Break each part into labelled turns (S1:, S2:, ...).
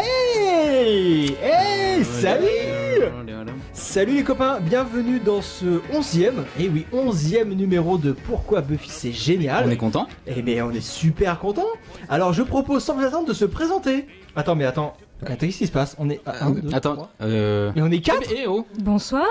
S1: Hey Hey Salut Salut les copains, bienvenue dans ce 11e, et oui, 11e numéro de Pourquoi Buffy c'est génial.
S2: On est content
S1: Eh mais on est super content. Alors je propose sans plus attendre de se présenter. Attends mais attends, attends qu'est-ce qui se passe On est un, deux,
S2: Attends,
S1: trois.
S2: euh...
S1: Mais on est
S2: Ah,
S1: quatre.
S2: mais, eh oh.
S3: Bonsoir.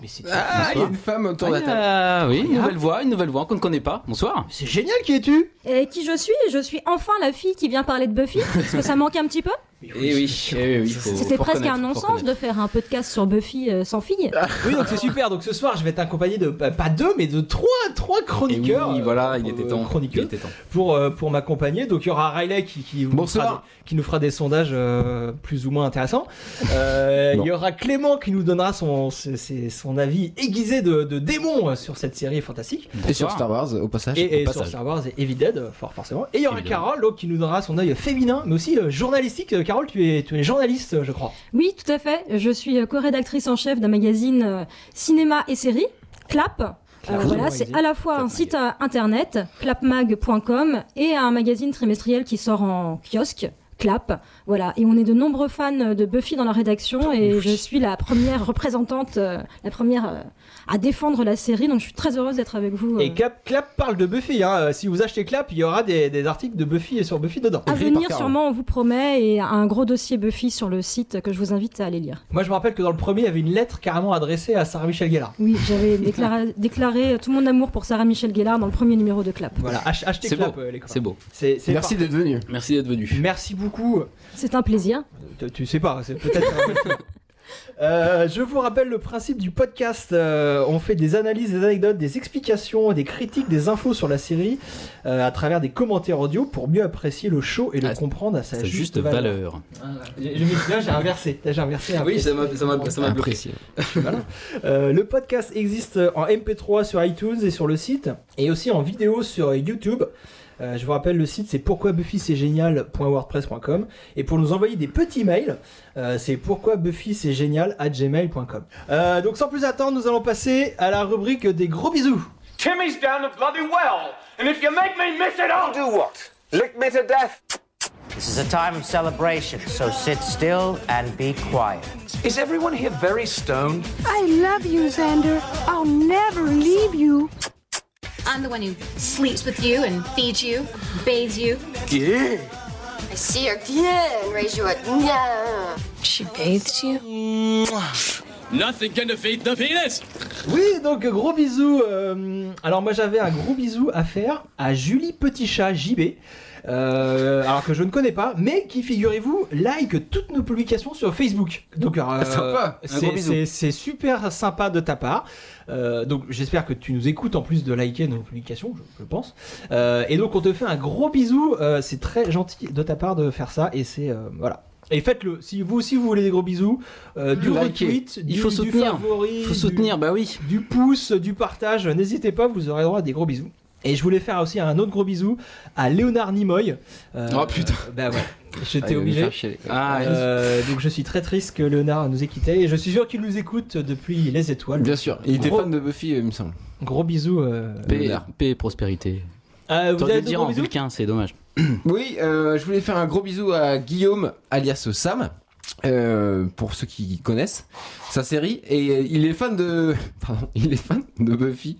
S1: Mais c'est
S2: Ah,
S1: bonsoir.
S4: femme autour
S2: Ah, oui, une nouvelle voix, une nouvelle voix qu'on ne connaît pas. Bonsoir.
S1: C'est génial qui es-tu
S3: Et qui je suis Je suis enfin la fille qui vient parler de Buffy, parce que ça manque un petit peu.
S2: Eh oui, eh oui, faut-
S3: C'était
S2: faut
S3: presque
S2: reconnaître,
S3: un
S2: faut
S3: non-sens
S2: reconnaître. Ah.
S3: de faire un podcast sur Buffy euh, sans fille.
S1: Oui donc c'est super. Donc ce soir je vais être accompagné de bah, pas deux mais de trois trois
S2: Eh
S1: chroniqueurs.
S2: oui, voilà, il
S1: euh,
S2: était temps.
S1: chroniqueurs.
S2: Il était temps.
S1: pour, euh, pour m'accompagner. Donc il y aura Riley qui, qui, vous
S4: Bonsoir.
S1: fera des, qui nous fera des sondages euh, plus ou moins intéressants. Euh, il y aura Clément qui nous donnera son, ses- ses- son avis aiguisé de, de démon euh, sur cette série fantastique.
S4: Et sur Star Wars, au passage.
S1: Et,
S4: au
S1: et sur
S4: passage.
S1: Star Wars et Evil Dead, euh, fort forcément. Et il y aura
S2: Évidemment.
S1: Carole donc, qui nous donnera son œil féminin, mais aussi euh, journalistique. Euh, Carole, tu es, tu es journaliste, euh, je crois.
S3: Oui, tout à fait. Je suis euh, co-rédactrice en chef d'un magazine euh, cinéma et séries, Clap. Euh,
S1: Clap
S3: voilà,
S1: Magazine.
S3: c'est à la fois
S2: Clap
S3: un site euh, internet, clapmag.com, et un magazine trimestriel qui sort en kiosque, Clap. Voilà, et on est de nombreux fans de Buffy dans la rédaction, et je suis la première représentante, euh, la première euh, à défendre la série, donc je suis très heureuse d'être avec vous. euh,
S1: Et Clap, Clap parle de Buffy. hein. Euh, Si vous achetez Clap, il y aura des, des articles de Buffy et sur Buffy dedans.
S4: écrit
S3: à
S4: par
S3: venir,
S4: Caro.
S3: sûrement, on vous promet, et un gros dossier Buffy sur le site que je vous invite à aller lire.
S1: Moi, je me rappelle que dans le premier, il y avait une lettre carrément adressée à Sarah Michel Gellar.
S3: Oui, j'avais déclaré, déclaré euh, tout mon amour pour Sarah Michel Gellar dans le premier numéro de Clap.
S1: Voilà, ach- achetez
S2: C'est
S1: Clap,
S2: beau.
S1: euh, les copains.
S2: C'est beau.
S1: C'est- c'est
S4: Merci d'être venu.
S2: Merci d'être venu.
S1: Merci beaucoup.
S3: C'est un plaisir.
S1: Tu, tu sais pas, c'est peut-être. un- Euh, je vous rappelle le principe du podcast. Euh, on fait des analyses, des anecdotes, des explications, des critiques, des infos sur la série euh, à travers des commentaires audio pour mieux apprécier le show et le
S2: Ah,
S1: comprendre à sa
S2: C'est
S1: juste,
S2: juste
S1: valeur.
S2: valeur.
S1: Ah, j'ai- j'ai mis- là, j'ai inversé. Là, j'ai inversé.
S2: Ah Oui,
S1: Après,
S2: ça m'a- ça m'a ça m'a bloqué.
S4: Apprécié.
S1: Euh, le podcast existe en MP3 sur iTunes et sur le site, et aussi en vidéo sur YouTube. Euh, je vous rappelle, le site c'est pourquoi Buffy c'est génial.wordpress.com et pour nous envoyer des petits mails, euh, c'est pourquoi Buffy c'est génial à gmail.com. Euh, donc sans plus attendre, nous allons passer à la rubrique des gros bisous.
S5: Timmy's down the bloody well, and if you make me miss it, I'll do what? Lick me to death.
S6: This is a time of celebration, so sit still and be quiet.
S5: Is everyone here very stoned?
S7: I love you, Xander. I'll never leave you.
S8: I'm the one who sleeps with you and feeds you, bathes you. I see her and raise you a yeah.
S7: She bathed you?
S1: Oui, donc gros bisous. euh, alors moi j'avais un gros bisou à faire à Julie Petit Chat JB. euh, alors que je ne connais pas, mais qui figurez-vous like toutes nos publications sur Facebook. Donc euh,
S4: Sympa, un
S1: c'est-
S4: gros bisou.
S1: c'est- c'est super sympa de ta part. Euh, donc j'espère que tu nous écoutes en plus de liker nos publications, je, je pense. Euh, et donc on te fait un gros bisou. euh, c'est très gentil de ta part de faire ça et c'est euh, voilà. Et faites-le. Si vous aussi vous voulez des gros bisous, euh, du
S2: Likez.
S1: retweet,
S2: Il
S1: du-
S2: faut
S1: du
S2: soutenir.
S1: favori,
S2: Il faut
S1: du-
S2: soutenir, bah oui.
S1: du pouce, du partage. N'hésitez pas, vous aurez droit à des gros bisous. Et je voulais faire aussi un autre gros bisou à Léonard Nimoy. Euh,
S2: Oh, putain.
S1: euh, Bah ouais, j'étais
S4: Ah, il va nous
S1: obligé.
S4: faire chier.
S2: Ah,
S1: Euh, donc je suis très triste que Léonard nous ait quittés. Et je suis sûr qu'il nous écoute depuis les étoiles.
S4: euh, Bien sûr. Il était
S1: Gros-
S4: fan de Buffy, euh, il me semble.
S1: Gros bisous. euh.
S2: paix, paix et prospérité.
S1: Ah, vous
S2: T'aurais dû
S1: avez
S2: le
S1: des
S2: dire
S1: gros
S2: en
S1: bisous
S2: vulcain, c'est dommage.
S4: Oui, euh, je voulais faire un gros bisou à Guillaume, alias Sam. euh, pour ceux qui connaissent sa série et euh, il est fan de pardon il est fan de Buffy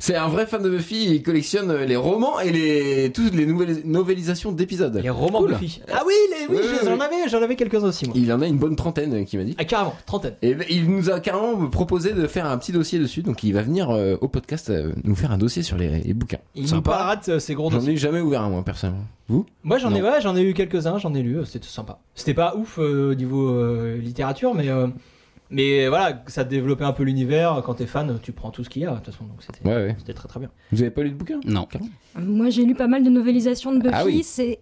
S4: c'est un vrai fan de Buffy il collectionne les romans et les toutes les nouvelles novélisations d'épisodes
S1: Les romans
S4: Cool.
S1: de filles. Ah oui, les, oui,
S4: Oui,
S1: je-
S4: oui,
S1: j'en
S4: oui.
S1: avais, j'en avais quelques-uns aussi moi.
S4: il en a une bonne trentaine euh, qui m'a dit
S1: Ah carrément, trentaine.
S4: Et ben, il nous a carrément proposé de faire un petit dossier dessus, donc il va venir euh, au podcast euh, nous faire un dossier sur les, les bouquins.
S1: Il nous
S2: Sympa.
S1: parade euh, ces gros
S4: J'en
S1: dossiers.
S4: ai jamais ouvert un moi personnellement. Vous
S1: Moi j'en ai,
S4: Non.
S1: ouais, j'en ai eu quelques-uns, j'en ai lu, euh, c'était sympa. C'était pas ouf euh, au niveau euh, littérature, mais euh, mais voilà, ça développait un peu l'univers. Quand t'es fan, tu prends tout ce qu'il y a de toute façon, donc c'était
S4: Ouais ouais.
S1: c'était très très bien.
S4: Vous avez pas lu de bouquin
S2: Non.
S3: Moi, j'ai lu pas mal de novélisations de Buffy.
S4: Ah oui.
S3: C'est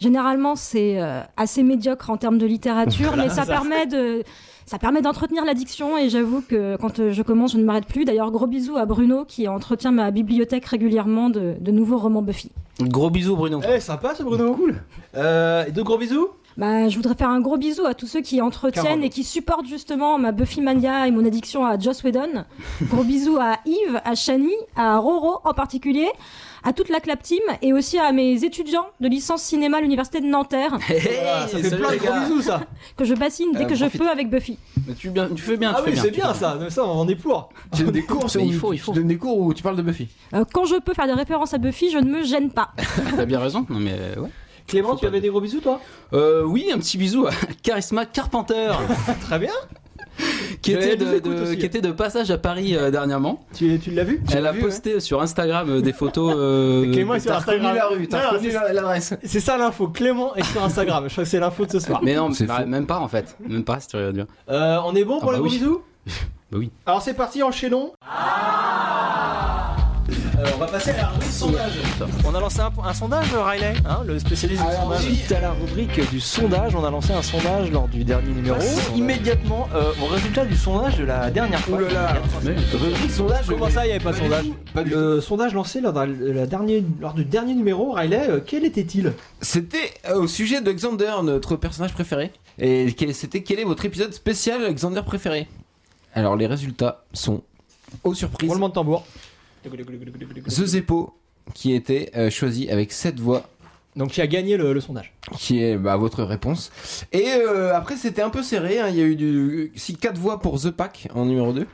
S3: généralement c'est euh, assez médiocre en termes de littérature, mais ça, permet de ça permet d'entretenir l'addiction et j'avoue que quand euh, je commence, je ne m'arrête plus. D'ailleurs, gros bisous à Bruno qui entretient ma bibliothèque régulièrement de, de nouveaux romans Buffy.
S2: Gros bisous, Bruno.
S1: Eh sympa ce Bruno. Cool. Euh, et deux gros bisous.
S3: Bah, je voudrais faire un gros bisou à tous ceux qui entretiennent
S1: Carole.
S3: et qui supportent justement ma Buffy Mania et mon addiction à Joss Whedon. gros bisou à Yves, à Shani, à Roro en particulier, à toute la clap team et aussi à mes étudiants de licence cinéma à l'université de Nanterre
S1: Voilà, ça fait
S2: salut,
S1: plein de
S2: les
S1: gros
S2: gars.
S1: bisous ça.
S3: que je bassine dès
S4: Euh,
S3: que je
S4: profite.
S3: peux avec Buffy.
S2: Mais tu, bien, tu fais bien,
S1: Ah
S2: tu fais
S1: oui,
S2: bien.
S1: c'est
S2: tu fais
S1: bien ça. Comme ça, on est pour.
S4: Tu donnes des cours
S2: Mais
S4: où
S2: il faut, il faut.
S4: Tu donnes des cours où tu parles de Buffy.
S3: Euh, quand je peux faire des références à Buffy, je ne me gêne pas.
S2: T'as bien raison. Non mais euh, ouais.
S1: Clément,
S2: Faut
S1: tu
S2: pas
S1: avais des gros bisous toi
S2: Euh, oui, un petit bisou à Charisma Carpenter,
S1: Très bien.
S2: qui,
S1: Elle
S2: était
S1: nous
S2: de,
S1: écoute
S2: de-
S1: aussi.
S2: qui était de passage à Paris euh, dernièrement.
S1: Tu, tu l'as vu hein.
S2: Elle a posté sur Instagram euh, des photos. euh,
S1: Clément est sur Instagram. Non, non, c'est-
S4: l'adresse.
S1: c'est ça l'info. Clément est sur Instagram. Je crois que c'est l'info de ce soir.
S2: Mais non,
S4: C'est
S2: bah,
S4: faux.
S2: même pas en fait. Même pas, si tu regardes bien.
S1: Euh, on est bon pour
S2: Ah
S1: les
S2: bah
S1: gros
S2: oui.
S1: bisous
S2: Bah oui.
S1: Alors c'est parti, enchaînons. Euh, on va passer à la rubrique sondage. On a lancé un, un sondage, Riley, hein, le spécialiste du sondage. Suite à la rubrique du sondage, on a lancé un sondage lors du dernier numéro. Immédiatement euh, au résultat du sondage de la dernière fois.
S4: Ouh là là.
S1: Rubrique sondage. Comment ça, il n'y avait pas de sondage
S4: Pas du tout.
S1: Le sondage lancé lors, d'un- de la dernière- lors du dernier numéro, Riley, euh, quel était-il
S4: C'était euh, au sujet de Xander, notre personnage préféré. Et quel- c'était quel est votre épisode spécial Xander préféré Alors les résultats sont aux surprises.
S1: Roulement de tambour.
S4: The Zeppo qui était euh, choisi avec 7 voix,
S1: Donc qui a gagné le, le sondage.
S4: qui est bah, votre réponse. Et euh, après c'était un peu serré, hein, il y a eu du, si 4 voix pour The Pack en numéro 2.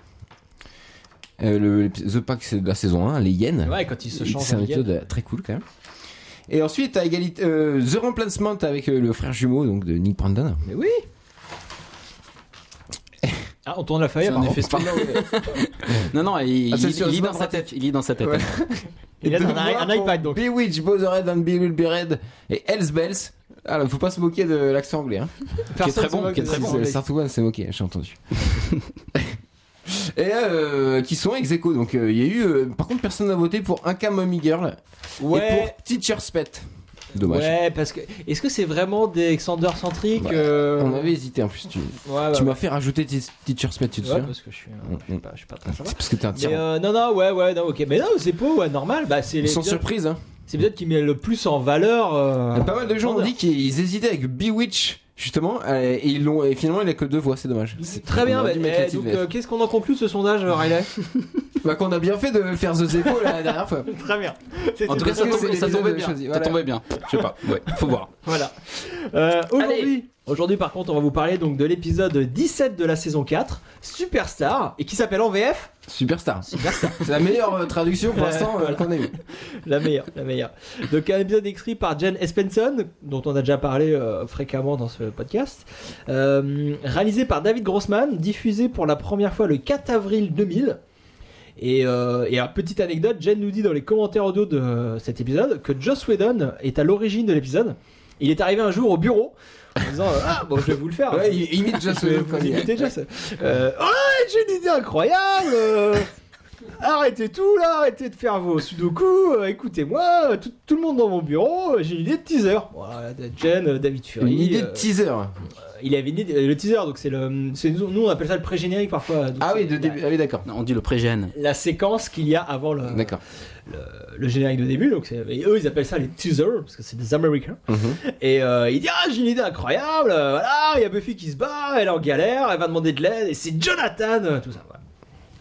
S4: Euh, le, l'épi- The Pack c'est de la saison 1, les Yens.
S1: Ouais, quand il se change
S4: C'est
S1: en
S4: un
S1: week-end.
S4: épisode euh, très cool quand même. Et ensuite, à égalité, euh, The Replacement avec euh, le frère jumeau donc de Nick Brandon.
S1: Mais oui Ah, on tourne la feuille,
S2: C'est un
S1: apparemment.
S2: effet spécial. Non, non, il,
S4: Ah, c'est
S2: il-
S4: sur-
S2: il lit
S4: sur
S2: dans
S4: la
S2: sa tête. Il lit dans sa tête.
S4: Ouais.
S1: Il a
S4: Deux
S1: un,
S4: voix
S1: un
S4: pour
S1: iPad, donc.
S4: Bewitch, Bothered and Be Will Be Red et Hells Bells. Alors, faut pas se moquer de l'accent anglais. Hein.
S1: Personne
S2: très
S1: se
S2: bon,
S1: moque
S2: qui est
S1: de
S2: très
S1: ça.
S2: bon.
S4: C'est- Sartre One s'est moqué, j'ai entendu. et euh, qui sont ex aequo. Donc, euh, il y a eu. euh, par contre, personne n'a voté pour un cas Mommy Girl et
S1: Ouais,
S4: pour Teacher's Pet. Dommage.
S1: ouais, parce que. Est-ce que c'est vraiment des Xander centriques
S2: Bah,
S4: Ouais,
S1: euh,
S4: On avait hésité en plus. Tu,
S1: Ouais, ouais,
S4: tu
S1: ouais.
S4: m'as fait rajouter Te- Teacher's Pet, tu te
S1: Ouais,
S4: souviens
S1: parce que je suis, euh,
S4: Mm,
S1: je suis
S4: mm.
S1: pas, je suis pas très
S4: C'est
S1: sympa.
S4: parce que t'es un
S1: Mais,
S4: tyran.
S1: euh, non, non, ouais, ouais, non, ok. Mais non, c'est pas, ouais, normal. Bah, c'est
S4: Sans
S1: l'épisode
S4: surprise, hein.
S1: c'est l'épisode qui met le plus en valeur. euh,
S2: Ah, bah,
S4: Pas mal de gens ont
S1: Xander.
S4: dit qu'ils hésitaient avec Bewitch, justement, euh, et, ils l'ont, et finalement, il a que deux voix, c'est dommage.
S1: Très bien,
S4: On aurait
S1: bah,
S4: dû mettre
S1: eh,
S4: la petite
S1: donc
S4: VF.
S1: euh, qu'est-ce qu'on en conclut de ce sondage, euh, Riley
S4: Bah, qu'on a bien fait de faire The Zeppo la dernière fois.
S1: Très bien.
S2: En tout cas, ça
S4: Parce que
S2: tombait,
S4: c'est
S2: ça
S4: les
S2: tombait
S4: deux
S2: bien.
S4: choisis,
S2: Ça
S4: voilà.
S2: tombait bien. Je sais pas. Ouais, faut voir.
S1: Voilà. Euh,
S2: Allez.
S1: aujourd'hui, aujourd'hui par contre, on va vous parler donc de l'épisode 17 de la saison 4, Superstar, et qui s'appelle en VF
S4: Superstar. C'est la meilleure euh, traduction pour
S1: Ouais,
S4: l'instant euh,
S1: voilà.
S4: qu'on a eue.
S1: la meilleure, la meilleure. Donc un épisode écrit par Jen Espenson, dont on a déjà parlé euh, fréquemment dans ce podcast, euh, réalisé par David Grossman, diffusé pour la première fois le 4 avril 2000. Et, euh, et alors, petite anecdote, Jen nous dit dans les commentaires audio de euh, cet épisode que Joss Whedon est à l'origine de l'épisode. Il est arrivé un jour au bureau en disant euh, Ah, bon, je vais vous le faire.
S4: Ouais, il il imite Joss
S1: Je vais
S4: Whedon
S1: vous
S4: quand il
S1: imiter Joss. Euh, ouais, j'ai une idée incroyable. euh, arrêtez tout là, arrêtez de faire vos sudoku. euh, Écoutez-moi, tout, tout le monde dans mon bureau. euh, J'ai une idée de teaser. Voilà, Jen, euh, David Fury.
S4: Une idée de
S1: euh,
S4: teaser.
S1: il avait une idée, euh, le teaser, donc c'est le, c'est- nous nous, on appelle ça le pré-générique parfois. donc
S4: Ah
S1: c'est
S4: oui, de
S1: la-
S4: début. Ah oui, d'accord.
S2: Non, on dit le pré-gène.
S1: La séquence qu'il y a avant le,
S4: D'accord.
S1: le générique de début, donc c'est- et eux ils appellent ça les teasers parce que c'est des Américains.
S4: Mhm.
S1: Et euh, il dit Ah, j'ai une idée incroyable, euh, voilà, il y a Buffy qui se bat, elle est en galère, elle va demander de l'aide, et c'est Jonathan, euh, tout ça. voilà.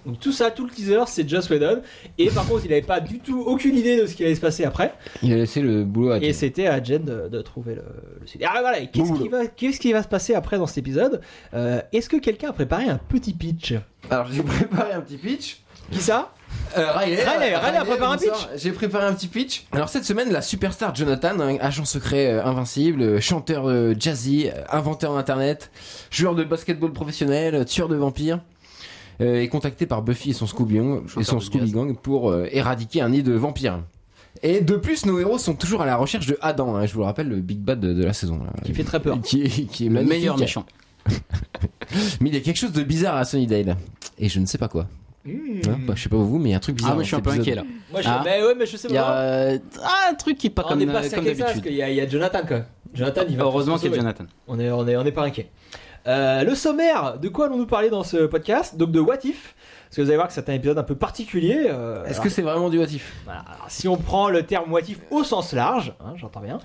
S1: Donc tout ça, tout le teaser, c'est Joss Whedon. Et par contre, il n'avait pas du tout aucune idée de ce qui allait se passer après.
S4: Il a laissé le boulot à
S1: Et
S4: Jen.
S1: c'était à Jen de, de trouver le, le sujet. Alors voilà, et qu'est-ce
S4: Bon
S1: qui, va, qu'est-ce qui va se passer après dans cet épisode Euh, Est-ce que quelqu'un a préparé un petit pitch
S4: Alors, j'ai préparé un petit pitch.
S1: Qui ça
S4: Euh, Riley,
S1: Riley,
S4: euh,
S1: Riley a préparé un
S4: bonsoir. J'ai préparé un petit pitch. Alors cette semaine, la superstar Jonathan, un agent secret euh, invincible, euh, chanteur euh, jazzy, euh, inventeur d'internet, joueur de basketball professionnel, euh, tueur de vampires, euh, est contacté par Buffy et son Scooby Gang, et son
S2: de
S4: Scooby Gang pour euh, éradiquer un nid de vampires. Et de plus, nos héros sont toujours à la recherche de Adam. hein, je vous le rappelle, le big bad de, de la saison. là.
S1: Qui fait très peur.
S2: Ah.
S4: Qui est, qui est
S2: Le
S4: magnifique.
S2: meilleur méchant.
S4: Mais il y a quelque chose de bizarre à Sunnydale. Et je ne sais pas quoi.
S1: Hmm.
S4: Hein, bah, je sais pas vous, mais il y a un truc bizarre.
S2: Ah, moi je suis
S4: dans
S2: un peu
S4: cet
S2: inquiet
S4: épisode.
S2: là.
S1: Moi, je,
S2: Ah.
S1: mais ouais, mais je sais
S2: Il y a
S1: pas.
S2: euh, ah, un truc qui est pas
S1: on
S2: comme
S1: n'est pas
S2: euh,
S1: si
S2: comme
S1: inquiet que ça, parce
S2: d'habitude.
S1: qu'il y, a- il y a Jonathan, quoi. Jonathan, il va.
S2: Heureusement qu'il y a
S1: sauver.
S2: Jonathan.
S1: On est, on est, on est pas inquiet. Euh, le sommaire, de quoi allons-nous parler dans ce podcast Donc de What If, parce que vous allez voir que c'est un épisode un peu particulier. euh,
S4: Est-ce
S1: alors-
S4: que c'est vraiment du motif
S1: voilà, alors, si on prend le terme What If au sens large, hein, j'entends bien.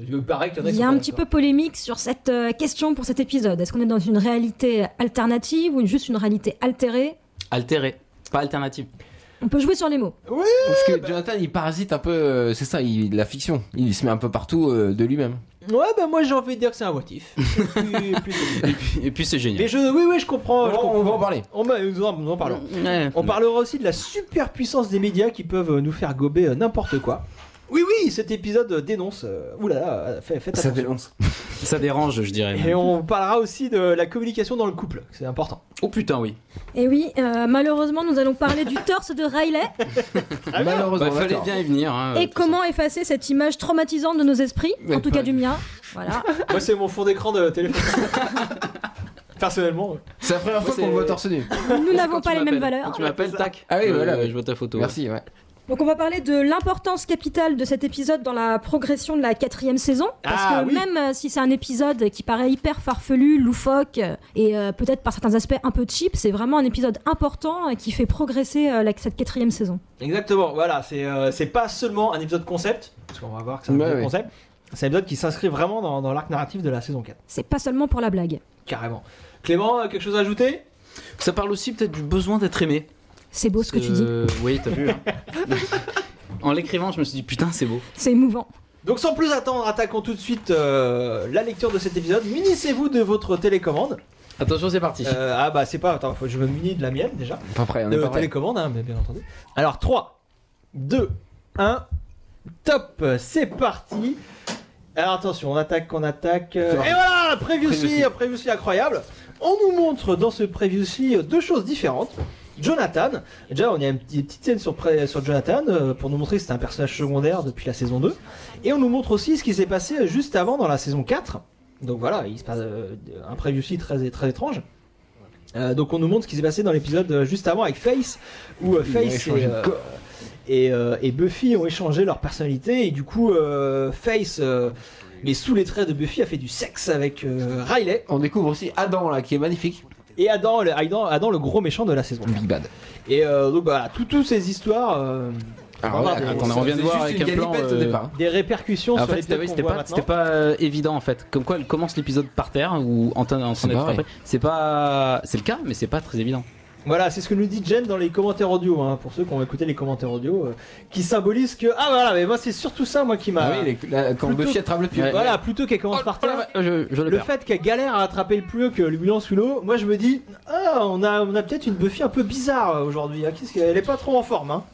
S1: Il me paraît qu'il y en a
S3: Il
S1: qui
S3: y a
S1: sont
S3: un
S1: pas
S3: petit peu
S1: d'accord.
S3: polémique sur cette euh, question pour cet épisode. Est-ce qu'on est dans une réalité alternative ou juste une réalité altérée
S2: Altéré. Pas alternative.
S3: On peut jouer sur les mots.
S4: Parce que Jonathan, il parasite un peu. euh, c'est ça, il, la fiction. Il se met un peu partout euh, de lui-même.
S1: Ouais, bah moi j'ai envie de dire que c'est un What If. Plus- plus-
S2: Et puis, et puis c'est génial.
S1: Mais je, oui, oui, je comprends. Oh, je
S4: on va en
S1: comprends.
S4: parler.
S1: On va- nous en- nous en parlons.
S2: Ouais.
S1: On parlera aussi de la superpuissance des médias qui peuvent euh, nous faire gober euh, n'importe quoi. Oui, oui, cet épisode euh, dénonce. euh, Oulala, euh, fait- faites
S4: Ça
S1: attention.
S4: dénonce.
S2: Ça dérange, je dirais.
S1: Et on parlera aussi de la communication dans le couple, c'est important.
S2: Oh putain, oui.
S3: Et oui, euh, malheureusement, nous allons parler du torse de Riley
S4: Malheureusement.
S2: Bah, fallait
S4: d'accord.
S2: bien y venir. hein, de
S3: et
S2: toute
S3: comment effacer cette image traumatisante de nos esprits,
S4: Mais
S3: en tout
S4: pas
S3: cas du mien. Voilà.
S1: Moi, c'est mon fond d'écran de téléphone. Personnellement.
S4: C'est la première
S2: Moi,
S4: fois qu'on
S2: c'est-
S4: le voit torse nu.
S3: Nous
S2: façon.
S3: n'avons
S2: Quand
S3: pas
S2: tu
S3: les mêmes
S2: m'appelles-
S3: valeurs.
S2: quand tu m'appelles, tac.
S4: Ah oui,
S2: euh,
S4: voilà.
S2: Je vois ta photo.
S4: Merci, ouais.
S3: Donc on va parler de l'importance capitale de cet épisode dans la progression de la quatrième saison. Parce
S1: Ah,
S3: que
S1: oui.
S3: même euh, si c'est un épisode qui paraît hyper farfelu, loufoque, euh, et euh, peut-être par certains aspects un peu cheap, c'est vraiment un épisode important et qui fait progresser euh, la- cette quatrième saison.
S1: Exactement, voilà, c'est euh, c'est pas seulement un épisode concept, parce qu'on va voir que c'est un
S4: Ouais,
S1: épisode
S4: ouais.
S1: concept. C'est un épisode qui s'inscrit vraiment dans, dans l'arc narratif de la saison 4,
S3: C'est pas seulement pour la blague.
S1: carrément. Clément, euh, quelque chose à ajouter
S2: Ça parle aussi peut-être du besoin d'être aimé.
S3: C'est beau Oh, ce que tu dis.
S2: Euh, Oui, t'as vu. hein. en l'écrivant, je me suis dit putain, c'est beau.
S3: C'est émouvant.
S1: Donc sans plus attendre, attaquons tout de suite euh, la lecture de cet épisode. Munissez-vous de votre télécommande.
S2: Attention, c'est parti.
S1: Euh, ah bah c'est pas, attends, faut que je me munis de la mienne déjà.
S4: Pas prêt, on est
S1: De
S4: pas prêt.
S1: télécommande, hein, mais bien entendu. Alors 3, 2, 1, top, c'est parti. Alors attention, on attaque, on attaque. euh,
S4: C'est
S1: Et
S4: parti.
S1: voilà, previously,
S4: Previously.
S1: un previously incroyable. On nous montre dans ce previously euh, deux choses différentes. Jonathan, déjà on a une petite, petite scène sur, pré- sur Jonathan euh, pour nous montrer que c'est un personnage secondaire depuis la saison 2. Et on nous montre aussi ce qui s'est passé juste avant dans la saison 4. Donc voilà, il se passe euh, un previously très, très étrange. Euh, donc on nous montre ce qui s'est passé dans l'épisode euh, juste avant avec Face, où euh,
S4: Ils ont
S1: Face
S4: échangé
S1: et,
S4: de
S1: euh,
S4: corps.
S1: et, euh, et Buffy ont échangé leur personnalité et du coup euh, Face, euh, mais sous les traits de Buffy, a fait du sexe avec euh, Riley
S4: On découvre aussi Adam là qui est magnifique.
S1: et Adam le, Adam, Adam, le gros méchant de la saison.
S4: Big Bad.
S1: Et euh, donc voilà, tout- toutes ces histoires, euh,
S4: Alors,
S2: Ah,
S1: On va
S4: ouais,
S1: voir des-
S4: attends, on vient de voir avec un plan.
S2: euh,
S1: des répercussions
S4: Ah,
S2: En
S1: sur
S2: fait,
S1: les
S2: c'était
S1: têtes
S2: oui,
S1: qu'on
S2: c'était
S1: voit
S2: pas,
S1: maintenant.
S2: c'était pas euh, évident en fait. Comme quoi, elle commence l'épisode par terre ou en
S1: Ah
S2: train en train
S4: C'est
S2: d'être
S1: bah
S4: pas vrai.
S2: frappée. C'est pas, c'est le cas, mais c'est pas très évident.
S1: Voilà, c'est ce que nous dit Jen dans les commentaires audio, hein, pour ceux qui ont écouté les commentaires audio, euh, qui symbolisent que ah voilà, mais moi c'est surtout ça moi qui m'a.
S4: Ah oui, les- la- quand
S1: Plutôt-
S4: Buffy attrape le pieu.
S2: Ouais.
S1: Voilà, plutôt qu'elle commence par terre.
S2: je, je
S1: Le
S2: le perds.
S1: fait qu'elle galère à attraper le plus haut que Lulian sous l'eau, moi je me dis, ah, on a, on a peut-être une Buffy un peu bizarre euh, aujourd'hui. hein. Qu'est-ce qu'elle est pas trop en forme, hein.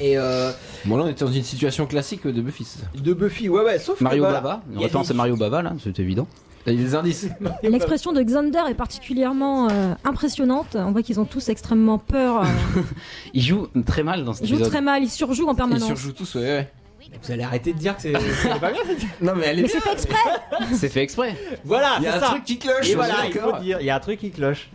S1: Et euh,
S4: Bon, là, on était dans une situation classique de Buffy. c'est ça.
S1: de Buffy, ouais, ouais, sauf que,
S2: Mario
S1: voilà,
S2: Bava.
S1: Bah, il y a
S2: En référence
S1: des-
S2: à Mario Bava là, c'est évident.
S4: Là, il y a des indices.
S3: L'expression de Xander est particulièrement euh, impressionnante. On voit qu'ils ont tous extrêmement peur. euh,
S2: Il joue très mal dans cet
S3: Ils jouent
S2: épisode.
S3: très mal, ils surjouent en
S4: Ils
S3: permanence.
S4: surjouent tous, ouais, ouais.
S1: Vous allez arrêter de dire que c'est c'est pas bien. c'est-
S4: Non, mais elle est
S3: Mais
S4: bien.
S3: c'est fait exprès
S2: C'est fait exprès.
S1: Voilà,
S4: Il y a
S1: c'est
S4: un
S1: ça.
S4: truc qui cloche. hein.
S1: et voilà, il faut dire, il y a un truc qui cloche.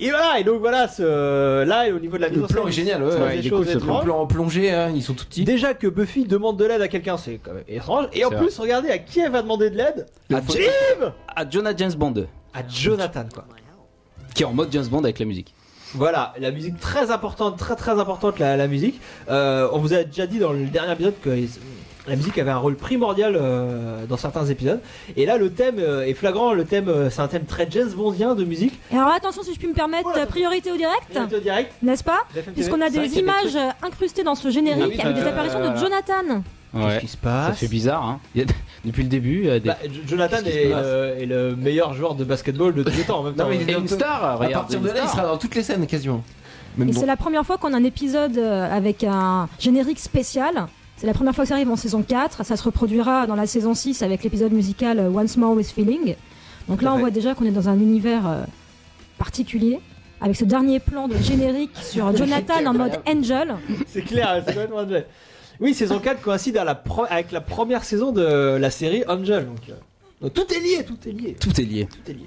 S1: Et voilà, et donc voilà, ce, là, au niveau de la mise
S4: Le
S1: en
S4: plan
S1: scène,
S4: est génial,
S1: il se
S4: ouais.
S1: passe
S4: ouais,
S1: des
S4: il est
S1: choses
S4: cool, ce plan.
S1: étranges.
S4: Le plan en plongée, hein, ils sont tout petits.
S1: Déjà que Buffy demande de l'aide à quelqu'un, c'est quand même étrange. Et en
S2: C'est
S1: plus, regardez à qui elle va demander de l'aide
S2: À, Jo- à Jonah James Bond,
S1: À Jonathan, quoi.
S2: qui est en mode James Bond avec la musique.
S1: Voilà, la musique très importante, très très importante, la, la musique. Euh, on vous a déjà dit dans le dernier épisode que la musique avait un rôle primordial euh, dans certains épisodes. Et là, le thème euh, est flagrant. Le thème, euh, c'est un thème très jazz bondien de musique.
S3: Et alors attention si je puis me permettre, euh, priorité au direct,
S1: Direct au direct.
S3: n'est-ce pas
S1: FMTV.
S3: Puisqu'on a
S1: C'est vrai
S3: des
S1: qu'il y a
S3: images euh, incrustées dans ce
S1: Oui,
S3: générique
S1: oui,
S3: avec des
S1: euh,
S3: apparitions de
S1: voilà.
S3: Jonathan.
S1: Qu'est-ce qui se passe
S2: Ça fait bizarre. Hein. Il y a- Depuis le début, il y a des...
S1: Ah, Bah, J- Jonathan
S2: Qu'est-ce qui se
S1: est,
S2: passe
S1: euh, est le meilleur joueur de basketball de tous les temps en même temps.
S4: Non, mais il
S2: Et une star.
S4: À
S2: regarde,
S4: partir
S2: une
S4: de là, il
S2: star.
S4: sera dans toutes les scènes quasiment. Même
S3: Et
S4: bon.
S3: c'est la première fois qu'on a un épisode euh, avec un générique spécial. C'est la première fois que ça arrive en saison 4. Ça se reproduira dans la saison 6 avec l'épisode musical euh, Once More with Feeling. Donc
S1: Tout à
S3: là, on
S1: fait.
S3: voit déjà qu'on est dans un univers euh, particulier. Avec ce dernier plan de générique sur Jonathan en mode Angel.
S1: C'est clair, c'est complètement Angel. Oui, saison 4 coïncide à la pro- avec la première saison de la série Angel. Donc, euh, donc tout est lié, tout est lié.
S2: Tout est lié.
S1: Tout est lié.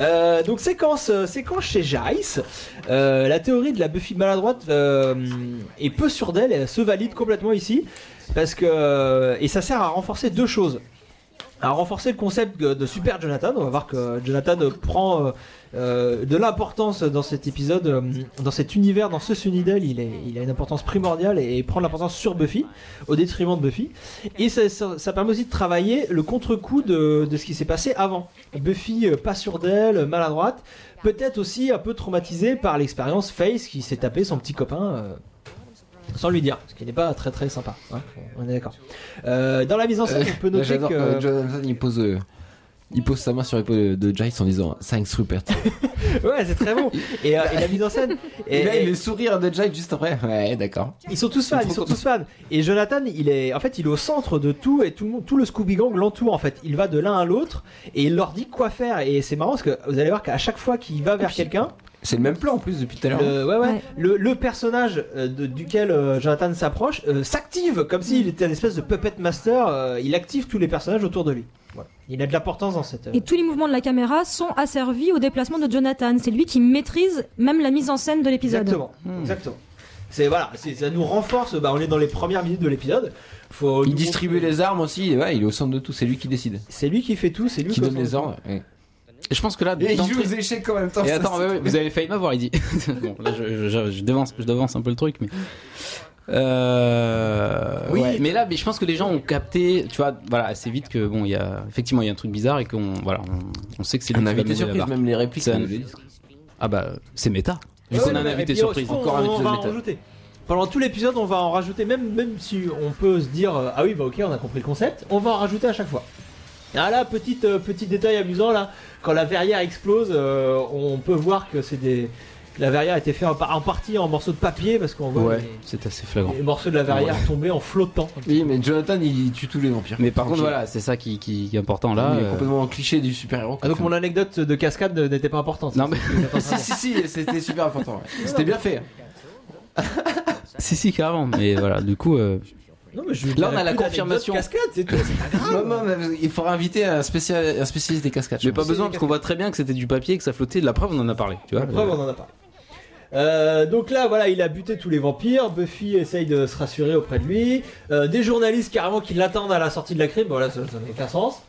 S1: Euh, donc séquence, euh, séquence chez Jace. Euh, la théorie de la Buffy maladroite euh, est peu sûre euh, d'elle, elle se valide complètement ici. Parce que et ça sert à renforcer deux choses. à renforcer le concept euh, de Super Jonathan. On va voir que Jonathan euh, prend euh, euh, de l'importance dans cet épisode, euh, dans cet univers, dans ce Sunnydale. Il, est, il a une importance primordiale et, il prend de l'importance sur Buffy, au détriment de Buffy. Et ça, ça- ça permet aussi de travailler le contre-coup de, de ce qui s'est passé avant. Buffy, euh, pas sûre d'elle, maladroite, peut-être aussi un peu traumatisée par l'expérience Face qui s'est tapé son petit copain. euh, sans lui dire, ce qui n'est pas très très sympa. hein. on est d'accord. Euh, dans la mise en scène, on peut
S4: Là,
S1: noter
S4: J'adore.
S1: que.
S4: euh, Jonathan, il pose, euh, il pose sa main sur l'épaule de Giles en disant Thanks Rupert.
S1: Ouais, c'est très bon. Et, euh, et la mise en scène. Et,
S4: Bah, Et là,
S1: et-
S4: il le sourire de Giles juste après. Ouais, d'accord.
S1: ils sont tous fans, ils sont tous fans. Et Jonathan, il est, en fait, il est au centre de tout et tout le monde, tout le Scooby Gang l'entoure en fait. Il va de l'un à l'autre et il leur dit quoi faire. Et c'est marrant parce que vous allez voir qu'à chaque fois qu'il va vers quelqu'un,
S4: C'est le même plan en plus depuis tout à l'heure.
S1: le, ouais, ouais,
S3: Ouais.
S1: le, le personnage euh, de- duquel euh, Jonathan s'approche euh, s'active comme s'il était un espèce de puppet master. euh, il active tous les personnages autour de lui. Voilà. Il a de l'importance dans cette. euh,
S3: Et tous les mouvements de la caméra sont asservis au déplacement de Jonathan. C'est lui qui maîtrise même la mise en scène de l'épisode.
S1: Exactement, exactement. C'est voilà, c'est- ça nous renforce. Bah, on est dans les premières minutes de l'épisode. Faut
S4: Il
S1: nous
S4: distribue les armes aussi. et ouais, il est au centre de tout. C'est lui qui décide.
S1: C'est lui qui fait tout, bah, c'est lui
S4: Qui donne
S1: commande.
S4: les ordres. ouais.
S2: Je pense que là, d'entrée-
S4: échecs en même temps.
S2: Et attends, ouais, ouais, vous avez failli m'avoir, il dit. bon, là, je, je- je devance, je devance un peu le truc, mais. Euh,
S1: Oui.
S2: ouais, mais là, mais je pense que les gens ont capté, tu vois, voilà, assez vite que bon, il y a effectivement il y a un truc bizarre et qu'on voilà, on, on sait que c'est lui
S4: On
S2: qui va
S4: avait été
S2: nous ouvrir la
S4: surprise,
S2: barre.
S4: même les répliques.
S2: Ça-
S4: nous le disent.
S2: Ah bah c'est méta.
S1: Ouais,
S2: Vu qu'on
S1: ouais,
S2: a un
S1: ouais,
S2: invité
S1: et puis,
S2: surprise,
S1: on-
S2: encore un
S1: on
S2: épisode
S1: va en
S2: méta.
S1: rajouter. Pendant tout l'épisode, on va en rajouter, même, même si on peut se dire euh, ah oui bah ok on a compris le concept, on va en rajouter à chaque fois. Ah là petit petit détail amusant là, quand la verrière explose, euh, on peut voir que c'est des que la verrière a été faite en, par- en partie en morceaux de papier parce qu'on voit
S2: Ouais, c'est assez flagrant.
S1: les, les morceaux de la verrière tomber en flottant.
S4: Oui, mais Jonathan, il tue tous les vampires.
S2: Mais par contre,
S4: Ok.
S2: voilà, c'est ça qui, qui- qui est important là.
S4: il est
S2: euh,
S4: complètement en cliché du super-héros.
S1: Ah donc mon anecdote de cascade n'était pas importante.
S2: Non mais
S4: si, si, si, c'était super important. ouais. C'était bien fait. hein.
S2: si si carrément. Mais voilà, du coup, euh,
S1: Non, mais je-
S2: Là, on a la
S1: plus d'anecdote
S2: confirmation.
S1: Cascade, c'est tout. c'est pas grave.
S4: Non, non, mais il faudra inviter un, spécial, un spécialiste des cascades. je
S2: j'ai pas
S4: pense.
S2: besoin parce qu'on voit très bien que c'était du papier, que ça flottait. De la preuve, on en a parlé, tu vois.
S1: La preuve, on en a pas. Euh, donc là, voilà, il a buté tous les vampires. Buffy essaye de se rassurer auprès de lui. Euh, des journalistes carrément qui l'attendent à la sortie de la crime. Voilà, ça ça n'a aucun sens.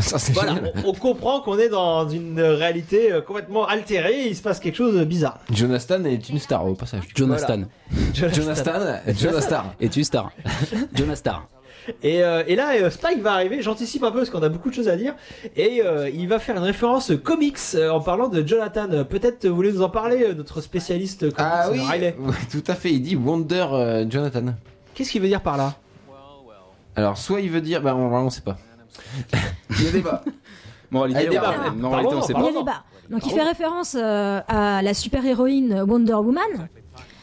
S4: Ça, c'est
S1: Voilà,
S4: génial.
S1: on, on comprend qu'on est dans une réalité euh, complètement altérée. Il se passe quelque chose de bizarre.
S4: Jonathan est une star au passage.
S2: Jonathan.
S4: Jonathan, Jonastar.
S2: Es-tu star Jonastar.
S1: Et, euh, et là, euh, Spike va arriver. J'anticipe un peu parce qu'on a beaucoup de choses à dire. Et euh, il va faire une référence comics euh, en parlant de Jonathan. Euh, Peut-être vous voulez nous en parler, euh, notre spécialiste comics
S4: Ah
S1: euh,
S4: oui,
S1: Riley.
S4: ouais, tout à fait. Il dit Wonder euh, Jonathan.
S1: Qu'est-ce qu'il veut dire par là
S4: Alors, soit il veut dire, bah, on, vraiment, on sait pas. il y a des bas.
S2: Moralité,
S4: Allez, débat.
S2: on- moralité, on sait
S3: Il y
S2: pas.
S3: a débat. Donc il fait référence euh, à la super-héroïne Wonder Woman.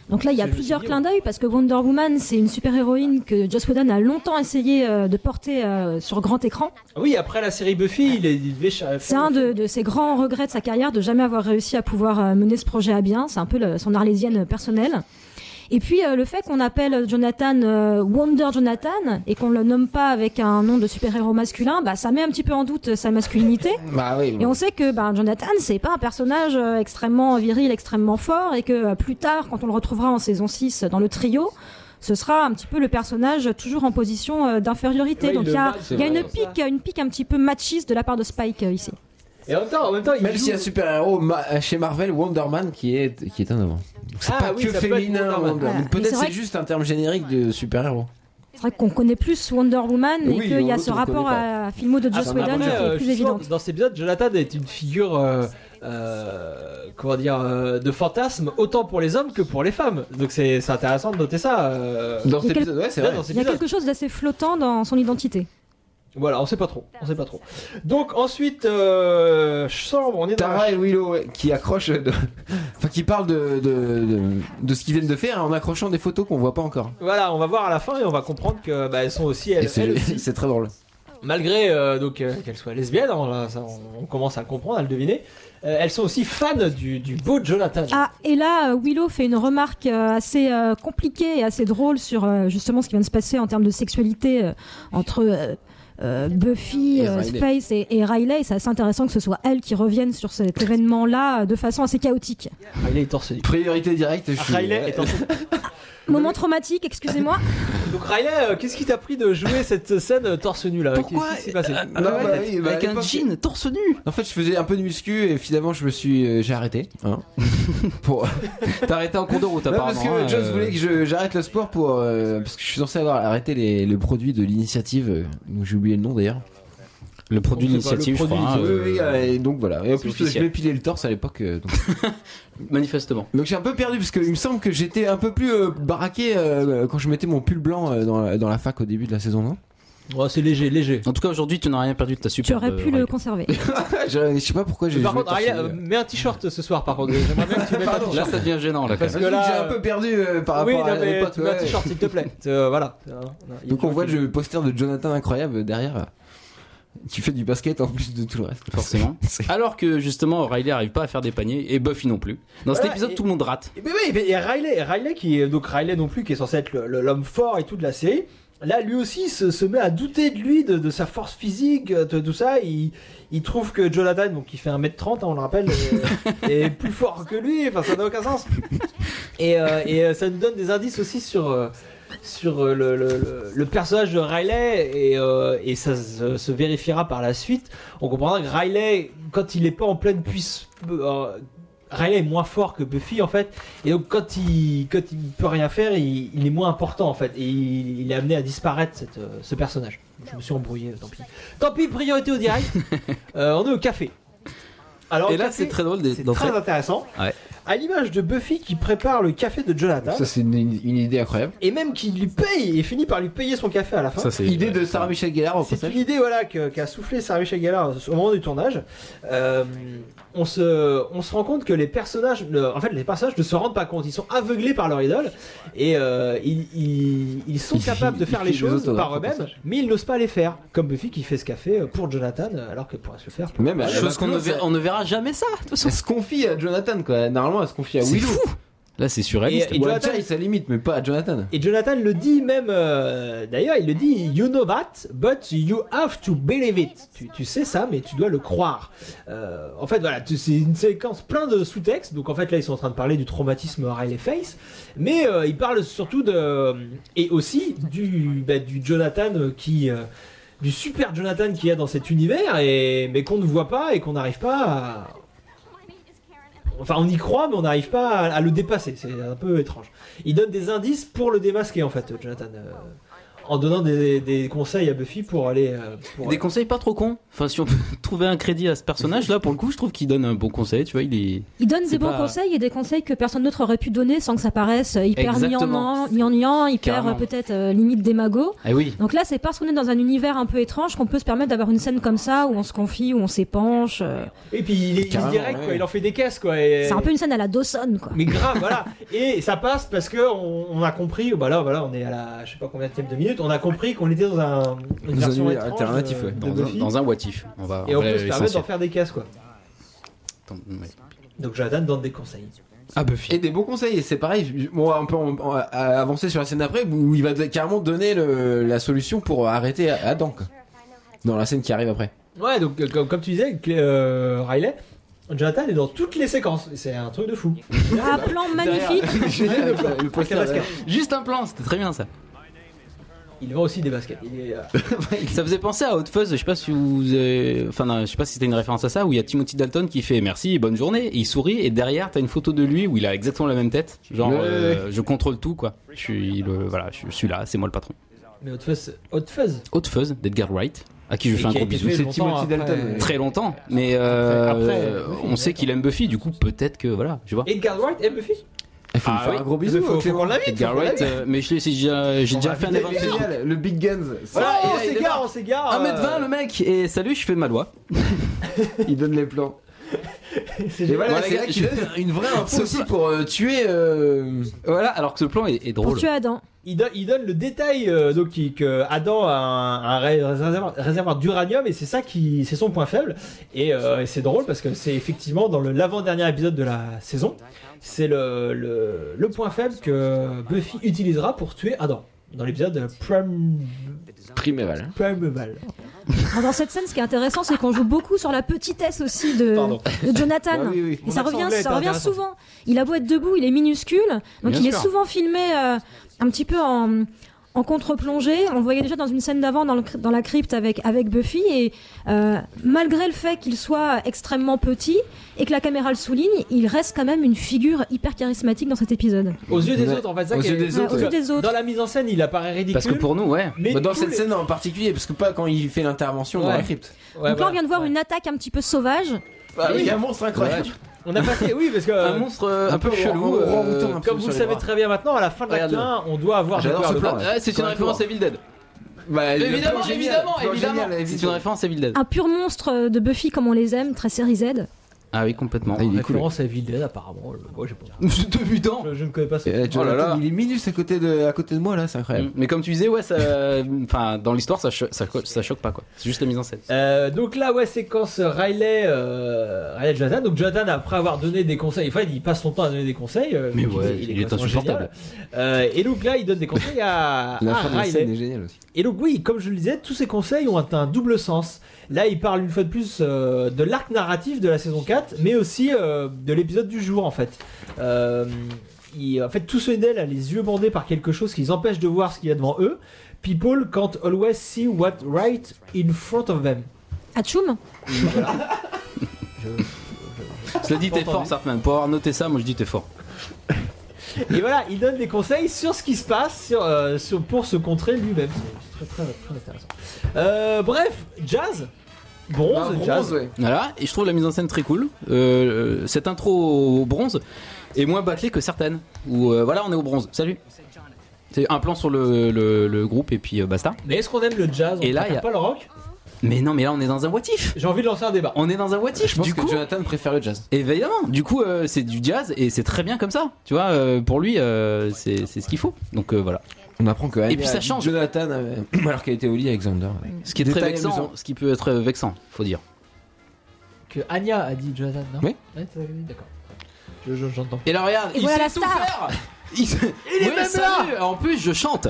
S3: Donc là, il y a
S1: C'est
S3: plusieurs
S1: génial.
S3: clins d'œil parce que Wonder Woman, c'est une super-héroïne que Joss Whedon a longtemps essayé euh, de porter euh, sur grand écran.
S1: Oui, après la série Buffy, il, est, il devait ch-
S3: C'est un de, de ses grands regrets de sa carrière de jamais avoir réussi à pouvoir euh, mener ce projet à bien. C'est un peu le- son arlésienne personnelle. Et puis euh, le fait qu'on appelle Jonathan euh, Wonder Jonathan et qu'on le nomme pas avec un nom de super-héros masculin, bah ça met un petit peu en doute sa masculinité.
S4: Bah oui.
S3: Et on sait que ben, Jonathan, c'est pas un personnage euh, extrêmement viril, extrêmement fort, et que euh, plus tard, quand on le retrouvera en saison 6 dans le trio, ce sera un petit peu le personnage toujours en position euh, d'infériorité.
S1: Ouais,
S3: Donc
S1: il
S3: il y a,
S1: le bat, c'est
S3: il y a
S1: vrai,
S3: une
S1: ça.
S3: pique, une pique un petit peu machiste de la part de Spike euh, ici.
S1: Et en même temps, en même temps, il
S4: Même
S1: joue-
S4: s'il y a un super-héros ma- euh, chez Marvel, Wonder Man qui est, qui est un avant. Donc, C'est
S1: Ah
S4: pas
S1: oui,
S4: que
S1: ça peut être
S4: féminin,
S1: Wonder Man.
S4: Wonder Man.
S3: Voilà. Mais c'est
S4: Peut-être
S3: vrai
S4: c'est
S3: que-
S4: juste un terme générique de super-héros.
S3: C'est vrai qu'on connaît plus Wonder Woman
S4: Oui,
S3: et qu'il y a
S4: l'autre,
S3: ce
S4: on le
S3: rapport
S4: connaît pas. Ah,
S3: à filmo de Joss
S4: ça, on a
S3: Whedon qui
S1: Après,
S3: est
S1: euh,
S3: plus
S1: justement,
S3: évidente.
S1: dans cet épisode, Jonathan est une figure euh, euh, comment dire euh, de fantasme autant pour les hommes que pour les femmes. Donc c'est c'est intéressant de noter ça. euh,
S4: Dans
S3: Il y
S4: cet
S3: a quel-
S4: épisode, ouais, c'est
S1: là,
S4: vrai.
S1: dans cet
S3: Il y a
S1: épisode.
S3: quelque chose d'assez flottant dans son identité.
S1: Voilà, on sait pas trop, on sait pas trop. Donc ensuite, euh, chambre, on est dans.
S4: Tara et Willow ouais, qui accrochent, de- enfin qui parlent de, de, de, de ce qu'ils viennent de faire en accrochant des photos qu'on voit pas encore.
S1: Voilà, on va voir à la fin et on va comprendre que bah, elles sont aussi
S4: Et
S1: elles, elles
S4: c'est
S1: aussi,
S4: c'est très drôle.
S1: malgré euh, donc euh, qu'elles soient lesbiennes, on, là, ça, on- on commence à le comprendre, à le deviner. euh, elles sont aussi fans du, du beau Jonathan.
S3: Ah, et là, euh, Willow fait une remarque euh, assez euh, compliquée et assez drôle sur euh, justement ce qui vient de se passer en termes de sexualité euh, entre euh, euh, Buffy,
S4: Et
S3: euh,
S4: Riley.
S3: Faith et, et Riley. C'est assez intéressant que ce soit elle qui revienne sur cet événement-là euh, de façon assez chaotique.
S4: Ah,
S1: Riley est torse nu.
S2: Ah,
S4: Priorité directe. Je suis-
S1: Riley est Ah, torse nu.
S3: Moment traumatique, excusez-moi.
S1: Donc Riley, euh, qu'est-ce qui t'a pris de jouer cette scène euh, torse nu là
S2: Pourquoi
S1: Qu'est-ce qui s'est passé
S2: Euh,
S4: Non, bah
S2: ouais,
S4: oui, bah,
S2: Avec
S4: à
S2: un
S4: l'époque-
S2: jean torse nu
S4: En fait, je faisais un peu de muscu et finalement, je me suis, euh, j'ai arrêté. hein. pour
S2: T'as arrêté en cours de route
S4: Non,
S2: apparemment.
S4: parce que
S2: hein,
S4: Jones
S2: euh,
S4: voulait que je- j'arrête le sport pour euh, parce que je suis censé avoir arrêté les, le produit de l'initiative. euh, dont J'ai oublié le nom d'ailleurs.
S2: euh, Le produit
S1: On sait pas,
S2: d'initiative,
S1: le
S2: je crois. hein,
S4: Oui,
S2: euh,
S4: oui, euh, et donc voilà. Et en
S2: c'est
S4: plus, je
S2: officiel.
S4: me pilais le torse à l'époque. euh, donc
S2: Manifestement.
S4: donc j'ai un peu perdu parce qu'il me semble que j'étais un peu plus euh, baraqué euh, quand je mettais mon pull blanc euh, dans, la, dans la fac au début de la saison 1.
S1: Oh, C'est léger, léger.
S2: En tout cas, aujourd'hui, tu n'as rien perdu de ta super.
S3: Tu
S4: Euh,
S3: aurais pu le conserver.
S4: je, je sais pas pourquoi j'ai.
S1: Par
S4: joué
S1: contre,
S4: torse
S1: Riley,
S4: nu,
S1: euh,
S4: euh.
S1: mets un t-shirt ce soir par contre. J'aimerais bien que tu mettes un
S2: Là,
S1: t-shirt.
S2: ça devient gênant là. Quand
S1: Parce
S2: même.
S1: que
S4: J'avoue
S1: là,
S4: j'ai un peu perdu euh, par
S1: oui,
S4: rapport
S1: non,
S4: à
S1: mais
S4: l'époque.
S1: tu mets un
S4: ouais.
S1: t-shirt s'il te plaît. Euh, voilà. Euh, non, il
S4: Donc on
S1: faut
S4: voit
S1: que-
S4: le poster de Jonathan incroyable derrière. Qui fait du basket en plus de tout le reste.
S2: Forcément.
S4: C'est-
S2: Alors que justement, Riley arrive pas à faire des paniers et Buffy non plus. Dans cet
S1: Voilà,
S2: épisode,
S1: et-
S2: tout le monde rate.
S1: Mais oui, mais- et Riley, Riley qui est donc Riley non plus qui est censé être le- le- l'homme fort et tout de la série. Là, lui aussi se, se met à douter de lui, de, de sa force physique, de, de tout ça. Il, il trouve que Jonathan, donc qui fait 1m30, hein, on le rappelle, est, est plus fort que lui. Enfin, ça n'a aucun sens. Et, euh, et, euh, ça nous donne des indices aussi sur, euh, sur euh, le, le- le- le personnage de Riley. Et, euh, et ça se, se vérifiera par la suite. On comprendra que Riley, quand il n'est pas en pleine puissance. euh, Riley est moins fort que Buffy en fait, et donc quand il quand il peut rien faire, il, il est moins important en fait, et il, il est amené à disparaître cette, euh, ce personnage. Je me suis embrouillé, tant pis. Tant pis, priorité au direct. Euh, on est au café. Alors,
S2: Et
S1: au
S2: là,
S1: café,
S2: c'est très drôle. des-
S1: c'est
S2: dans
S1: très
S2: cette-
S1: intéressant.
S2: Ouais.
S1: À l'image de Buffy qui prépare le café de Jonathan
S4: Ça, c'est une, une idée incroyable.
S1: et même qui lui paye et finit par lui payer son café à la fin.
S2: Ça, c'est
S4: Idée de Sarah Michel Gellar au
S1: C'est
S4: passage.
S1: une idée voilà, que- qu'a soufflé Sarah Michel Gellar au moment du tournage. Euh, on, se, on se rend compte que les personnages, ne- en fait, les personnages ne se rendent pas compte. Ils sont aveuglés par leur idole et euh, ils, ils- ils sont
S4: Ils-
S1: capables de
S4: ils
S1: faire
S4: font
S1: les
S4: des
S1: choses
S4: autographes
S1: par
S4: au
S1: eux-mêmes,
S4: passage.
S1: mais ils n'osent pas les faire. Comme Buffy qui fait ce café euh, pour Jonathan, alors qu'elle pourrait se le faire. pour-
S4: Même à la
S2: Chose qu'on ne,
S4: Baclos,
S2: verra, on ne verra jamais ça, de toute façon.
S4: elle se confie à Jonathan quoi. Normalement elle se confie à
S2: C'est
S4: Willow.
S2: fou. Là, c'est surréaliste.
S1: Et
S4: Ou à
S1: Jonathan-
S4: Giles à la limite, mais pas à Jonathan.
S1: Et Jonathan le dit même, euh, d'ailleurs, il le dit, you know that, but you have to believe it. Tu, tu sais ça, mais tu dois le croire. Euh, en fait, voilà, tu- c'est une séquence plein de sous-textes. Donc, en fait, là, ils sont en train de parler du traumatisme Riley Face, mais euh, ils parlent surtout de, euh, et aussi du, bah, du Jonathan qui, euh, du super Jonathan qu'il y a dans cet univers, et mais qu'on ne voit pas et qu'on n'arrive pas à, Enfin, on y croit, mais on n'arrive pas à, à le dépasser. C'est un peu étrange. Il donne des indices pour le démasquer, en fait, Jonathan. euh, en donnant des, des conseils à Buffy pour aller. euh, pour-
S2: Des conseils pas trop cons. Enfin, si on peut trouver un crédit à ce personnage, là, pour le coup, je trouve qu'il donne un bon conseil. Tu vois, il est.
S3: Il donne
S2: C'est
S3: des bons
S2: pas-
S3: conseils et des conseils que personne d'autre aurait pu donner sans que ça paraisse euh, hyper
S2: Exactement.
S3: niant, niant, hyper
S2: Carrément.
S3: euh, peut-être euh, limite démago.
S2: Ah oui.
S3: Donc là, c'est parce qu'on est dans un univers un peu étrange qu'on peut se permettre d'avoir une scène comme ça où on se confie, où on s'épanche. euh.
S1: Et puis, il est, il est
S4: Carrément,
S1: direct, quoi.
S4: ouais.
S1: Il en fait des caisses, quoi. et-
S3: C'est un peu une scène à la Dawson, quoi.
S1: Mais grave, voilà. Et ça passe parce que on, on a compris. Bah là, voilà, on est à la, je sais pas combien de minutes. On a compris qu'on était dans un une
S4: Dans un
S1: version
S4: univers
S1: étrange
S4: alternatif,
S1: de-
S4: ouais.
S1: de
S2: Dans un,
S1: Buffy.
S2: dans un what if. On va,
S1: Et on
S2: va
S1: peut se
S2: aller à
S1: permettre d'en
S2: l'essentiel.
S1: faire des caisses, quoi.
S2: Attends, ouais.
S1: Donc, Jonathan donne des conseils.
S2: Ah, Buffy.
S4: Et des bons conseils, et c'est pareil, bon, on peut en- en- à- avancer sur la scène d'après où il va carrément donner le- la solution pour arrêter Adam. Quoi. Dans la scène qui arrive après.
S1: Ouais, donc euh, comme, comme tu disais, Clé- euh, Riley, Jonathan est dans toutes les séquences. C'est un truc de fou.
S3: Un Ah, plan magnifique.
S4: le, le
S1: Avec les
S4: poster,
S1: baskets.
S2: Juste un plan, c'était très bien ça.
S1: Il vend aussi des baskets. Il est, euh,
S2: Ça faisait penser à Hot Fuzz, je sais pas si vous avez- enfin non, je sais pas si c'était une référence à ça où il y a Timothy Dalton qui fait merci et bonne journée et il sourit et derrière t'as une photo de lui où il a exactement la même tête, genre
S4: Ouais, ouais,
S2: euh, je contrôle tout quoi. Je suis le voilà, je suis là, c'est moi le patron.
S1: Mais Hot Fuzz, Hot Fuzz.
S2: Hot Fuzz d'Edgar Wright à qui je
S1: Et
S2: fais un
S1: qui a
S2: gros
S1: été
S2: bisou.
S1: fait
S4: C'est
S1: longtemps
S4: Timothy
S1: après-
S4: Dalton.
S2: Très longtemps, mais euh,
S1: Après- après,
S2: euh,
S1: Buffy,
S2: on sait qu'il aime Buffy, du coup peut-être que voilà, tu vois.
S1: Edgar Wright aime Buffy.
S4: Il faut lui
S2: Ah
S4: faire
S2: oui.
S4: un gros
S1: Il
S4: bisou. hein.
S1: faut, faut
S4: Clément.
S1: qu'on l'invite.
S2: Edgar
S1: faut qu'on
S2: Wright,
S1: l'invite.
S2: euh, mais je l'ai- j'ai déjà j'ai déjà fait un
S4: Putain,
S2: événement.
S4: génial, le Big Guns.
S1: Voilà,
S4: Ça,
S1: on
S4: il est
S1: s'égare, euh, on s'égare.
S2: 1m20 le mec et salut, je fais ma loi.
S4: là, Il donne les plans.
S1: C'est
S4: Et voilà,
S2: Bon, les
S4: c'est
S2: gars,
S4: là qu'il
S2: je-
S4: donne une vraie info aussi pour euh, tuer. euh,
S2: Voilà, alors que ce plan est, est
S3: Pour
S2: drôle.
S3: tuer Adam.
S1: Il, donne- il donne le détail euh, donc il- que Adam a un, un ré- réservoir, réservoir d'uranium et c'est ça qui c'est son point faible et, euh, et c'est drôle parce que c'est effectivement dans le l'avant-dernier épisode de la saison c'est le, le, le point faible que Buffy utilisera pour tuer Adam dans l'épisode Prime
S4: Primeval.
S1: Primeval.
S3: Alors, dans cette scène, ce qui est intéressant, c'est qu'on joue beaucoup sur la petitesse aussi de,
S1: Pardon. Bah
S3: de Jonathan.
S4: Ah oui, oui.
S3: Et ça
S1: Mon accent
S3: revient,
S1: anglais était
S3: ça revient
S1: intéressant.
S3: souvent. Il a beau être debout, il est minuscule, donc
S2: Bien
S3: il
S2: sûr.
S3: est souvent filmé euh, un petit peu en, en contre-plongée. On le voyait déjà dans une scène d'avant dans, le cr- dans la crypte avec, avec Buffy. Et euh, malgré le fait qu'il soit extrêmement petit et que la caméra le souligne, il reste quand même une figure hyper charismatique dans cet épisode.
S1: Aux yeux des
S4: Ouais.
S1: autres, en fait, Zach
S4: Aux yeux
S1: est-
S4: des
S3: Ouais,
S4: autres,
S3: aux yeux
S4: ouais.
S3: des autres.
S1: Dans la mise en scène, il apparaît ridicule.
S2: Parce que pour nous, ouais.
S1: mais
S4: Bah, dans
S1: tous
S4: cette
S1: les-
S4: scène en particulier, parce que pas quand il fait l'intervention dans
S1: Ouais.
S4: la crypte.
S1: Ouais,
S3: Donc là, on
S1: voilà.
S3: vient de voir
S1: Ouais.
S3: une attaque un petit peu sauvage.
S4: Ah,
S1: oui.
S4: Il y a un monstre incroyable.
S1: On a passé, oui, parce que.
S2: Un monstre euh,
S4: Un
S2: un peu
S4: peu
S2: chelou.
S4: orang-
S2: euh,
S4: orang-outan, un peu
S1: Comme vous
S4: sur
S1: le
S4: les
S1: savez
S4: bras.
S1: très bien maintenant, à la fin de l'acte
S4: Regarde-le.
S1: 1, on doit avoir.
S4: J'adore
S1: J'ai peur
S4: ce
S1: de
S4: plan,
S1: voir.
S4: ouais.
S2: Ah, c'est une
S4: Encore
S2: référence
S4: fois.
S2: à Evil Dead.
S4: Bah, le
S2: Évidemment,
S4: plan génial,
S2: évidemment,
S4: plan
S2: évidemment.
S4: génial,
S2: C'est une référence à Evil Dead.
S3: Un pur monstre de Buffy comme on les aime, très série Z.
S2: Ah oui, complètement.
S4: Ah, il est cool.
S1: Référence à Evil Dead, apparemment. Je- Moi, j'ai pas.
S2: Débutant.
S1: Je, je ne connais pas ce.
S4: Eh, Jonathan,
S2: Oh là là.
S4: Il est minus à côté de, à côté de moi là, c'est incroyable.
S2: Mm. Mais comme tu disais, ouais, ça, enfin, dans l'histoire, ça, cho- ça, cho- ça choque pas quoi. C'est juste la mise en scène.
S1: Euh, donc là, ouais, séquence Riley, euh, Riley Jonathan. Donc Jonathan, après avoir donné des conseils, enfin, il passe son temps à donner des conseils. euh,
S2: Mais
S1: donc
S2: ouais, il est
S1: complètement
S2: insupportable.
S1: génial. Euh, et donc là, il donne des conseils à, à
S4: La fin de la scène Ah, est
S1: Riley.
S4: géniale aussi.
S1: Et donc oui, comme je le disais, tous ces conseils ont un double sens. Là, il parle une fois de plus euh, de l'arc narratif de la saison 4, mais aussi euh, de l'épisode du jour, en fait. Euh, il- en fait, tout ce Nell a les yeux bandés par quelque chose qui les empêche de voir ce qu'il y a devant eux. People can't always see what right in front of them.
S3: Atchoum
S2: Cela dit,
S1: Ah, Pas
S2: t'es fort,
S1: entendu.
S2: Sartman. Pour avoir noté ça, moi je dis t'es fort.
S1: Et voilà, il donne des conseils sur ce qui se passe sur, euh, sur- pour se contrer lui-même. C'est très, très, très intéressant. Euh, bref, jazz. Bronze,
S4: Ah,
S1: jazz.
S4: bronze, ouais.
S2: Voilà, et je trouve la mise en scène très cool. Euh, euh, cette intro au bronze est moins bâclée que certaines. Où euh, voilà, on est au bronze. Salut. C'est un plan sur le, le- le groupe et puis euh, basta.
S1: Mais est-ce qu'on aime le jazz On
S2: Et là,
S1: préfère
S2: il y a-
S1: pas le rock
S2: Mais non, mais là on est dans un what if.
S1: J'ai envie de lancer un débat.
S2: On est dans un what if.
S4: Je pense
S2: du
S4: que
S2: coup,
S4: Jonathan préfère le jazz.
S2: évidemment. Du coup, euh, c'est du jazz et c'est très bien comme ça. Tu vois, euh, pour lui, euh, c'est c'est ce qu'il faut. Donc euh, voilà.
S4: On apprend que Anya
S2: puis
S4: a
S2: ça
S4: dit
S2: change.
S4: Jonathan euh, alors qu'elle était au lit avec Xander. ouais.
S2: Ce qui est très
S4: Détail
S2: vexant,
S4: amusant.
S2: ce qui peut être vexant, faut dire.
S1: Que Anya a dit Jonathan, non
S4: Oui.
S1: Ouais, t'as dit, D'accord. Je- je- J'entends.
S2: Et là regarde,
S3: Et
S2: il
S3: voilà
S2: sait
S3: la
S2: tout
S3: star.
S2: faire. Il, est
S1: même
S2: là. En plus, je chante.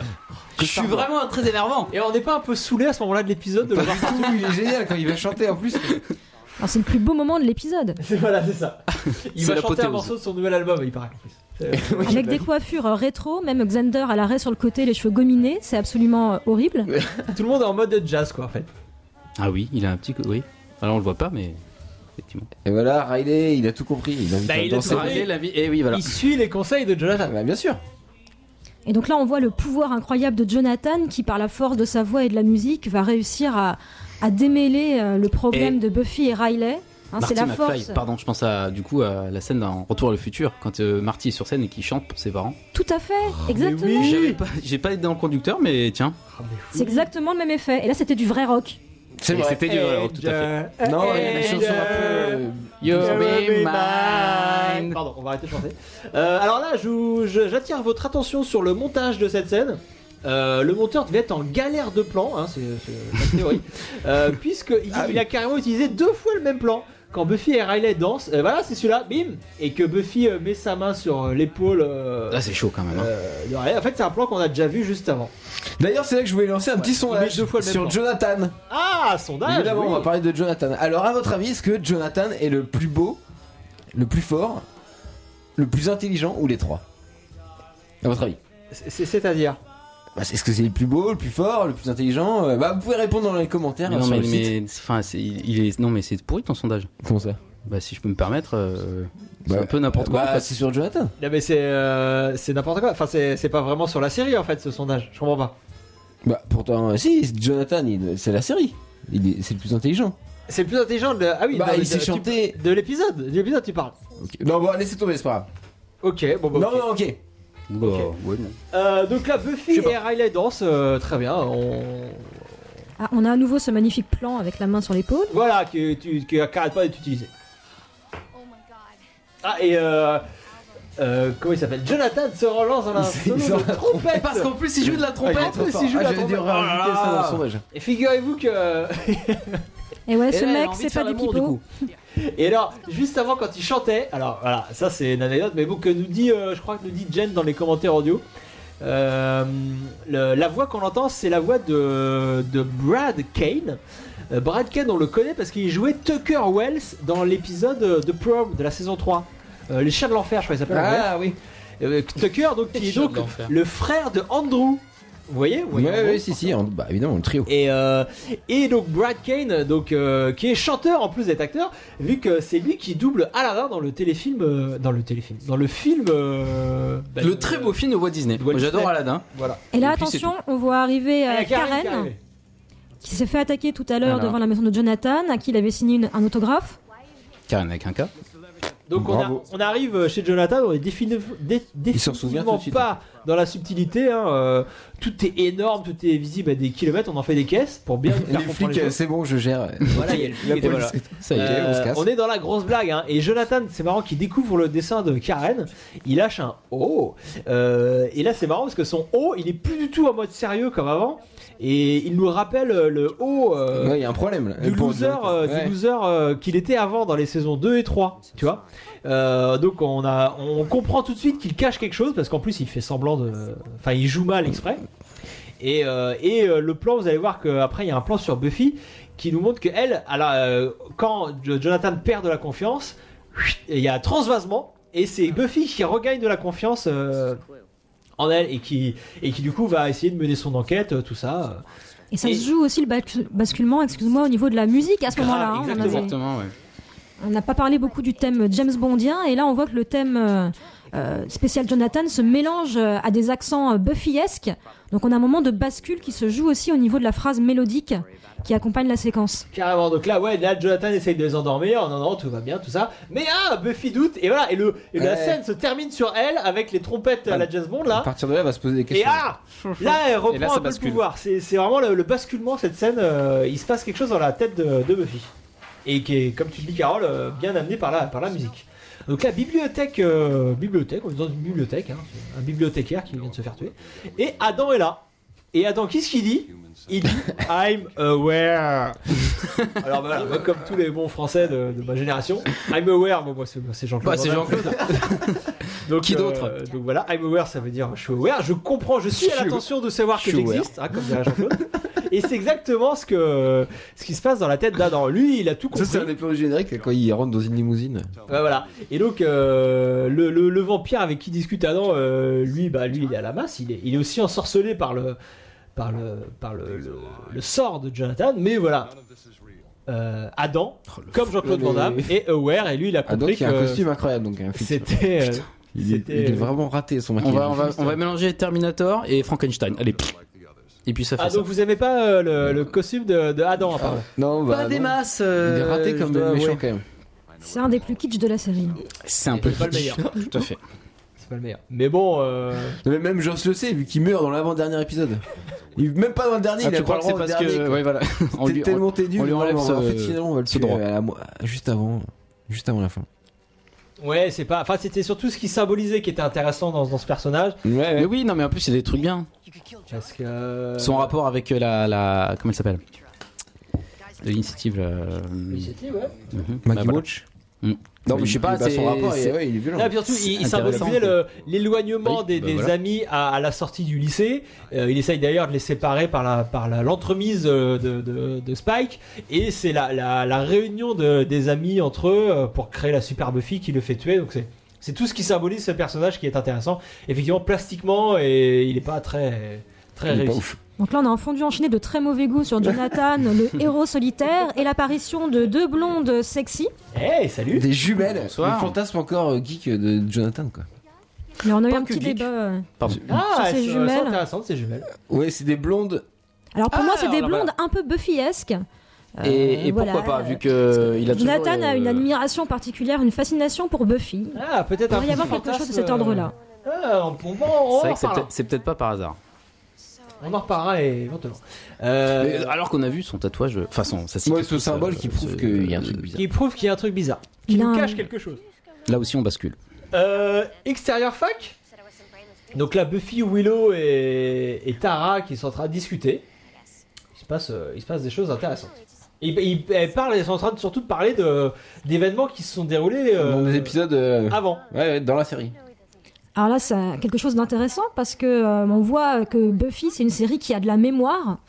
S2: Je suis
S4: charmant.
S2: vraiment très énervant.
S1: Et on n'est pas un peu saoulé à ce moment-là de l'épisode de le voir
S4: Ouh, il est génial quand il va chanter en plus.
S3: Alors, c'est le plus beau moment de l'épisode.
S1: Voilà, c'est ça. Il
S2: C'est
S1: va chanter un
S2: l'apothéose.
S1: morceau de son nouvel album, il paraît. Euh,
S3: Avec des coiffures euh, rétro, même Xander à l'arrêt sur le côté, les cheveux gominés, c'est absolument euh, horrible.
S1: Tout le monde est en mode jazz, quoi, en fait.
S2: Ah oui, il a un petit. co- Oui. Alors on le voit pas, mais effectivement.
S4: Et voilà, Riley, il a tout compris. Il invite
S1: Bah,
S4: à
S1: il a
S4: danser.
S1: tout compris.
S2: la vie. Et oui, voilà.
S1: Il suit les conseils de Jonathan.
S4: Bah, bien sûr.
S3: Et donc là, on voit le pouvoir incroyable de Jonathan qui, par la force de sa voix et de la musique, va réussir à, à démêler euh, le problème
S2: Et-
S3: de Buffy et Riley. Hein,
S2: Marty
S3: c'est la
S2: McFly.
S3: force.
S2: Pardon, je pense à du coup à la scène dans Retour à le futur quand euh, Marty est sur scène et qu'il chante pour ses parents.
S3: Tout à fait,
S2: Ah,
S3: exactement.
S1: oui.
S2: J'avais pas- J'ai pas été dans le conducteur, mais tiens.
S3: C'est exactement le même effet. Et là, c'était du vrai rock.
S4: C'est Eh
S2: Et C'était du rock, tout à fait.
S1: fait.
S4: Non, il y a des chansons un
S1: euh,
S4: peu. euh,
S2: You'll be mine.
S1: Pardon, on va arrêter de chanter. Euh, alors là, je vous- je- j'attire votre attention sur le montage de cette scène. Euh, le monteur devait être en galère de plan, hein, c'est c'est la théorie, euh, puisqu'il
S4: Ah oui.
S1: il a carrément utilisé deux fois le même plan. Quand Buffy et Riley dansent, euh, voilà, c'est celui-là, bim, et que Buffy euh, met sa main sur euh, l'épaule euh,
S4: Ah,
S2: Là, c'est chaud quand même. hein.
S1: euh, de Riley. En fait, c'est un plan qu'on a déjà vu juste avant.
S4: D'ailleurs, c'est là que je voulais lancer un petit sondage
S1: met deux fois le même
S4: sur
S1: plan.
S4: Jonathan.
S1: Ah, sondage
S4: Évidemment,
S1: oui.
S4: on va parler de Jonathan. Alors, à votre avis, est-ce que Jonathan est le plus beau, le plus fort, le plus intelligent ou les trois À votre avis
S1: C'est- c'est- C'est-à-dire
S4: Bah, Est-ce que c'est le plus beau, le plus fort, le plus intelligent Euh, Bah, vous pouvez répondre dans les commentaires
S2: Mais
S4: hein,
S2: non,
S4: sur
S2: mais, mais-
S4: le site.
S2: enfin, c'est- il il est non, mais c'est pourri ton sondage.
S4: Comment ça
S2: Bah, si je peux me permettre, euh, c'est
S4: Bah,
S2: un peu n'importe quoi.
S4: Bah,
S2: quoi.
S4: c'est sur Jonathan.
S1: Non mais c'est euh, c'est n'importe quoi. Enfin c'est c'est pas vraiment sur la série en fait ce sondage. Je comprends pas.
S4: Bah, pourtant, euh, si, Jonathan, il- c'est la série. Il est- C'est le plus intelligent.
S1: C'est le plus intelligent. De... Ah oui.
S4: Bah,
S1: non, mais
S4: il s'est
S1: tu-
S4: chanté.
S1: de l'épisode. De l'épisode tu parles.
S4: Ok. Non, bon, laissez tomber, c'est pas grave.
S1: Ok. Bon bah.
S4: Non,
S1: ok.
S4: non, ok.
S2: Bah, ouais, bon.
S1: Euh, donc là Buffy
S2: Je sais pas.
S1: et Riley dansent. euh, très bien. On...
S3: Ah, on a à nouveau ce magnifique plan avec la main sur l'épaule.
S1: Voilà que tu que qu'arrête pas d'être utilisé. Ah et euh, euh, comment il s'appelle Jonathan se relance dans un
S4: s'est-
S1: solo
S4: il s'en-
S1: de trompette.
S2: Parce qu'en plus, il joue de la
S1: Ah, il est
S2: trompette.
S1: trop fort.
S4: si je Ah.
S1: Ah,
S4: la
S1: j'allais
S4: trompette.
S1: dire, rajouter ça dans le sondage. Et figurez-vous que
S3: Et ouais,
S2: Et
S3: ce
S2: là, elle a
S3: mec,
S2: envie de
S3: c'est
S2: faire
S3: pas du
S2: l'amour,
S3: pipeau.
S2: coup.
S1: Et alors, juste avant, quand il chantait, alors voilà, ça c'est une anecdote, mais bon, que nous dit, euh, je crois que nous dit Jen dans les commentaires audio, euh, le- la voix qu'on entend, c'est la voix de, de Brad Kane. Euh, Brad Kane, on le connaît parce qu'il jouait Tucker Wells dans l'épisode euh, de Prom de la saison 3. Euh, les
S4: Ah,
S2: Ah
S1: chiens Ah. de l'enfer, je crois qu'il s'appelle. en vrai.
S4: oui.
S1: Euh, Tucker, donc, qui est donc le frère de Andrew. Vous voyez, Vous
S4: Oui,
S1: voyez en gros
S4: si, si, en- bah, évidemment, le trio.
S1: Et, euh, et donc Brad Kane, donc, euh, qui est chanteur en plus d'être acteur, vu que c'est lui qui double Aladdin dans le téléfilm, euh, dans le téléfilm, dans le film. euh, bah,
S2: Le très beau film de Walt Disney.
S1: Walt
S2: Moi, J'adore
S1: Disney.
S2: Aladdin.
S1: Voilà.
S3: Et
S2: Et
S3: là,
S2: puis, c'est
S3: attention, on voit arriver euh,
S1: Ah, il y a
S3: Karen,
S1: qui est arrivée.
S3: qui s'est fait attaquer tout à l'heure
S2: Voilà.
S3: devant la maison de Jonathan, à qui il avait signé une- un autographe.
S2: Karen avec un K.
S1: Donc on, a-
S4: Bravo.
S1: on arrive chez Jonathan, on est défini- dé-
S4: s'en souvient
S1: définitivement
S4: tout de suite.
S1: pas dans la subtilité. hein, euh, tout est énorme, tout est visible à des kilomètres. On en fait des caisses pour bien nous faire
S4: Les
S1: comprendre
S4: flics, euh,
S1: choses.
S4: c'est bon, je gère.
S1: Voilà, il y a le flic et voilà.
S2: Ça y est.
S1: Euh,
S4: on se casse.
S1: on est dans la grosse blague hein. et Jonathan c'est marrant qu'il découvre le dessin de Karen il lâche un oh Euh, et là c'est marrant parce que son oh il est plus du tout en mode sérieux comme avant et il nous rappelle euh, le oh euh,
S4: Ouais, il y a un problème là.
S1: du
S4: Pour-
S1: loser, euh, du
S4: Ouais.
S1: loser, euh, qu'il était avant dans les saisons 2 et 3, tu vois. Euh, donc on a, on comprend tout de suite qu'il cache quelque chose parce qu'en plus il fait semblant de, enfin il joue mal exprès. Et, euh, et euh, le plan, vous allez voir qu'après il y a un plan sur Buffy qui nous montre que elle, alors euh, quand Jo- Jonathan perd de la confiance, il y a un transvasement et c'est Buffy qui regagne de la confiance. euh, en elle et qui et qui du coup va essayer de mener son enquête euh, tout ça
S3: Et ça
S1: Et-
S3: se joue aussi le bascu- basculement, excuse-moi, au niveau de la musique à ce
S1: Grave,
S3: moment-là. hein. On en avait-
S2: Ah, Exactement, ouais.
S3: On n'a pas parlé beaucoup du thème James Bondien, et là on voit que le thème euh, euh, spécial Jonathan se mélange euh, à des accents euh, Buffyesques. Donc on a un moment de bascule qui se joue aussi au niveau de la phrase mélodique qui accompagne la séquence.
S1: Carrément, donc là, ouais, là, Jonathan essaye de les endormir. Non, non, tout va bien, tout ça. Mais ah, Buffy doute, et voilà, et, le, et la
S4: Ouais.
S1: scène se termine sur elle avec les trompettes à la Jazz Bond
S4: À
S1: là.
S4: partir de là, elle va se poser des
S1: Et
S4: questions.
S1: ah, là, elle reprend
S2: Et là, ça
S1: un peu
S2: bascule.
S1: le pouvoir. C'est c'est vraiment le, le basculement, cette scène. euh, il se passe quelque chose dans la tête de, de Buffy. Et qui est, comme tu le dis, Carole, euh, bien amené par la, par la musique. Donc la bibliothèque, euh, bibliothèque, on est dans une bibliothèque, hein, un bibliothécaire qui vient de se faire tuer. Et Adam est là. Et Adam, qu'est-ce qu'il dit Il dit I'm aware. Alors voilà, moi, comme tous les bons français de, de ma génération, I'm aware, moi, moi, c'est moi, c'est Jean-Claude.
S2: Bah, c'est
S1: Van Damme.
S2: Jean-Claude.
S1: Donc,
S2: Qui d'autre
S1: euh, Donc voilà, I'm aware, ça veut dire je suis aware, je comprends, je suis à
S2: Je suis-
S1: l'attention de savoir
S2: je
S1: que
S2: suis aware.
S1: j'existe, hein, comme dirait Jean-Claude. Et c'est exactement ce que ce qui se passe dans la tête d'Adam. Lui, il a tout
S4: Ça,
S1: compris.
S4: c'est un des plus génériques quand il rentre dans une limousine.
S1: Ouais, voilà. Et donc euh, le, le- le vampire avec qui discute Adam, euh, lui, bah lui, il est à la masse. Il est, il est aussi ensorcelé par le par le par le, le- le sort de Jonathan. Mais voilà. Euh, Adam, comme Jean-Claude Van Damme, est aware et lui il a
S4: Ah,
S1: compris
S4: donc il y a un
S1: que
S4: costume incroyable. Donc, un flic.
S1: c'était euh,
S4: il, est,
S1: c'était-
S4: il est vraiment raté son
S2: On
S4: maquillage.
S2: va, on, va, on va mélanger Terminator et Frankenstein. Allez. pff. Et puis ça fait
S1: Ah
S2: ça.
S1: donc vous aimez pas euh, le, le costume de, de Adam apparemment
S4: Non, bah,
S2: Pas
S4: non.
S2: des masses.
S4: Il
S2: euh,
S4: est raté comme
S2: je dois
S4: le méchant
S2: avouer.
S4: quand même.
S3: C'est un des plus kitsch de la série.
S2: C'est un peu
S1: C'est pas le meilleur.
S2: Tout à fait.
S1: C'est pas le meilleur. Mais bon, euh,
S4: Non, mais même Joss le sait, vu qu'il meurt dans l'avant-dernier épisode. Il, même pas dans le dernier,
S2: Ah,
S4: il
S2: tu
S4: a
S2: crois
S4: pas
S2: que
S4: le
S2: c'est
S4: droit
S2: parce
S4: au dernier,
S2: que
S4: quoi.
S2: ouais voilà. On
S4: T'es
S2: lui-
S4: tellement t'es nul.
S2: on lui
S4: non,
S2: enlève
S4: non, En
S2: ce-
S4: fait, finalement, on va le
S2: ce
S4: tuer
S2: droit.
S4: à la mo- juste avant. Juste avant la fin.
S1: ouais, c'est pas. Enfin, c'était surtout ce qui symbolisait qui était intéressant dans, dans ce personnage.
S2: Mais
S4: Bah,
S2: oui, non, mais en plus, c'est des trucs bien.
S1: Parce que.
S2: Son rapport avec euh, la. la comment elle s'appelle De l'initiative. euh,
S1: Initiative, ouais.
S2: Bah,
S4: Maggie
S2: voilà.
S4: Watch.
S2: Mm. Non, mais je sais pas,
S4: Bah,
S2: c'est-
S4: son rapport, il-
S2: c'est- Ah,
S4: ouais, il est violent.
S1: Là, surtout, il, il
S2: C'est
S1: symbolisait
S2: intéressant.
S1: le- l'éloignement
S2: Oui,
S1: des,
S2: bah
S1: des
S2: voilà.
S1: amis à, à la sortie du lycée. Euh, il essaye d'ailleurs de les séparer par la par la- l'entremise euh, de, de- de Spike. Et c'est la, la, la réunion de- des amis entre eux euh, pour créer la superbe fille qui le fait tuer. Donc c'est c'est tout ce qui symbolise ce personnage qui est intéressant. Effectivement, plastiquement, et il est pas très très
S4: Il est pas
S1: réussi.
S4: ouf.
S3: Donc là on a un fondu enchaîné de très mauvais goût sur Jonathan, le héros solitaire, et l'apparition de deux blondes sexy.
S1: Hey, salut.
S4: Des jumelles.
S2: Bonsoir.
S4: Le fantasme encore euh, geek de Jonathan, quoi.
S3: Mais on a eu
S2: Pas
S3: un
S2: que
S3: petit
S2: geek.
S3: débat. euh.
S2: Pardon.
S1: Ah,
S3: Ça, c'est
S1: elles sont- elles sont
S3: jumelles.
S1: intéressantes ces jumelles.
S4: Ouais, c'est des blondes.
S3: Alors pour
S1: Ah,
S3: moi c'est des
S1: alors là,
S3: blondes un peu buffyesques. Euh,
S2: Et, et
S3: voilà.
S2: pourquoi pas, vu que il a toujours,
S3: Jonathan a
S2: euh,
S3: une admiration particulière, une fascination pour Buffy.
S1: Ah, peut-être
S3: Il
S1: un
S3: pourrait y
S1: petit
S3: avoir quelque chose de
S1: fantasme,
S3: cet ordre-là.
S1: euh, Ah, on, on, on, en
S2: C'est vrai que c'est
S1: reparlera.
S2: peut-être- c'est peut-être pas par hasard.
S1: on en reparlera éventuellement. Euh,
S2: Mais, alors qu'on a vu son tatouage, euh, enfin son, sa cicatrice,
S4: Ouais, ce symbole qui
S2: euh,
S4: prouve
S2: ce-
S4: qu'il y a un truc bizarre.
S1: qui prouve qu'il y a un truc bizarre, qui
S3: Il a
S1: nous
S3: un-
S1: cache quelque chose.
S2: Là aussi, on bascule.
S1: Euh, extérieur fac. Donc là, Buffy, Willow et, et Tara qui sont en train de discuter. Il se passe, euh, il se passe des choses intéressantes. Et, ils- elles parlent, elles sont en train de, surtout de parler de d'événements qui se sont déroulés euh,
S4: Dans des épisodes. euh,
S1: avant.
S2: Ah.
S4: Ouais, ouais, dans la série.
S3: Alors là, c'est quelque chose d'intéressant parce que euh, on voit que Buffy, c'est une série qui a de la mémoire.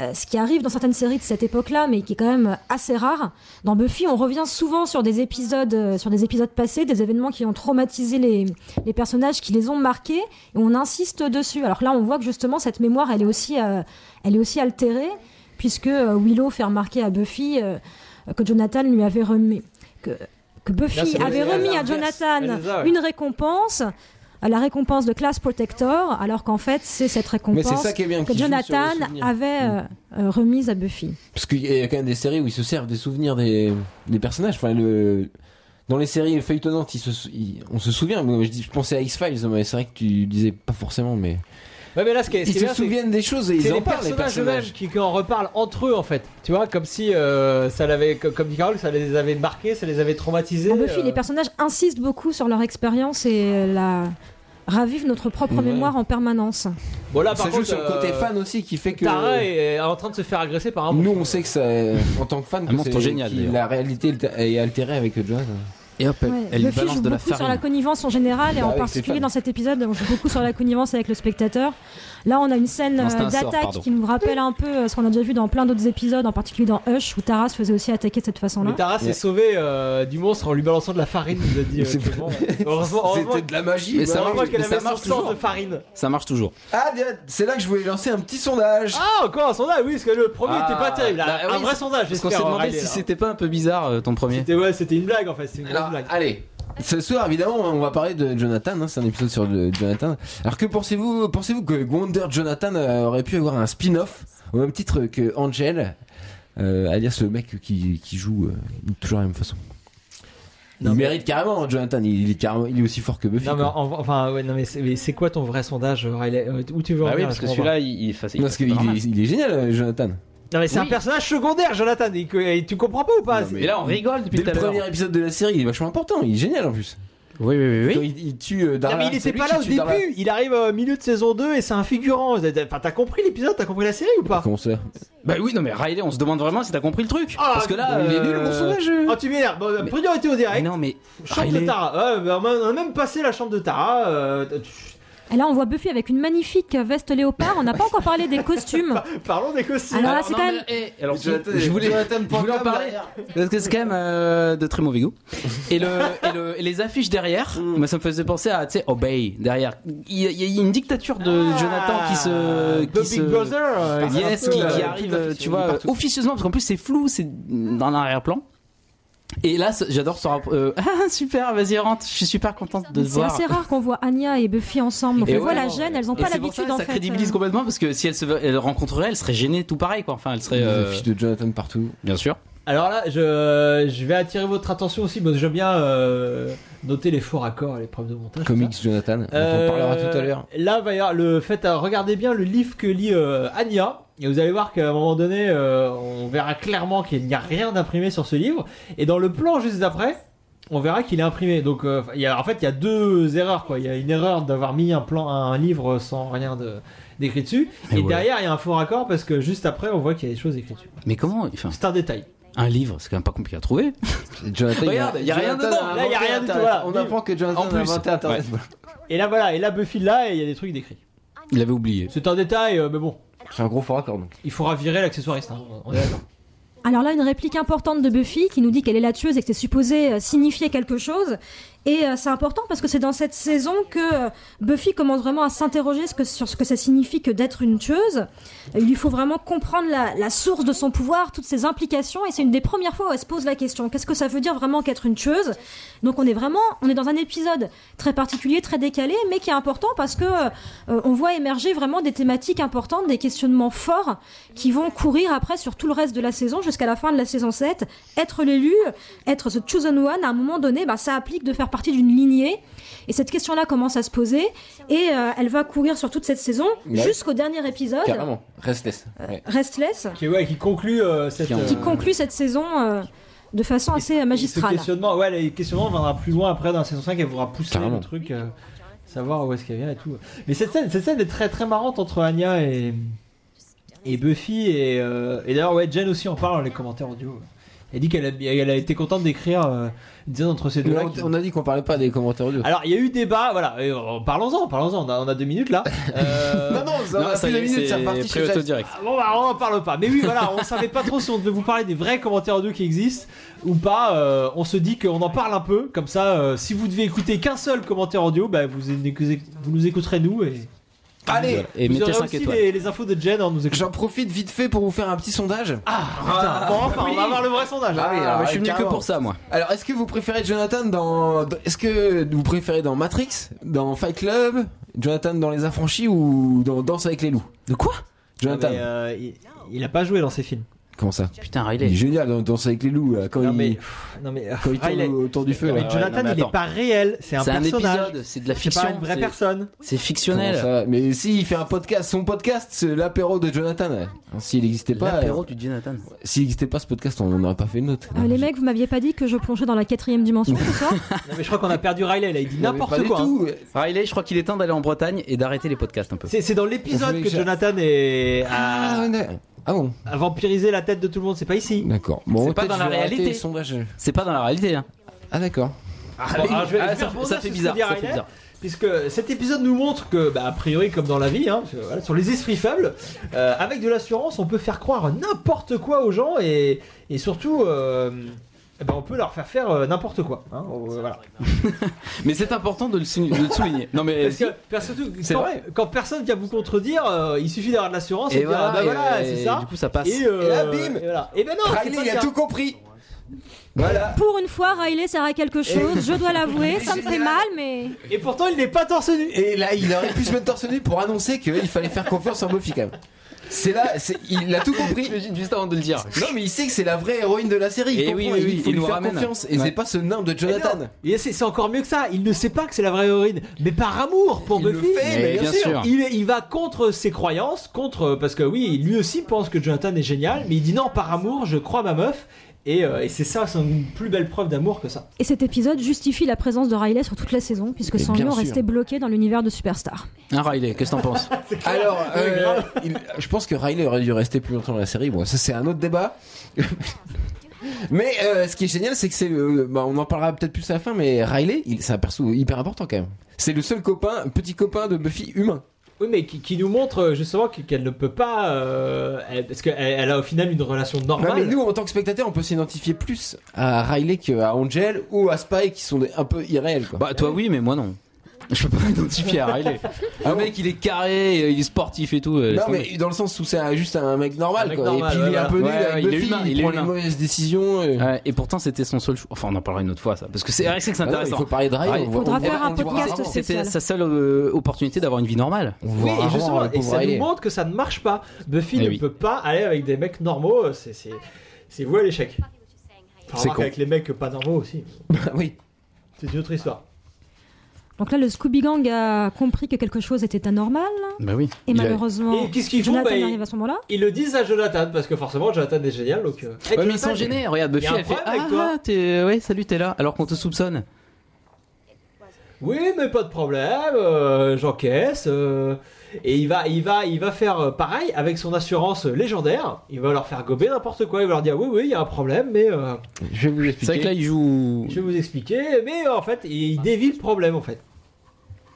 S3: euh, ce qui arrive dans certaines séries de cette époque-là, mais qui est quand même assez rare. Dans Buffy, on revient souvent sur des épisodes, euh, sur des épisodes passés, des événements qui ont traumatisé les, les personnages, qui les ont marqués, et on insiste dessus. Alors là, on voit que justement cette mémoire, elle est aussi, euh, elle est aussi altérée, puisque euh, Willow fait remarquer à Buffy euh, que Jonathan lui avait remis, que, que
S9: Là,
S3: Buffy
S9: c'est
S3: avait
S9: le-
S3: remis à
S9: l'inverse. Elle
S3: Jonathan
S9: les a.
S3: une récompense. à La récompense de Class Protector, alors qu'en fait, c'est cette
S4: Mais
S3: récompense
S4: c'est ça qui est bien.
S3: que
S4: qui joue sur les
S3: Jonathan
S4: souvenirs.
S3: avait euh,
S4: Mm.
S3: euh, remise à Buffy.
S4: Parce qu'il y a quand même des séries où ils se servent des souvenirs des, des personnages. Enfin, le, dans les séries feuilletonnantes, ils se sou- ils- on se souvient. Mais je, dis- je pensais à X-Files, mais c'est vrai que tu disais pas forcément. Mais
S1: Ouais, mais là, ce qui est, ce
S4: ils
S1: qui est
S4: se
S1: bien, c'est-
S4: souviennent des choses et
S1: c'est
S4: ils
S1: les
S4: en parlent. Les
S1: personnages eux-mêmes
S4: personnages.
S1: qui, qui en reparlent entre eux en fait. Tu vois, comme si euh, ça l'avait, co- comme dit Carole, ça les avait marqués, ça les avait traumatisés.
S3: Dans Buffy,
S1: euh.
S3: les personnages insistent beaucoup sur leur expérience et euh, la ravivent notre propre
S4: Ouais.
S3: mémoire en permanence.
S1: Bon là, par
S4: ça joue
S1: contre,
S4: sur le côté
S1: euh,
S4: fan aussi qui fait que
S1: Tara est en train de se faire agresser par un.
S4: nous
S1: monstre.
S4: on sait que ça, en tant que fan,
S2: Un
S4: que
S2: monstre
S4: c'est-
S2: génial,
S4: qu'il-
S2: d'ailleurs.
S4: la réalité est- est altérée avec John.
S2: Et hop, elle,
S3: Ouais.
S2: elle lui
S3: Buffy
S2: balance
S3: joue
S2: de la
S3: beaucoup sur la
S2: farine.
S3: connivence en général et
S4: Bah,
S3: en
S4: avec ses
S3: particulier
S4: fans.
S3: dans cet épisode, on joue beaucoup sur la connivence avec le spectateur. Là, on a une scène
S2: Non, c'était
S3: euh,
S2: un sort,
S3: d'attaque
S2: pardon.
S3: qui nous rappelle un peu euh, ce qu'on a déjà vu dans plein d'autres épisodes, en particulier dans Hush où Tara se faisait aussi attaquer de cette façon-là.
S1: Mais Tara s'est
S4: Ouais.
S1: sauvée euh, du monstre en lui balançant de la farine, nous a dit. euh,
S4: C'est
S1: Clément. Heureusement, heureusement,
S4: C'était de la magie.
S2: Mais ça
S4: bah,
S2: marche.
S1: heureusement qu'elle
S2: mais ça
S1: avait son
S2: marche
S1: sort de
S2: toujours.
S1: farine.
S2: Ça marche toujours.
S4: Ah, bien, c'est là que je voulais lancer un petit sondage.
S1: Ah, encore un sondage, oui, parce que le premier
S2: Ah,
S1: était pas terrible.
S2: bah,
S1: un
S2: oui,
S1: vrai
S2: c'est-
S1: sondage,
S2: Parce
S1: j'espère.
S2: qu'on s'est demandé
S1: Riley,
S2: si
S1: là.
S2: c'était pas un peu bizarre euh, ton premier.
S1: C'était ouais, c'était une blague en fait, c'était une grosse
S4: Alors,
S2: ah,
S1: blague.
S4: allez. Ce soir, évidemment, on va parler de Jonathan. hein, c'est un épisode sur le- Jonathan. Alors que pensez-vous Pensez-vous que Wonder Jonathan euh, aurait pu avoir un spin-off au même titre que Angel euh, alias le mec qui, qui joue euh, toujours de la même façon.
S1: Non,
S4: il
S1: mais-
S4: mérite carrément Jonathan, il, est carrément- il est aussi fort que Buffy.
S1: Non mais,
S4: quoi.
S1: en- enfin, ouais, non, mais c'est mais c'est quoi ton vrai sondage, Riley Euh, Où tu veux en
S2: Bah oui,
S1: venir,
S2: parce que
S1: je comprends
S2: celui-là, il, il, enfin, c'est-
S4: Non, parce
S2: c'est
S4: qu'il
S2: pas normal.
S4: est, il est génial, euh, Jonathan.
S1: pas. Non mais c'est un
S2: Oui.
S1: personnage secondaire, Jonathan. et que- et tu comprends pas ou pas
S4: Non, mais-
S2: Et là, on rigole depuis
S4: Dès
S2: tout
S4: le
S2: à l'heure.
S4: premier épisode de la série, il est vachement important, il est génial en plus.
S2: Oui, oui, oui.
S4: Quand
S2: oui.
S4: il, il tue euh,
S1: Non,
S4: Darla.
S1: mais il
S4: c'est
S1: était
S4: lui
S1: pas
S4: qui
S1: là au
S4: tue
S1: début.
S4: Darla.
S1: Il arrive euh, au milieu de saison 2 et c'est un figurant. Enfin, t'as compris l'épisode, t'as compris la série ou pas
S4: Comment ça
S2: Bah oui, non, mais Riley, on se demande vraiment si t'as compris le truc.
S1: Ah,
S2: parce que là.
S4: Il est nul,
S2: euh,
S4: mon sondage.
S1: Ah tu m'énerves. Bon,
S2: Mais-
S1: priorité au
S2: mais
S1: direct.
S2: Non, mais.
S1: Chambre de
S2: Riley-
S1: Tara. Ouais, bah, on a- on a même passé la chambre de Tara. euh, tu-
S3: Et là, on voit Buffy avec une magnifique veste léopard. On n'a pas encore parlé des costumes.
S1: Parlons des costumes.
S3: Alors là,
S2: Alors,
S3: Ah, c'est
S2: non,
S3: quand
S2: mais-
S3: même
S2: eh, alors, je,
S4: Jonathan-
S2: je voulais,
S4: Jonathan
S2: je voulais en
S4: Pantame
S2: parler
S4: derrière.
S2: parce que c'est quand même euh, de très mauvais goût. Et, le, et, le- et les affiches derrière, moi, ça me faisait penser à, tu sais, Obey derrière. Il y, a- il y a une dictature
S1: Ah.
S2: de euh, Jonathan qui se.
S1: The
S2: qui
S1: Big
S2: se-
S1: Brother. euh,
S2: Yes,
S1: un peu,
S2: qui,
S1: euh,
S2: qui
S1: tout
S2: arrive,
S1: à fait,
S2: euh,
S1: sur
S2: tu
S1: une
S2: vois,
S1: partout.
S2: officieusement, parce qu'en plus c'est flou, c'est dans l'arrière-plan. Et là, ça- j'adore ce rapport. euh, ah, super, vas-y, rentre, je suis super contente de te
S3: C'est
S2: voir.
S3: assez rare qu'on voit Anya et Buffy ensemble. Donc
S2: Et
S3: on voit
S2: ouais.
S3: la gêne, elles n'ont
S2: Et
S3: pas
S2: c'est pour ça
S3: l'habitude
S2: que
S3: en
S2: ça
S3: fait. euh.
S2: crédibilise complètement parce que si elle se elle rencontrerait, elle serait gênée tout pareil quoi. Enfin, elle serait.
S4: Des
S2: euh,
S4: affiches de Jonathan partout.
S2: Bien sûr.
S1: Alors là, je, euh, je vais attirer votre attention aussi parce que j'aime bien euh, noter les faux raccords à l'épreuve de montage.
S4: Comics Jonathan, on
S1: Euh,
S4: en parlera tout à l'heure.
S1: Là, va y avoir le fait, à- regardez bien le livre que lit euh, Anya. Et vous allez voir qu'à un moment donné, euh, on verra clairement qu'il n'y a rien d'imprimé sur ce livre. Et dans le plan juste d'après, on verra qu'il est imprimé. Donc, euh, il y a- en fait, il y a deux erreurs. Quoi. Il y a une erreur d'avoir mis un plan, un livre sans rien de- d'écrit dessus. Et,
S2: Et ouais.
S1: derrière, il y a un faux raccord parce que juste après, on voit qu'il y a des choses écrites dessus.
S2: Mais comment enfin,
S1: C'est un détail.
S2: Un livre, c'est quand même pas compliqué à trouver.
S4: Jonathan, il
S2: Regarde, y a rien
S4: Jonathan
S2: dedans.
S4: a
S1: Là, y a
S4: inventé
S1: rien du tout,
S4: Internet.
S1: voilà.
S4: Ah, On apprend que Jonathan
S2: En plus.
S4: a inventé Internet.
S1: Et là, voilà. Et là, Buffy là, et il y a des trucs décrits.
S2: Il avait oublié.
S1: C'est un détail, euh, mais bon.
S4: C'est un gros faux raccord. donc.
S1: Il faudra virer l'accessoiriste. hein. On est d'accord.
S3: Alors là, une réplique importante de Buffy qui nous dit qu'elle est la tueuse et que c'est supposé euh, signifier quelque chose. Et euh, c'est important parce que c'est dans cette saison que euh, Buffy commence vraiment à s'interroger ce que- sur ce que ça signifie que d'être une tueuse. Et Il lui faut vraiment comprendre la, la source de son pouvoir, toutes ses implications. Et c'est une des premières fois où elle se pose la question qu'est-ce que ça veut dire vraiment qu'être une tueuse Donc on est vraiment, on est dans un épisode très particulier, très décalé, mais qui est important parce que euh, on voit émerger vraiment des thématiques importantes, des questionnements forts qui vont courir après sur tout le reste de la saison jusqu'à la fin de la saison 7. Être l'élu, être the chosen one, à un moment donné, bah, ça applique de faire partie d'une lignée. Et cette question-là commence à se poser et euh, elle va courir sur toute cette saison
S4: Ouais.
S3: jusqu'au dernier épisode,
S4: Carrément. Restless. Ouais.
S3: Restless,
S1: Qui, ouais, qui conclut euh, cette.
S4: Qui en-
S3: qui
S1: euh,
S3: conclut cette saison euh, de façon assez euh,
S1: Ce
S3: magistrale.
S1: questionnement, ouais, les questionnements viendra plus loin après dans la saison 5 elle voudra pousser
S4: Carrément.
S1: le truc, euh, savoir où est-ce qu'elle vient et tout. Mais cette scène, cette scène est très très marrante entre Anya et, et Buffy et, euh, et d'ailleurs ouais, Jen aussi en parle dans les commentaires audio. Elle dit qu'elle a, elle a été contente d'écrire euh, une dizaine entre ces deux-là.
S4: on,
S1: qui-
S4: on a dit qu'on parlait pas des commentaires audio.
S1: Alors, il y a eu débat, voilà, et, euh, parlons-en, parlons-en, on a, on a deux minutes là. Euh,
S4: Ah, non,
S2: Non, ça y est, c'est pris
S4: chez
S2: auto
S4: Jeff.
S2: direct.
S1: Ah, Bon, bah, on en parle pas. Mais oui, voilà, on savait pas trop si on devait vous parler des vrais commentaires audio qui existent ou pas. Euh, on se dit qu'on en parle un peu, comme ça, euh, si vous devez écouter qu'un seul commentaire audio, bah, vous, vous nous écouterez nous et
S4: Allez,
S2: Et
S1: vous
S2: mettez
S1: aurez
S2: 5
S1: aussi
S2: étoiles.
S1: les, les infos de Jen en nous écoutant.
S4: j'en profite vite fait pour vous faire un petit sondage.
S1: Putain, bon, enfin, on va avoir le vrai sondage. hein.
S4: Ah oui,
S2: Ah,
S4: alors,
S2: je suis venu que
S4: carrément.
S2: pour ça, moi.
S4: Alors, est-ce que vous préférez Jonathan dans. dans- Est-ce que vous préférez dans Matrix, dans Fight Club, Jonathan dans Les Affranchis ou dans Danse avec les loups De quoi Jonathan.
S1: Mais, euh, il, il a pas joué dans ses films.
S4: Comment ça
S2: Putain,
S4: Il est
S2: Riley.
S4: génial dans Danse avec les loups, là, quand
S1: Non
S4: il,
S1: mais, pff, non mais, euh,
S4: quand il tourne
S1: Riley.
S4: autour du feu.
S1: Mais
S4: là.
S1: Jonathan,
S2: non, mais
S1: il
S2: attends.
S1: est pas réel, c'est un
S2: C'est un
S1: personnage.
S2: épisode, c'est de la
S1: C'est
S2: fiction.
S1: pas une vraie
S2: c'est-
S1: personne.
S2: C'est
S4: Comment
S2: fictionnel.
S4: ça Mais si, il fait un podcast. Son podcast, c'est l'apéro de Jonathan. hein. S'il n'existait pas.
S2: L'apéro
S4: euh,
S2: du Jonathan.
S4: S'il n'existait pas ce podcast, on n'aurait pas fait une autre.
S3: Euh, les mecs, vous m'aviez pas dit que je plongeais dans la quatrième dimension ce soir
S1: Non, mais je crois qu'on a perdu Riley là, il dit
S4: Non, mais pas
S1: n'importe
S4: du
S1: quoi. hein.
S4: tout.
S2: Riley, je crois qu'il est temps d'aller en Bretagne et d'arrêter les podcasts un peu.
S1: C'est c'est dans l'épisode
S4: On
S1: que
S4: fait-
S1: Jonathan est
S4: Ah,
S1: à,
S4: ouais. Ah bon
S1: à vampiriser la tête de tout le monde, c'est pas ici.
S4: D'accord. Bon,
S2: C'est pas
S4: peut-être
S2: dans la
S4: je vais arrêter
S2: réalité.
S4: le sondage.
S2: C'est pas dans la réalité. Hein.
S4: Ah d'accord.
S1: Bon, alors, je vais-
S2: Ah,
S1: je vais
S2: ça,
S1: rebondir
S2: ça
S1: sur
S2: fait
S1: ce que
S2: bizarre.
S1: dit
S2: Ça fait
S1: Riley,
S2: bizarre.
S1: Puisque cet épisode nous montre que, bah, a priori, comme dans la vie, hein, parce que, voilà, sur les esprits faibles, euh, avec de l'assurance, on peut faire croire n'importe quoi aux gens et, et surtout, euh, eh ben, on peut leur faire faire euh, n'importe quoi. hein, euh, voilà.
S2: Mais c'est important de le, sign- de le souligner. Non mais
S1: Parce que, parce que surtout,
S2: C'est
S1: quand,
S2: vrai.
S1: quand personne vient vous contredire, euh, il suffit d'avoir de l'assurance et,
S2: et
S1: de dire, ah, bah,
S2: voilà,
S1: voilà,
S2: et-
S1: c'est
S2: et
S1: ça.
S2: Du coup, ça passe.
S1: Et, euh,
S4: Et là, bim.
S1: et voilà. Et ben non, c'est
S4: Riley,
S1: pas
S4: il
S1: le
S4: a
S1: cas.
S4: tout compris. Voilà.
S3: Pour une fois, Riley sert à quelque chose, je dois l'avouer, ça me fait mal, mais.
S1: Et pourtant, il n'est pas torse nu.
S4: Et là, il aurait pu se mettre torse nu pour annoncer qu'il fallait faire confiance en Buffy quand même. C'est là, c'est- il a tout compris.
S2: juste avant de le dire.
S4: Non mais il sait que c'est la vraie héroïne de la série.
S2: Et
S4: Il
S2: Eh oui,
S4: comprend,
S2: oui,
S4: il
S2: oui,
S4: faut
S2: il
S4: lui
S2: nous
S4: faire
S2: ramène.
S4: confiance. Et
S2: Ouais. Eh
S4: c'est pas ce nain de Jonathan.
S1: Et c'est c'est encore mieux que ça. Il ne sait pas que c'est la vraie Aurine, mais par amour pour
S4: Il le
S1: Buffy.
S4: fait,
S2: Mais mais bien bien sûr. sûr.
S1: Il, est- il va contre ses croyances, contre parce que oui, lui aussi pense que Jonathan est génial, mais il dit non par amour, je crois à ma meuf. Et, euh, et c'est ça, c'est une plus belle preuve d'amour que ça.
S3: Et cet épisode justifie la présence de Riley sur toute la saison, puisque sans lui,
S4: bien
S3: on
S4: sûr.
S3: restait bloqué dans l'univers de Superstar.
S2: Hein, Riley, qu'est-ce que t'en penses
S4: Alors, euh, il- je pense que Riley aurait dû rester plus longtemps dans la série. Bon, ça c'est un autre débat. mais euh, ce qui est génial, c'est que c'est, euh, bah, on en parlera peut-être plus à la fin, mais Riley, il- c'est un perso hyper important quand même. C'est le seul copain, petit copain de Buffy humain.
S1: Oui, mais qui, qui nous montre euh, justement que- qu'elle ne peut pas, euh, elle- parce qu'elle elle a au final une relation
S4: Non, mais
S1: normale.
S4: nous, en tant que spectateurs, on peut s'identifier plus à Riley qu'à Angel ou à Spy qui sont des- un peu irréels. Quoi.
S2: Bah toi oui, mais moi non. Je peux pas m'identifier à Riley.
S1: Ah
S2: Le mec, il est carré, il est sportif et tout. euh, laisse
S4: non,
S2: tomber.
S4: mais dans le sens où c'est un- juste un mec
S1: Un
S4: normal.
S1: mec
S4: quoi.
S1: normal,
S4: et puis
S1: ouais,
S4: il est un peu nul
S2: voilà. Ouais,
S4: avec
S2: ouais, il est
S4: Buffy,
S2: humain, il
S4: il,
S2: est
S4: prend les
S2: humain.
S4: mauvaises décisions. euh.
S2: Ouais, et pourtant, c'était son seul choix. Enfin, on en parlera une autre fois, ça. Parce que c'est vrai que c'est
S4: Ah non, il
S2: intéressant.
S4: faut parler de Riley.
S2: Riley.
S4: on voit-
S3: Faudra
S4: on
S3: faire
S4: voit-
S3: un
S4: on voit
S3: podcast
S4: rarement.
S2: C'était
S3: spécial.
S2: sa seule euh, opportunité d'avoir une vie normale.
S4: On
S1: Oui,
S4: voit
S1: et
S4: rarement hein,
S1: justement,
S4: le
S1: et
S4: pauvre
S1: ça nous
S4: Riley.
S1: montre que ça ne marche pas. Buffy
S2: Eh
S1: ne
S2: oui.
S1: peut pas aller avec des mecs normaux, euh, c'est c'est c'est voué à l'échec. Enfin,
S4: C'est
S1: remarque
S4: con.
S1: avec les mecs pas normaux aussi.
S4: oui.
S1: C'est une autre histoire.
S3: Donc là, le Scooby Gang a compris que quelque chose était anormal,
S2: Bah oui.
S3: et
S2: Il a-
S3: malheureusement,
S1: Et qu'est-ce qu'ils font
S2: Ben,
S3: Jonathan
S1: Bah, ils-
S3: arrive à ce moment-là.
S1: Ils le disent à Jonathan parce que forcément Jonathan est génial donc. euh, hey,
S2: Ouais,
S1: Jonathan,
S2: mais ils sont gênés. Regarde,
S1: y
S2: Buffy,
S1: a un
S2: elle fait
S1: problème avec
S2: Ah,
S1: toi.
S2: ah, t'es. Ouais, salut, t'es là. Alors qu'on te soupçonne.
S1: Oui mais pas de problème, euh, j'encaisse. euh, et il va, il va, il va faire euh, pareil avec son assurance euh, légendaire. Il va leur faire gober n'importe quoi. Il va leur dire oui oui il y a un problème mais euh,
S4: Je vais vous
S2: C'est vrai que là,
S4: expliquer.
S2: il joue.
S1: je vais vous expliquer. Mais euh, en fait il dévie le problème en fait.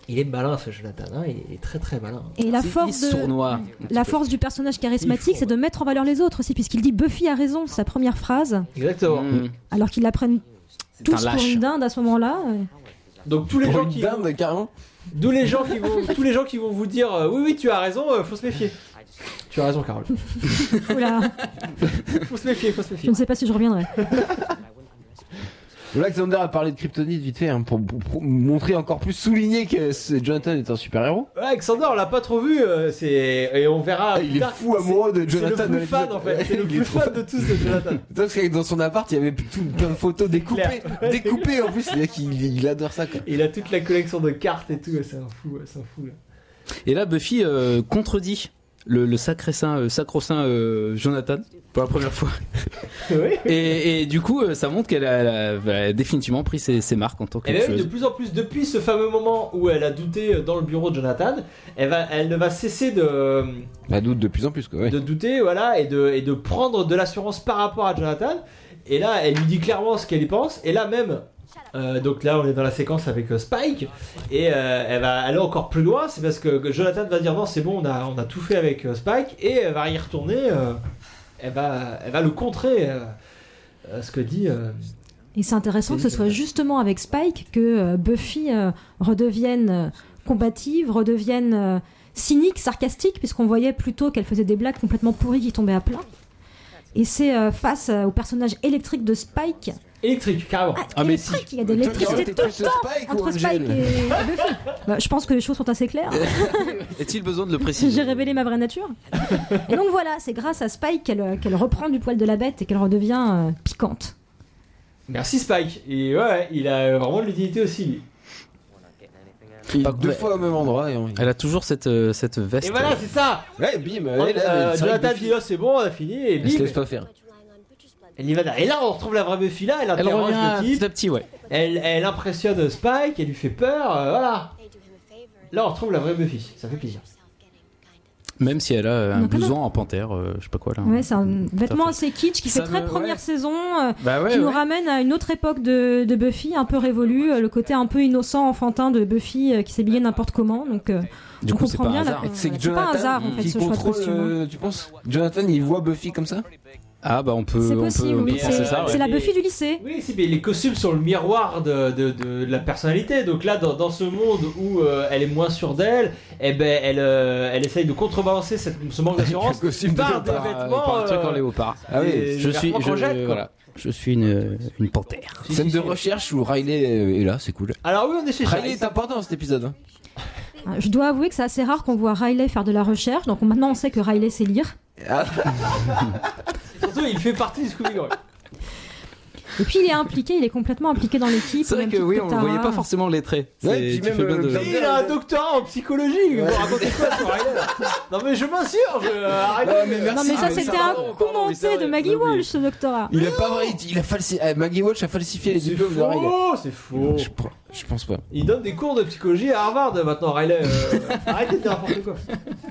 S1: Il est malin ce Jonathan, hein, il est très très malin.
S3: Et la
S2: C'est- il
S3: force,
S2: est
S3: de-
S2: sournois.
S3: la force du personnage
S2: Il
S3: charismatique,
S2: faut,
S3: c'est de mettre en valeur les autres aussi, puisqu'il dit Buffy a raison, c'est sa première phrase,
S1: Exactement.
S2: Mmh.
S3: alors qu'ils la prennent tous
S2: un lâche.
S3: pour une dinde à ce moment-là. euh.
S1: Donc tous les
S4: Pour
S1: gens
S4: une
S1: qui,
S4: dinde, carrément.
S1: d'où les gens qui vont, tous les gens qui vont vous dire euh, oui oui tu as raison, euh, faut se méfier. Tu as raison Carole.
S3: Oula,
S1: faut se méfier, faut se méfier.
S3: je ne sais pas si je reviendrai.
S4: Black Thunder a parlé de Kryptonite vite fait hein, pour, pour- pour montrer encore plus, souligner que ce- Jonathan est un super héros.
S1: Ouais, Alexander, on l'a pas trop vu, euh, c'est et on verra.
S4: Ah, il
S1: plus
S4: est
S1: tard.
S4: fou amoureux de
S1: C'est-
S4: Jonathan.
S1: C'est le
S4: dans
S1: plus fan
S4: l'épisode.
S1: en fait, c'est le
S4: Il est
S1: plus
S4: trop
S1: fan de tous de Jonathan.
S4: Parce que dans son appart, il y avait tout, plein de photos découpées.
S1: Claire.
S4: découpées en plus, c'est-à-dire qu'il il adore ça quoi.
S1: Il a toute la collection de cartes et tout, c'est un fou, euh, c'est un fou. là.
S2: Et là, Buffy euh, contredit le, le sacré saint, euh, sacro-saint euh, Jonathan pour la première fois.
S1: Oui.
S2: Et, et du coup, euh, ça montre qu'elle a, elle a- elle a définitivement pris ses, ses marques en tant que
S1: Elle a eu de
S2: tueuse.
S1: plus en plus depuis ce fameux moment où elle a douté euh, dans le bureau de Jonathan, elle va, elle ne va cesser de, euh,
S4: Bah doute de plus en plus quoi.
S1: de douter, voilà, et de et de prendre de l'assurance par rapport à Jonathan. Et là, elle lui dit clairement ce qu'elle y pense. Et là même, euh, donc là, on est dans la séquence avec euh, Spike. Et euh, elle va aller encore plus loin. C'est parce que Jonathan va dire non, c'est bon, on a, on a tout fait avec euh, Spike. Et elle va y retourner. euh, elle, va, elle va le contrer. euh, euh, ce que dit. euh,
S3: Et c'est intéressant que ce soit justement avec Spike que euh, Buffy euh, redevienne euh, combative, redevienne euh, cynique, sarcastique, puisqu'on voyait plutôt qu'elle faisait des blagues complètement pourries qui tombaient à plat. Et c'est euh, face euh, au personnage électrique de Spike.
S1: électrique, carrément.
S3: Ah,
S2: Ah, mais
S3: électrique, il y a de l'électricité tout le temps entre Spike et Buffy. Bah, je pense que les choses sont assez claires.
S2: Est-il besoin de le
S3: J'ai
S2: préciser
S3: révélé ma vraie nature. Et donc voilà, c'est grâce à Spike qu'elle euh, qu'elle reprend du poil de la bête et qu'elle redevient euh, piquante.
S1: Merci Spike. Et ouais, ouais, il a euh, vraiment de l'utilité aussi. lui.
S4: Il est
S2: Par-
S4: deux
S2: mais-
S4: fois au même endroit. Et on...
S2: Elle a toujours cette, euh, cette veste.
S1: Et voilà, c'est ça.
S4: Ouais, bim,
S1: On-
S4: elle est là.
S1: euh,
S4: mais c'est vrai que
S1: Jonathan
S4: Buffy,
S1: dit oh, c'est bon, on a fini. Et
S4: Elle se
S1: bim,
S4: laisse pas faire.
S1: elle y va derrière. Et là, on retrouve la vraie Buffy là. Elle
S2: elle
S1: interroge le
S2: revient
S1: type.
S2: petit à petit, ouais.
S1: Elle, elle impressionne Spike, elle lui fait peur, euh, voilà. Là, on retrouve la vraie Buffy, ça fait plaisir.
S2: Même si elle a euh, un
S3: Donc, elle a-
S2: blouson en panthère, euh, je sais pas quoi là.
S3: Ouais, c'est un vêtement
S2: fait.
S3: assez kitsch qui
S2: Ça
S3: fait très
S2: me-
S3: première
S2: ouais.
S3: saison, euh,
S2: Bah ouais.
S3: qui nous
S2: ouais.
S3: ramène à une autre époque de, de Buffy, un peu révolue, euh, le côté un peu innocent, enfantin de Buffy euh, qui s'habillait n'importe comment. Donc, euh,
S2: Du
S3: on
S2: coup, c'est
S3: comprend
S2: pas un
S3: bien. la-
S2: hasard.
S3: voilà,
S4: C'est que
S3: c'est pas un
S4: Jonathan
S3: hasard en fait
S4: qui
S3: ce choix de
S4: contrôle.
S3: costume. hein.
S4: euh, tu penses Jonathan, il voit Buffy comme ça
S2: Ah bah on peut.
S3: C'est
S2: on peut-
S3: possible,
S2: on peut
S3: oui.
S2: penser
S3: C'est
S2: ça, ouais.
S3: c'est la
S1: Et-
S3: Buffy du lycée.
S1: Oui, si, mais les costumes sont le miroir de, de- de la personnalité. Donc là, dans, dans ce monde où euh, elle est moins sûre d'elle, eh ben, elle, euh, elle essaye de contrebalancer cette- ce manque d'assurance.
S4: costume
S1: Par Ah, des
S2: Par, euh,
S1: vêtements.
S2: par un truc en
S1: euh,
S2: léopard.
S4: Ah oui.
S1: des-
S2: Je
S1: des
S2: suis.
S1: vêtements
S2: Je,
S1: qu'on jette, quoi.
S2: voilà. je suis une, euh, une panthère.
S1: Si,
S4: Scène
S1: si,
S4: de
S1: si.
S4: recherche où Riley est- est là, c'est cool.
S1: Alors oui, on est chez
S4: Riley
S1: Charlie.
S4: est important dans cet épisode. hein.
S3: Euh, Je dois avouer que c'est assez rare qu'on voit Riley faire de la recherche. Donc on- maintenant on sait que Riley sait lire.
S1: Surtout, il fait partie du Scooby-Doo.
S3: Et puis il est impliqué, il est complètement impliqué dans l'équipe.
S2: C'est
S3: au
S2: vrai
S3: même
S2: que
S3: titre
S2: oui, on le
S3: Tara.
S2: voyait pas forcément les traits.
S4: Ouais,
S2: C'est-
S4: et puis
S2: tu
S4: même,
S2: fais bien
S4: euh,
S2: de-
S4: le-
S1: Et Il a un doctorat en psychologie. Vous racontez quoi sur Riley là Non mais je m'insurge. euh, arrêtez.
S4: Ouais, mais
S3: Non
S4: merci,
S3: mais ça
S1: Ah,
S4: mais
S3: c'était
S4: ça,
S3: un
S1: oh,
S4: pardon,
S3: coup
S4: pardon, oui, c'est
S3: monté de
S4: vrai,
S3: Maggie
S4: j'ai oublié.
S3: Walsh ce doctorat.
S4: Il a pas vrai, il a falsifié. euh, Maggie Watch a falsifié les
S1: C'est
S4: diplômes de Riley.
S1: faux, c'est faux.
S4: Je, crois- je pense pas.
S1: Il donne des cours de psychologie à Harvard maintenant, Riley. euh, arrêtez de dire n'importe quoi.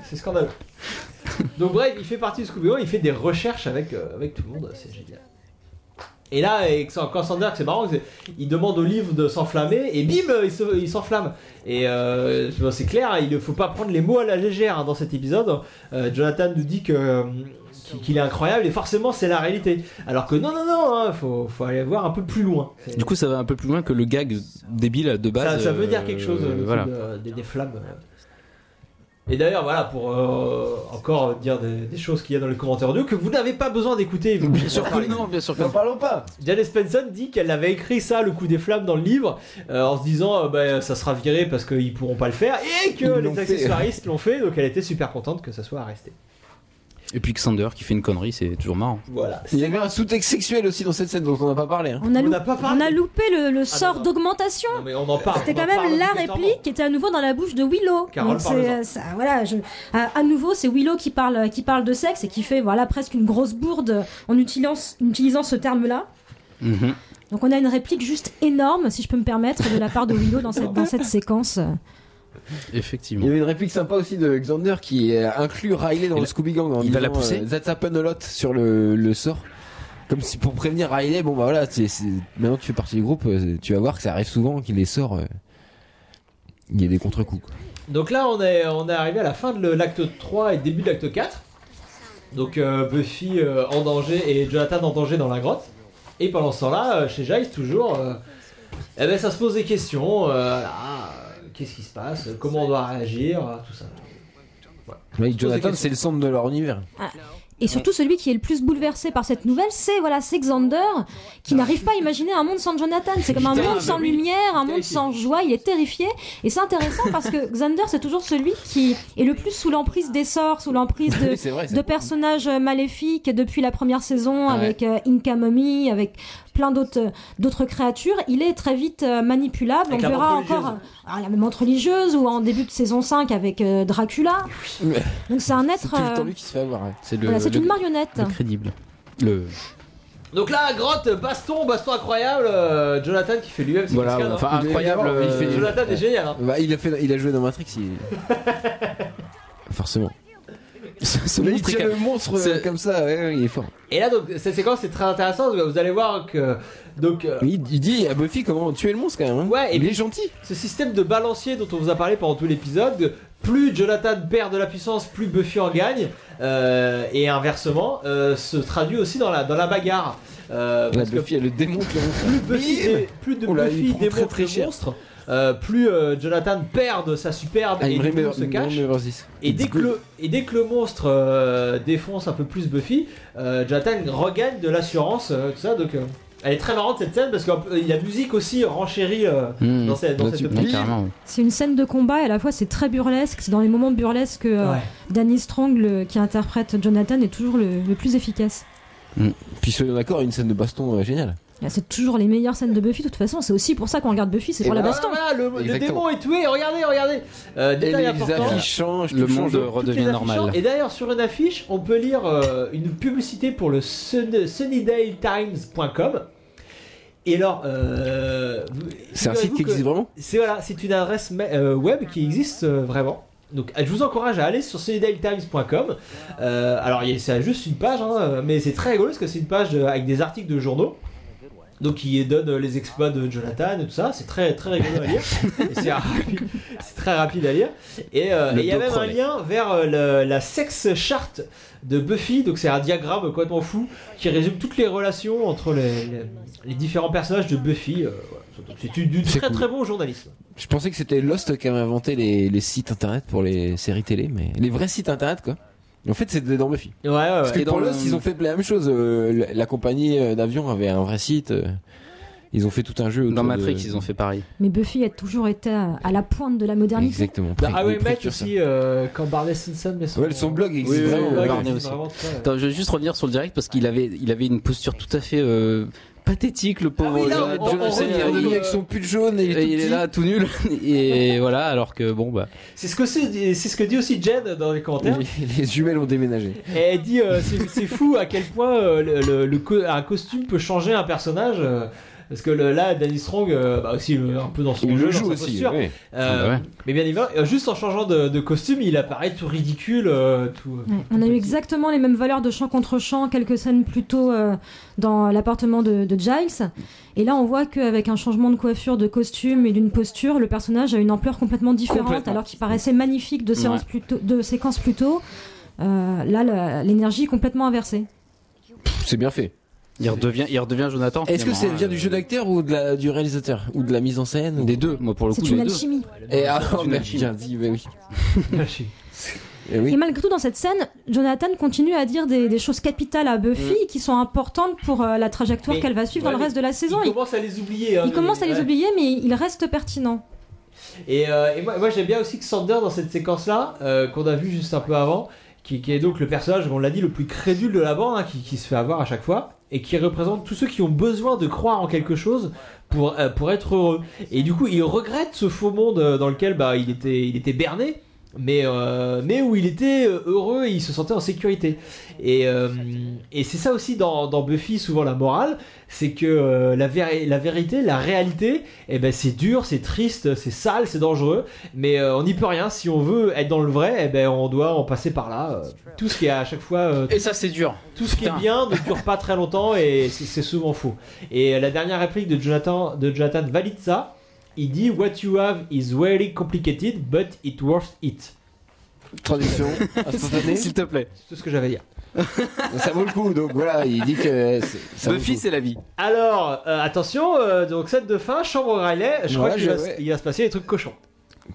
S1: C'est scandaleux. Donc bref, il fait partie de Scooby-Doo, il fait des recherches avec, euh, avec tout le monde, c'est génial. Et là, avec Sa- quand Sander, c'est marrant, c'est- il demande au livre de s'enflammer et bim, euh, il se- il s'enflamme. Et euh, bon, c'est clair, il ne faut pas prendre les mots à la légère hein, dans cet épisode. Euh, Jonathan nous dit que euh, qu'il- qu'il est incroyable et forcément c'est la réalité. Alors que non, non, non, il faut, faut aller voir un peu plus loin. C'est-
S2: Du coup, ça va un peu plus loin que le gag débile de
S1: ça,
S2: base.
S1: ça veut dire
S2: euh,
S1: quelque chose, le truc
S2: voilà.
S1: de- des, des flammes. Et d'ailleurs, voilà, pour euh, encore dire des, des choses qu'il y a dans les commentaires audio que vous n'avez pas besoin d'écouter. vous-
S2: Bien sûr que non, bien sûr que
S4: N'en
S2: non.
S4: parlons pas
S1: Janice Benson dit qu'elle avait écrit ça, le coup des flammes, dans le livre, euh, en se disant euh, bah, ça sera viré parce qu'ils pourront pas le faire, et que
S4: Ils l'ont
S1: les
S4: fait.
S1: accessoiristes l'ont fait, donc elle était super contente que ça soit arrêté.
S2: Et puis Xander qui fait une connerie, c'est toujours marrant.
S1: Voilà.
S4: Il y avait un sous-texte sexuel aussi dans cette scène dont on n'a pas parlé. hein.
S3: On a,
S1: On
S3: lou-
S1: n'a pas parlé.
S3: on a loupé le, le
S1: Ah, non,
S3: sort
S1: non.
S3: d'augmentation.
S1: Non, mais on en parle.
S3: C'était
S1: on en
S3: quand
S1: parle
S3: même la
S1: obligatoirement.
S3: réplique qui était à nouveau dans la bouche de Willow.
S1: Carole,
S3: Donc c'est,
S1: parle-en.
S3: euh, ça, voilà, je- à, à nouveau c'est Willow qui parle, euh, qui parle de sexe et qui fait voilà presque une grosse bourde en utilisant, en utilisant ce terme-là.
S2: Mhm.
S3: Donc on a une réplique juste énorme, si je peux me permettre, de la part de Willow dans cette, dans cette séquence.
S4: Il y
S2: Effectivement.
S4: avait une réplique sympa aussi de Xander qui euh, inclut Riley dans
S2: Il-
S4: le Scooby Gang. En
S2: il va
S4: disant,
S2: la pousser
S4: euh, That happened a lot sur le, le sort. Comme si pour prévenir Riley, bon bah voilà, c'est- c'est- maintenant tu fais partie du groupe, euh, tu vas voir que ça arrive souvent qu'il les sort. euh, Il y a des contre-coups. quoi.
S1: Donc là, on est, on est arrivé à la fin de le- l'acte 3 et début de l'acte 4. Donc euh, Buffy euh, en danger et Jonathan en danger dans la grotte. Et pendant ce temps-là, euh, chez Giles, toujours, euh, eh ben, ça se pose des questions. euh, ah, euh, Qu'est-ce qui se passe Comment on doit réagir euh, Tout ça.
S4: Ouais,
S1: pose des
S4: Jonathan,
S1: questions.
S4: c'est le centre de leur univers.
S3: Et surtout celui qui est le plus bouleversé par cette nouvelle, c'est voilà, c'est Xander qui n'arrive pas à imaginer un monde sans Jonathan. C'est comme un
S1: Putain,
S3: monde
S1: mais
S3: sans
S1: oui.
S3: lumière, un monde
S1: Terrifié.
S3: sans joie. Il est terrifié. Et c'est intéressant parce que Xander, c'est toujours celui qui est le plus sous l'emprise des sorts, sous l'emprise de,
S4: Oui, c'est vrai. c'est- Ah
S3: de personnages euh, maléfiques depuis la première saison
S4: Ouais.
S3: avec euh, Inca Mummy, avec plein d'autres euh, d'autres créatures, il est très vite euh, manipulable.
S1: Avec
S3: On
S1: la
S3: verra
S1: menthe religieuse.
S3: encore euh, la menthe religieuse ou en début de saison 5 avec euh, Dracula. Donc c'est un
S4: C'est
S3: être
S4: tout le temps
S3: euh,
S4: lui qui se fait avoir. hein.
S2: C'est le,
S3: voilà, c'est
S2: le-
S3: une marionnette.
S2: le crédible. Le
S1: Donc là, grotte, baston, baston incroyable. euh, Jonathan qui fait lui-même ses
S2: voilà,
S1: cascades,
S2: enfin
S1: hein.
S4: Il est
S2: incroyable.
S4: énorme, il fait
S2: euh,
S4: du
S1: Jonathan est génial. hein.
S4: Bah, il, a fait, il a joué dans Matrix. il- Forcément.
S2: Ce, ce
S4: Là, il
S2: monstre est
S4: tient
S2: cap-
S4: le monstre euh,
S2: C'est-
S4: comme ça, ouais, ouais, il est fort.
S1: Et là, donc, cette séquence est très intéressante. Vous allez voir que. Donc, euh,
S4: Ah, Mais il, il dit à Buffy comment tuer le monstre quand même. hein.
S1: Ouais, et
S4: il
S1: puis-
S4: est gentil.
S1: ce système de balancier dont on vous a parlé pendant tout l'épisode, plus Jonathan perd de la puissance, plus Buffy en gagne, euh, et inversement, euh, se traduit aussi dans la, dans la bagarre. Euh,
S4: La
S1: parce que
S4: Buffy, elle le démonte. le monstre.
S1: plus Buffy,
S4: Bim
S1: dé- plus de
S4: Oh là, il
S1: Buffy
S4: prend très,
S1: démontre
S4: très
S1: le
S4: cher.
S1: monstre, euh, plus euh, Jonathan perd de sa superbe
S4: Ah,
S1: et
S4: il me
S1: du coup
S4: remet-
S1: se
S4: il me
S1: cache.
S4: remet vers 10.
S1: Et dès, que le, et dès que le monstre euh, défonce un peu plus Buffy, euh, Jonathan regagne de l'assurance, euh, tout ça. Donc, euh, elle est très marrante cette scène parce que euh, la musique aussi renchérit euh,
S2: Mmh.
S1: dans cette, dans
S4: Là,
S1: cette
S4: tu-
S1: optique.
S2: Ouais, carrément, ouais.
S3: C'est une scène de combat et à la fois c'est très burlesque. C'est dans les moments burlesques que euh,
S1: Ouais.
S3: Danny Strong le- qui interprète Jonathan est toujours le, le plus efficace.
S4: Puis soyons d'accord, une scène de baston euh, géniale.
S3: Là, C'est toujours les meilleures scènes de Buffy. De toute façon, c'est aussi pour ça qu'on regarde Buffy, c'est
S4: Et
S3: pour la
S4: ben,
S3: baston.
S1: Voilà, Ah le, le démon
S4: Exactement.
S1: est tué, regardez, regardez. Euh,
S4: Et
S1: détail
S4: les
S1: important.
S4: affiches changent,
S2: Le
S4: tout
S2: monde
S4: change.
S1: Toutes
S2: redevient
S1: les affiches
S2: normal.
S1: changent. Et d'ailleurs, sur une affiche, on peut lire euh, une publicité pour le Sun- SunnydaleTimes.com. Et alors, euh, vous-
S4: C'est un
S1: figurez-vous
S4: site qui
S1: que-
S4: existe vraiment
S1: C'est voilà, c'est une adresse ma- euh, web qui existe euh, vraiment. Donc je vous encourage à aller sur sunnydaletimes.com. Euh, alors il y a- c'est juste une page, hein, euh, mais c'est très rigolo parce que c'est une page euh, avec des articles de journaux. Donc qui donne euh, les exploits de Jonathan et tout ça. C'est très très rigolo à lire. Et c'est rapide- c'est très rapide à lire. Et euh,
S2: Le
S1: et il y a
S2: dos
S1: même un
S2: crevé.
S1: lien vers euh, le- la sex chart de Buffy. Donc c'est un diagramme complètement fou qui résume toutes les relations entre les, les- les différents personnages de Buffy. Euh, voilà. Donc, C'est du, du
S4: C'est
S1: très
S4: cool.
S1: très bon journalisme.
S4: Je pensais que c'était Lost qui avait inventé les, les sites internet pour les séries télé, mais les vrais sites internet quoi. En fait, c'était dans Buffy.
S1: Ouais, ouais,
S4: Parce
S1: ouais.
S4: que
S2: Et
S4: dans
S2: dans
S4: Lost,
S2: le-
S4: ils ont fait la même chose. euh, la, la compagnie euh, d'avion avait un vrai site. euh, Ils ont fait tout un jeu. autour
S2: Dans Matrix,
S4: de-
S2: ils ont fait pareil.
S3: Mais Buffy a toujours été à, à la pointe de la modernité.
S4: Exactement.
S1: Dans
S4: pré-
S1: Ah
S4: des
S1: ouais, mec,
S4: précurseurs.
S1: aussi, euh, quand Barney Simpson met son.
S4: Ouais, son blog existe
S2: Oui, oui,
S4: vraiment.
S2: oui,
S1: Ouais,
S2: Barney
S1: il
S2: aussi.
S1: vraiment très-
S2: Attends, je vais juste revenir sur le direct parce qu'il avait, il avait une posture tout à fait euh, pathétique, le pauvre.
S4: Oh,
S1: Ah oui, là,
S2: Jonathan.
S1: on- on
S2: Jonathan,
S1: revient,
S2: il-
S1: on revient.
S4: avec son pull jaune et il est,
S2: Et il
S4: tout
S2: est
S4: petit.
S2: là tout nul et voilà alors que bon bah
S1: C'est ce que c'est, c'est ce que dit aussi Jen dans les commentaires.
S4: Les, les jumelles ont déménagé.
S1: Et elle dit euh, c'est, c'est fou à quel point euh, le, le- le co- un costume peut changer un personnage. euh, parce que le- là, Danny Strong, euh, bah aussi euh, un peu dans son
S4: Il
S1: jeu,
S4: le
S1: dans
S4: joue
S1: sa
S4: aussi.
S1: posture.
S4: ouais.
S1: Euh,
S2: Ah bah ouais.
S1: Mais bien évidemment, euh, juste en changeant de, de costume, il apparaît tout ridicule, euh, tout.
S3: Ouais, on a eu
S1: petit.
S3: exactement les mêmes valeurs de champ contre champ quelques scènes plus tôt euh, dans l'appartement de, de Giles. Et là, on voit qu'avec un changement de coiffure, de costume et d'une posture, le personnage a une ampleur complètement différente,
S2: Complètement.
S3: alors qu'il paraissait magnifique de, séances plus tôt- de séquences plus tôt. Euh, là, la- l'énergie est complètement inversée.
S4: Pff, C'est bien fait.
S2: il redevient il redevient Jonathan
S4: Est-ce que ça
S2: finalement,
S4: vient
S2: hein,
S4: du jeu d'acteur ou de la, du réalisateur ou de la mise en scène ou-
S2: des deux moi pour le coup
S3: C'est une
S2: les deux.
S3: alchimie.
S4: Et ah,
S2: C'est une
S4: merde,
S2: machine.
S4: bien dit, mais oui. Eh
S3: Et
S4: oui.
S3: malgré tout, dans cette scène, Jonathan continue à dire des, des choses capitales à Buffy qui sont importantes pour euh, la trajectoire
S1: Mais-
S3: qu'elle va suivre
S1: ouais,
S3: dans le
S1: mais
S3: reste de la saison.
S1: Il
S3: Il,
S1: commence à les oublier. hein,
S3: il commence à les
S1: ouais.
S3: oublier, mais il reste pertinent.
S1: Et, euh, et moi, moi, j'aime bien aussi que Sander dans cette séquence là qu'on a vu juste un peu avant qui, qui est donc le personnage on l'a dit le plus crédule de la bande hein, qui, qui se fait avoir à chaque fois et qui représente tous ceux qui ont besoin de croire en quelque chose pour, euh, pour être heureux et du coup il regrette ce faux monde euh, dans lequel bah, il, était, il était berné mais, euh, mais où il était euh, heureux et il se sentait en sécurité et, euh, et c'est ça aussi dans, dans Buffy souvent la morale c'est que euh, la, véri- la vérité, la réalité, eh ben c'est dur, c'est triste, c'est sale, c'est dangereux, mais euh, on n'y peut rien. Si on veut être dans le vrai, eh ben on doit en passer par là. euh. tout ce qui est à chaque fois, euh,
S2: et ça c'est dur
S1: tout ce qui
S2: putain.
S1: est bien ne dure pas très longtemps et c'est c'est souvent faux. Et euh, la dernière réplique de Jonathan, de Jonathan valide ça. Il dit What you have is very complicated, but it worth it.
S4: Traduction instantanée.
S2: s'il te plaît
S1: C'est tout ce que j'avais à dire.
S4: ça vaut le coup. Donc voilà, il dit que euh, c'est- ça vaut le
S2: Buffy
S4: coup.
S2: c'est la vie
S1: Alors, euh, attention, euh, donc scène de fin, chambre Riley. Je
S4: Ouais,
S1: crois qu'il
S4: je-
S1: va, se-
S4: ouais.
S1: il va se passer des trucs cochons.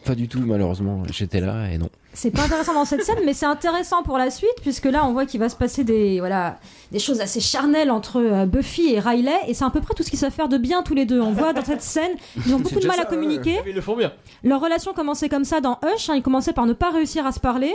S4: Pas du tout, malheureusement. J'étais là et non.
S3: C'est pas intéressant dans cette scène, mais c'est intéressant pour la suite, puisque là, on voit qu'il va se passer des, voilà, des choses assez charnelles entre euh, Buffy et Riley, et c'est à peu près tout ce qu'ils savent faire de bien tous les deux. On voit dans cette scène, ils ont beaucoup de
S4: déjà
S3: mal à
S4: ça,
S3: communiquer.
S1: Mais ils le font bien.
S3: Leur relation commençait comme ça dans Hush, hein, ils commençaient par ne pas réussir à se parler.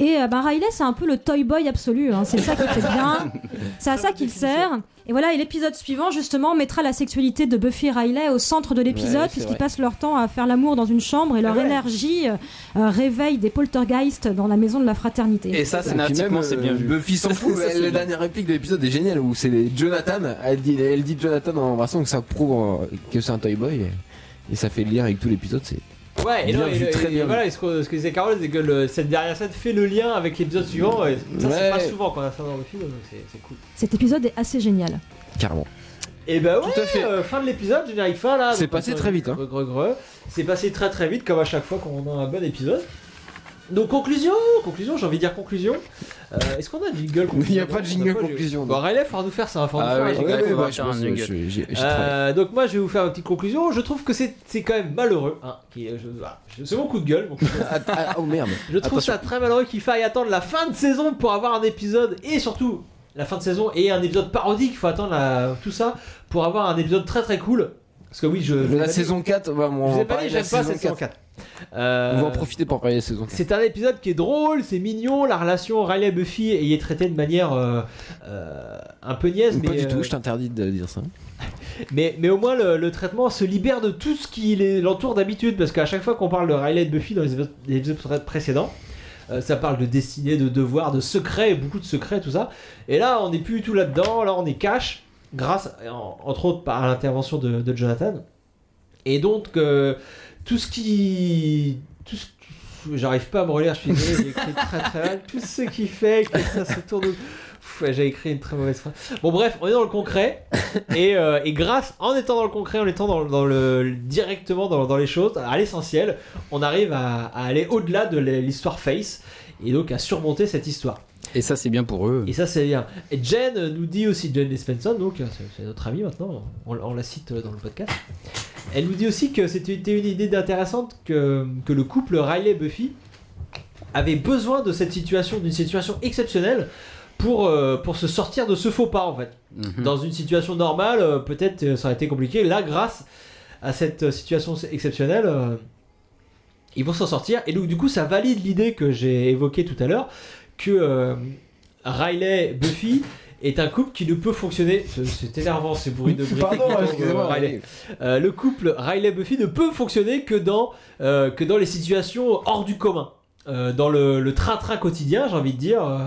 S3: Et euh, ben, Riley, c'est un peu le toy boy absolu, hein, c'est ça qui fait bien, c'est à ça qu'il sert. Et voilà, et l'épisode suivant, justement, mettra la sexualité de Buffy et Riley au centre de l'épisode,
S4: Ouais, c'est
S3: puisqu'ils
S4: vrai.
S3: passent leur temps à faire l'amour dans une chambre et leur énergie euh, euh, réveille des poltergeists dans la maison de la fraternité.
S2: et ça
S4: Et puis
S2: scénaristiquement
S4: même,
S2: c'est
S4: euh,
S2: bien vu
S4: Buffy s'en fout.
S2: Ça, c'est
S4: elle- la
S2: bien.
S4: dernière réplique de l'épisode est géniale où c'est les- Jonathan. Elle dit, elle dit Jonathan en embrassant que ça prouve euh, que c'est un toy boy. Et ça fait le lien avec tout l'épisode. C'est
S1: Ouais, et,
S4: Bien
S1: non, et
S4: vu,
S1: le-
S4: très
S1: et
S4: bien vu.
S1: voilà, et ce, que, ce que disait Carole, c'est que le- cette dernière scène fait le lien avec l'épisode suivant. Et ça, c'est
S4: Ouais.
S1: pas souvent qu'on a ça dans le film, donc c'est c'est cool.
S3: Cet épisode est assez génial.
S4: Carrément.
S1: Et bah ouais,
S4: Tout à fait.
S1: euh, fin de l'épisode, générique fin là.
S4: C'est
S1: Donc,
S4: passé
S1: euh,
S4: très vite, hein.
S1: gre- gre- gre. C'est passé très très vite, comme à chaque fois qu'on a un bon épisode. Donc conclusion, conclusion, j'ai envie de dire conclusion. Euh, Est-ce qu'on a de jingle conclusion
S4: Il n'y a pas de jingle
S1: On a pas,
S4: conclusion,
S1: j'ai-
S4: non.
S1: Bon, Riley, faudra nous faire ça. hein, faudra nous
S2: Ah
S1: faire
S2: oui,
S1: un
S2: ouais,
S1: jingle.
S2: ouais,
S4: bah,
S2: ouais,
S4: je
S2: un
S4: pense que
S2: jingle.
S4: je- j'ai- j'ai travaillé.
S1: Euh, donc moi je vais vous faire une petite conclusion. Je trouve que c'est c'est quand même malheureux. hein, qui- je- voilà, je- c'est mon coup de gueule. mon coup de gueule.
S4: Ah, ah, oh merde.
S1: Je trouve ça très malheureux qu'il faille attendre la fin de saison pour avoir un épisode et surtout la fin de saison et un épisode parodique. Il faut attendre la- tout ça pour avoir un épisode très très cool. Parce que oui, je je vous ai
S4: La
S1: pas
S4: saison 4, bah, on
S1: dit- je vous
S4: va
S1: ai pas
S4: parler
S1: dit,
S4: de la
S1: j'aime pas
S4: saison
S1: cette saison Euh,
S4: 4.
S1: 4. Euh,
S4: On va en profiter pour parler de la saison 4.
S1: C'est un épisode qui est drôle, c'est mignon, la relation Riley et Buffy y est traitée de manière euh, euh, un peu niaise, mais
S4: Pas du
S1: euh,
S4: tout, je t'interdis de dire ça.
S1: mais, mais au moins, le, le traitement se libère de tout ce qui les- l'entoure d'habitude. Parce qu'à chaque fois qu'on parle de Riley et de Buffy dans les épisodes- les épisodes précédents, euh, ça parle de destinée, de devoir, de secrets, beaucoup de secrets, tout ça. Et là, on n'est plus du tout là-dedans. Là, on est cash, grâce, en- entre autres, par l'intervention de, de Jonathan. Et donc, euh, tout ce qui. Tout ce J'arrive pas à me relire, je suis désolé, j'ai écrit très très mal. Tout ce qui fait que ça se tourne. au- Pff, ouais, J'ai écrit une très mauvaise phrase. Bon, bref, on est dans le concret et, euh, et grâce, en étant dans le concret, en étant dans, dans le, directement dans, dans les choses, à l'essentiel, on arrive à, à aller au-delà de l'histoire Face et donc à surmonter cette histoire.
S2: Et ça, c'est bien pour eux.
S1: Et ça, c'est bien. Et Jen euh, nous dit aussi, Jen Dispenson, donc euh, c'est- c'est notre amie maintenant, on, on la cite euh, dans le podcast. Elle nous dit aussi que c'était c'était une idée intéressante que, que le couple Riley-Buffy avait besoin de cette situation, d'une situation exceptionnelle pour, euh, pour se sortir de ce faux pas en fait.
S2: Mhm.
S1: Dans une situation normale, euh, peut-être euh, ça aurait été compliqué. Là, grâce à cette euh, situation exceptionnelle, euh, ils vont s'en sortir. Et donc, du coup, ça valide l'idée que j'ai évoquée tout à l'heure que euh, Riley, Buffy est un couple qui ne peut fonctionner. C'est- C'est énervant ces bruits de bruit. hein,
S9: Pardon, excusez-moi,
S1: Riley. Euh, le couple Riley Buffy ne peut fonctionner que dans, euh, que dans les situations hors du commun. Euh, dans le le train-train quotidien, j'ai envie de dire, euh,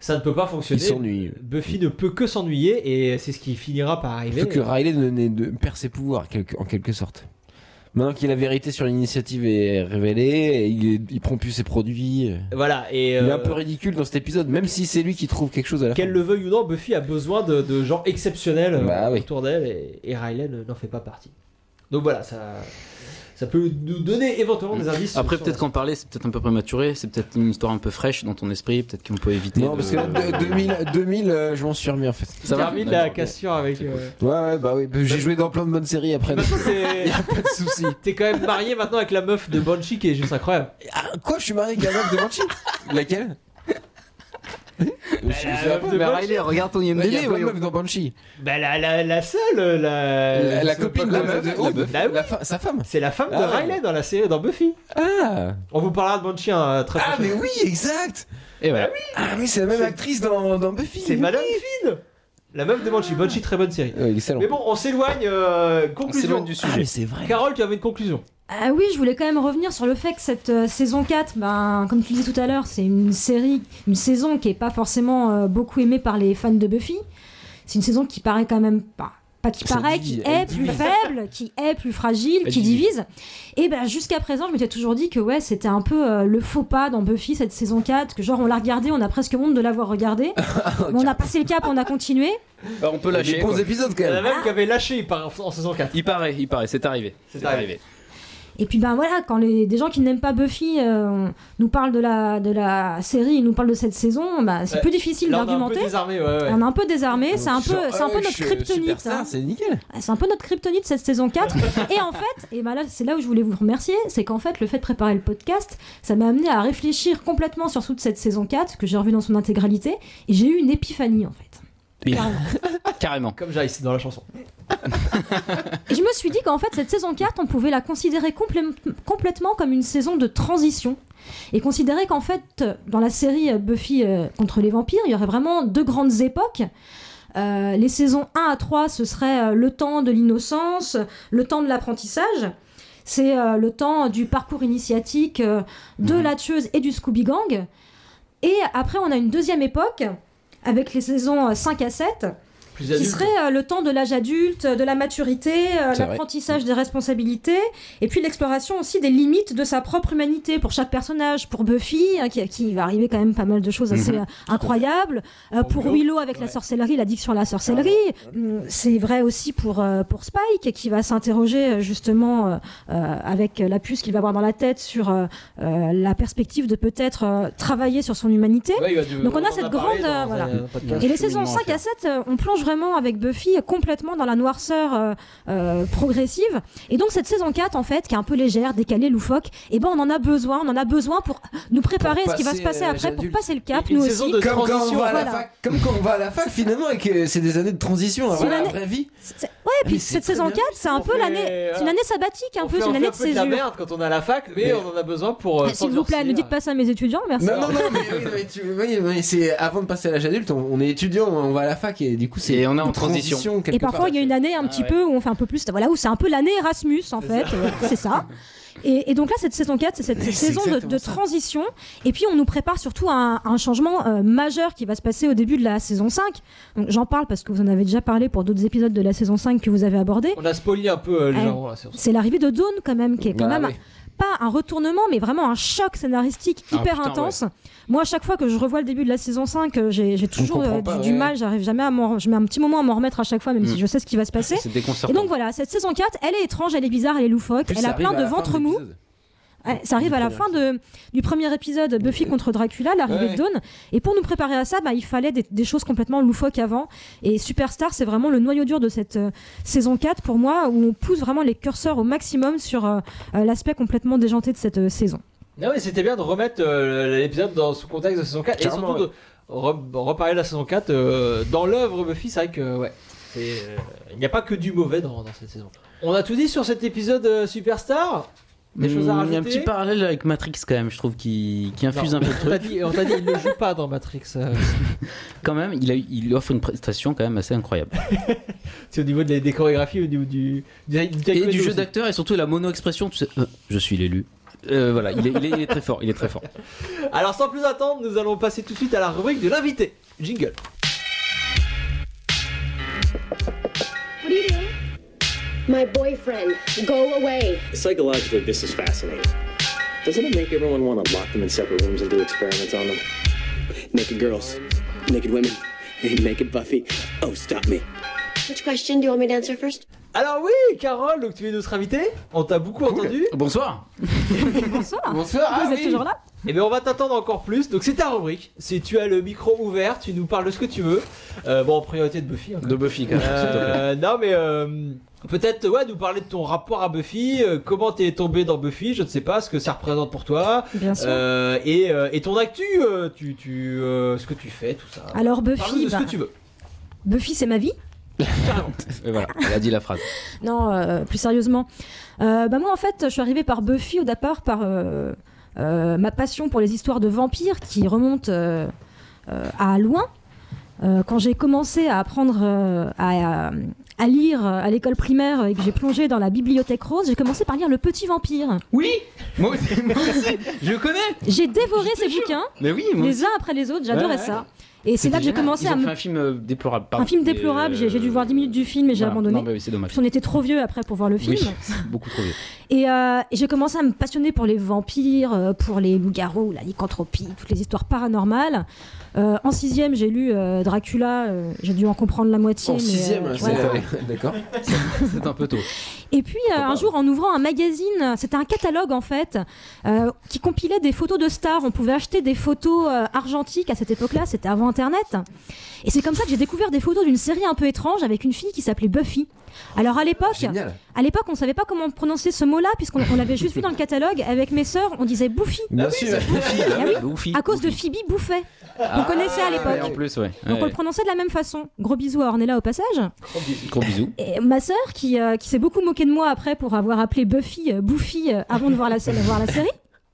S1: ça ne peut pas
S4: Il
S1: fonctionner.
S4: s'ennuie.
S1: Buffy ne peut que s'ennuyer et c'est ce qui finira par arriver.
S4: Faut que Riley ne, ne- ne perd ses pouvoirs quelque- en quelque sorte. Maintenant qu'il la vérité sur l'initiative est révélée, il, est- il prend plus ses produits.
S1: Voilà, et
S4: Il est
S1: euh,
S4: un peu ridicule dans cet épisode, même si c'est lui qui trouve quelque chose à la fin.
S1: qu'elle le veuille ou non, Buffy a besoin de, de gens exceptionnels euh,
S4: Bah oui.
S1: autour d'elle et, et Riley ne- n'en fait pas partie. Donc voilà, ça, ça peut nous donner éventuellement des indices.
S2: Après,
S1: sur-
S2: peut-être qu'en parler, c'est peut-être un peu prématuré, c'est peut-être une histoire un peu fraîche dans ton esprit, peut-être qu'on peut éviter.
S4: Non,
S2: de-
S4: parce que là, de- 2000, 2000 euh, je m'en suis remis en fait.
S1: Ça
S2: va
S1: termine la
S2: D'accord, ok.
S1: cassure avec. euh,
S4: Ouais, ouais, bah oui, j'ai joué dans plein de bonnes séries après. donc
S1: Maintenant, t'es-
S4: y a pas de souci.
S1: T'es quand même marié maintenant avec la meuf de Banshee qui est juste incroyable.
S4: Ah, quoi, je suis marié avec la meuf de Banshee Laquelle Je suis-
S1: la
S4: je suis un
S1: meuf
S4: peu-
S1: de
S2: Mais
S1: Banshee.
S2: Riley, regarde ton
S4: Il y a
S2: IMDb,
S4: plein de
S2: voyons.
S4: meufs dans Banshee.
S1: Bah, la, la, la seule, la.
S4: La, la
S1: c'est
S4: copine de
S1: pas-
S4: la meuf,
S1: la-
S4: de- la meuf-
S1: Bah oui,
S4: la fa- sa femme.
S1: C'est la femme de
S4: Ah ouais.
S1: Riley dans la série, dans Buffy.
S4: Ah
S1: On vous parlera de Banshee hein, très
S4: Ah,
S1: prochainement.
S4: mais oui, exact
S2: Et voilà.
S4: Ah oui, c'est la même
S1: C'est-
S4: actrice dans, dans Buffy.
S1: C'est Madame Finn La meuf de Banshee. Banshee, très bonne série.
S4: Ouais, excellent.
S1: Mais bon, on s'éloigne. euh,
S2: Ah. On
S1: conclusion.
S2: s'éloigne du
S4: Ah,
S2: sujet.
S4: mais c'est vrai.
S1: Carole, tu avais une conclusion.
S3: Ah oui, je voulais quand même revenir sur le fait que cette euh, saison 4, ben, comme tu disais tout à l'heure, c'est une série, une saison qui est pas forcément euh, beaucoup aimée par les fans de Buffy. C'est une saison qui paraît quand même pas. Pas qui
S4: Ça
S3: paraît,
S4: divise,
S3: qui
S4: elle
S3: est plus faible, qui est plus fragile,
S2: Elle
S3: qui
S2: divise.
S3: divise. Et ben jusqu'à présent, je m'étais toujours dit que ouais, c'était un peu euh, le faux pas dans Buffy cette saison 4, que genre on l'a regardé, on a presque honte de l'avoir regardé, mais on a passé le cap, on a continué.
S2: Alors, on peut
S4: Il y a des
S2: lâcher.
S4: bons
S2: quoi.
S4: épisodes quand
S1: La
S4: même.
S1: même qui avait lâché par- en saison 4.
S2: Il paraît, il paraît, c'est arrivé.
S1: C'est arrivé.
S3: Et puis ben voilà, quand les, des gens qui n'aiment pas Buffy euh, nous parlent de la, de la série, ils nous parlent de cette saison, bah, c'est
S1: Ouais.
S3: plus difficile
S1: Là, on est un peu
S3: d'argumenter.
S1: désarmé, ouais, ouais.
S3: On est un peu désarmé, c'est un peu,
S4: Genre,
S3: c'est un peu
S4: euh,
S3: notre
S4: je-
S3: kryptonite.
S4: superstar,
S3: hein.
S4: C'est nickel.
S3: C'est un peu notre kryptonite cette saison 4. et en fait, et ben là, c'est là où je voulais vous remercier, c'est qu'en fait, le fait de préparer le podcast, ça m'a amené à réfléchir complètement sur toute cette saison 4 que j'ai revue dans son intégralité, et j'ai eu une épiphanie en fait.
S2: Mais-
S3: Carrément.
S2: Carrément.
S1: Comme Jace dans la chanson.
S3: Et je me suis dit qu'en fait, cette saison 4, on pouvait la considérer complé- complètement comme une saison de transition. Et considérer qu'en fait, euh, dans la série euh, Buffy euh, contre les vampires, il y aurait vraiment deux grandes époques. Euh, les saisons 1 à 3, ce serait euh, le temps de l'innocence, le temps de l'apprentissage. C'est euh, le temps du parcours initiatique euh, de la tueuse et du Scooby Gang. Et après, on a une deuxième époque avec les saisons euh, 5 à 7
S1: Plus
S3: qui
S1: adulte.
S3: serait euh, le temps de l'âge adulte, euh, de la maturité, euh,
S2: C'est vrai.
S3: l'apprentissage des responsabilités, et puis l'exploration aussi des limites de sa propre humanité pour chaque personnage, pour Buffy, hein, qui, qui va arriver quand même pas mal de choses
S2: Mhm.
S3: assez euh, incroyables, euh, pour Willow avec la sorcellerie, l'addiction à la sorcellerie, Hum, c'est vrai aussi pour, euh, pour Spike, qui va s'interroger euh, justement euh, euh, avec la puce qu'il va avoir dans la tête sur euh, euh, la perspective de peut-être euh, travailler sur son humanité.
S1: Ouais, il va du-
S3: Donc on a
S1: en
S3: cette
S1: parlé
S3: grande,
S1: dans
S3: euh,
S1: un
S3: voilà.
S1: podcast.
S3: Et les saisons 5 à 7, euh, on plonge vraiment avec Buffy euh, complètement dans la noirceur euh, euh, progressive. Et donc cette saison 4, en fait, qui est un peu légère, décalée, loufoque, et ben on en a besoin, on en a besoin pour nous préparer
S4: Pour
S3: à ce qui va se
S4: passer,
S3: passer
S4: euh,
S3: après, pour
S4: adulte.
S3: passer le cap,
S1: Une
S3: nous
S1: saison
S3: aussi.
S1: de
S4: Comme quand, on
S1: transition,
S4: va à la
S3: voilà.
S4: fac, comme quand on va à la fac finalement et que c'est des années de transition avant
S3: C'est
S4: la
S3: l'année-
S4: vraie vie.
S3: C'est- Ouais,
S4: mais
S3: puis
S4: c'est
S3: cette
S4: très
S3: saison
S4: bien.
S3: 4, c'est un
S1: On
S3: peu
S1: fait-
S3: l'année, c'est une année sabbatique, un
S1: On
S3: peu,
S1: fait-
S3: c'est
S1: on
S3: une année
S1: fait
S3: de
S1: un peu de la
S3: césure.
S1: merde quand on est à la fac, mais
S4: Mais-
S1: on en a besoin pour. euh,
S3: Ah, S'il vous plaît,
S1: s'endurcir.
S3: ne dites pas ça à mes étudiants, merci.
S4: Non, non, non, mais, oui, mais tu- oui, mais c'est avant de passer à l'âge adulte, on, on est étudiant, on va à la fac et du coup c'est
S2: Et on est en
S4: une
S2: transition.
S4: quelque
S3: Et parfois,
S4: part.
S3: il y a une année un
S2: Ah
S3: petit
S2: ouais.
S3: peu où on fait un peu plus. Voilà, où c'est un peu l'année Erasmus, en fait. euh, C'est ça. Et, et donc là, cette saison 4, c'est cette
S4: Mais c'est
S3: saison de,
S4: exactement
S3: de
S4: ça.
S3: transition. Et puis, on nous prépare surtout à un, à un changement euh, majeur qui va se passer au début de la saison 5. Donc, J'en parle parce que vous en avez déjà parlé pour d'autres épisodes de la saison 5 que vous avez abordés.
S1: On a spoilé un peu euh, les
S3: Eh.
S1: gens. voilà, sur-
S3: C'est l'arrivée de Dawn, quand même, qui est quand
S4: Ah,
S3: même
S4: oui.
S3: pas un retournement, mais vraiment un choc scénaristique
S2: Ah,
S3: hyper
S2: putain,
S3: intense. Moi, à chaque fois que je revois le début de la saison 5, euh, j'ai j'ai toujours
S4: comprend
S3: euh,
S4: pas,
S3: du, du
S4: ouais.
S3: mal, j'arrive jamais à m'en. Je mets un petit moment à m'en remettre à chaque fois, même
S2: Mm.
S3: si je sais ce qui va se passer.
S2: C'est
S3: Et
S2: déconcertant.
S3: donc voilà, cette saison 4, elle est étrange, elle est bizarre, elle est loufoque,
S4: Plus
S3: elle
S4: ça
S3: a
S4: arrive
S3: plein
S4: à
S3: de
S4: la fin
S3: ventre mou.
S4: l'épisode.
S3: Ouais, Ça arrive à la fin de, du premier épisode, Buffy contre Dracula, l'arrivée
S4: Ouais.
S3: de Dawn. Et pour nous préparer à ça, bah, il fallait des, des choses complètement loufoques avant. Et Superstar, c'est vraiment le noyau dur de cette euh, saison 4 pour moi, où on pousse vraiment les curseurs au maximum sur euh, euh, l'aspect complètement déjanté de cette euh, saison.
S1: Non, mais c'était bien de remettre euh, l'épisode dans ce contexte de saison 4 et
S4: Clairement,
S1: surtout de re- reparler de la saison 4 euh, dans l'œuvre Buffy. C'est vrai que, ouais, c'est, euh, il n'y a pas que du mauvais dans, dans cette saison. On a tout dit sur cet épisode euh, Superstar Des choses à
S2: Hmm, Il y a un
S1: rajouter
S2: petit parallèle avec Matrix quand même, je trouve, qui, qui infuse
S1: Non,
S2: un peu
S1: On
S2: le
S1: t'a
S2: truc.
S1: dit, on t'a dit, il ne joue pas dans Matrix. euh,
S2: Quand même, il, a eu- il offre une prestation quand même assez incroyable.
S1: c'est au niveau des, des chorégraphies, au niveau du, du, du,
S2: Et du jeu
S1: aussi.
S2: d'acteur et surtout la mono-expression, tu sais, euh, je suis l'élu. Euh, voilà, il est, il est- il est très fort, il est très fort.
S1: Alors, sans plus attendre, nous allons passer tout de suite à la rubrique de l'invité. Jingle.
S10: My boyfriend, go away.
S5: Psychologically, this is fascinating. Doesn't it make everyone want to lock them in separate rooms and do experiments on them? Naked girls, naked women, naked Buffy. Oh, stop me.
S10: Which question do you want me to answer first?
S1: Alors, oui, Carole, donc tu es notre invitée. On t'a beaucoup entendu.
S2: Bonsoir.
S3: Bonsoir.
S4: Bonsoir, ah
S3: Vous êtes
S4: oui.
S3: toujours là
S1: Eh bien, on va t'attendre encore plus. Donc, c'est ta rubrique. Si tu as le micro ouvert, tu nous parles de ce que tu veux. Euh, bon, en priorité de Buffy. hein, quand
S2: De Buffy quand
S1: même.
S2: même. s'il te plaît.
S1: Euh, non, mais euh, peut-être, ouais, nous parler de ton rapport à Buffy. euh, comment t'es tombé dans Buffy Je ne sais pas ce que ça représente pour toi.
S3: Bien sûr.
S1: Euh, et, euh, et ton actu, euh, tu, tu, euh, ce que tu fais, tout ça.
S3: Alors
S1: Parle-nous
S3: Buffy,
S1: de ce
S3: bah,
S1: que tu veux.
S3: Buffy c'est ma vie.
S2: Et voilà, elle a dit la phrase.
S3: Non, euh, plus sérieusement. Euh, bah moi, en fait, je suis arrivée par Buffy au départ par euh, euh, ma passion pour les histoires de vampires qui remonte euh, euh, à loin. Euh, quand j'ai commencé à apprendre euh, à, à- à lire euh, à l'école primaire et que j'ai plongé dans la bibliothèque rose, j'ai commencé par lire Le Petit Vampire.
S2: Oui Moi aussi, moi aussi, je connais
S3: J'ai dévoré ces bouquins,
S2: Mais oui, moi
S3: les uns après les autres, j'adorais
S2: Ouais, ouais.
S3: ça. Et c'est là que j'ai commencé à
S2: me.
S3: me...
S2: un film euh, déplorable, pardon.
S3: Un film déplorable,
S2: Et,
S3: j'ai j'ai dû voir 10 minutes du film et j'ai
S2: voilà.
S3: abandonné.
S2: Non, bah oui, c'est
S3: En
S2: dommage.
S3: plus, on était trop vieux après pour voir le film.
S2: Oui, c'est beaucoup trop vieux.
S3: Et, euh, et j'ai commencé à me passionner pour les vampires, euh, pour les loups-garous, la lycanthropie, toutes les histoires paranormales. Euh, en sixième, j'ai lu euh, Dracula, euh, j'ai dû en comprendre la moitié.
S4: En
S3: mais, euh,
S4: sixième, c'est
S3: voilà.
S4: euh, d'accord.
S2: C'est un peu tôt.
S3: Et puis euh, un jour, en ouvrant un magazine, c'était un catalogue en fait, euh, qui compilait des photos de stars. On pouvait acheter des photos euh, argentiques à cette époque-là, c'était avant Internet. Et c'est comme ça que j'ai découvert des photos d'une série un peu étrange avec une fille qui s'appelait Buffy. Alors à l'époque,
S4: Génial.
S3: à l'époque, on savait pas comment prononcer ce mot-là, puisqu'on on l'avait juste vu dans le catalogue. Avec mes sœurs, on disait Buffy,
S4: Bien sûr.
S3: Ah oui,
S2: Goofy,
S3: à cause de
S2: Goofy.
S3: Phoebe Bouffet, qu'on connaissait à
S2: Ouais, en
S3: l'époque.
S2: plus, ouais.
S3: Donc on
S2: Ouais.
S3: le prononçait de la même façon. Gros bisous à Ornella au passage.
S2: Gros bisous.
S3: Et ma sœur, qui, euh, qui s'est beaucoup moquée de moi après pour avoir appelé Buffy euh, Bouffy euh, avant de voir la, sé- voir la série,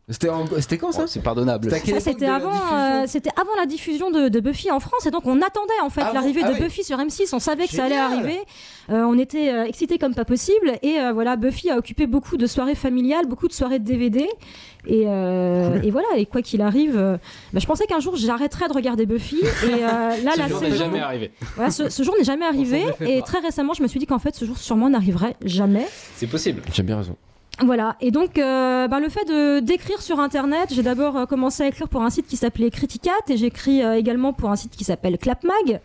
S4: C'était en- c'était quand ça
S2: Oh, c'est pardonnable.
S4: C'était à quelle
S3: Ça,
S4: époque
S3: c'était
S4: de la
S3: avant,
S4: diffusion
S3: euh, c'était avant la diffusion de, de Buffy en France, et donc on attendait en fait
S4: Ah bon
S3: l'arrivée
S4: Ah
S3: de
S4: oui.
S3: Buffy sur M6. On savait que ça
S4: Génial.
S3: allait arriver. Euh, on était euh, excités comme pas possible, et euh, voilà, Buffy a occupé beaucoup de soirées familiales, beaucoup de soirées de DVD, et, euh, et voilà. Et quoi qu'il arrive, euh, bah, je pensais qu'un jour j'arrêterais de regarder Buffy, et euh, là,
S2: Ce
S3: la
S2: jour
S3: saison-
S2: n'est jamais arrivé.
S3: voilà, ce, ce jour n'est jamais arrivé,
S1: s'en défait
S3: et
S1: pas.
S3: très récemment, je me suis dit qu'en fait, ce jour sûrement n'arriverait jamais.
S2: C'est possible.
S4: J'ai bien raison.
S3: Voilà, et donc euh, ben, le fait de d'écrire sur Internet, j'ai d'abord euh, commencé à écrire pour un site qui s'appelait Criticat et j'écris euh, également pour un site qui s'appelle Clapmag.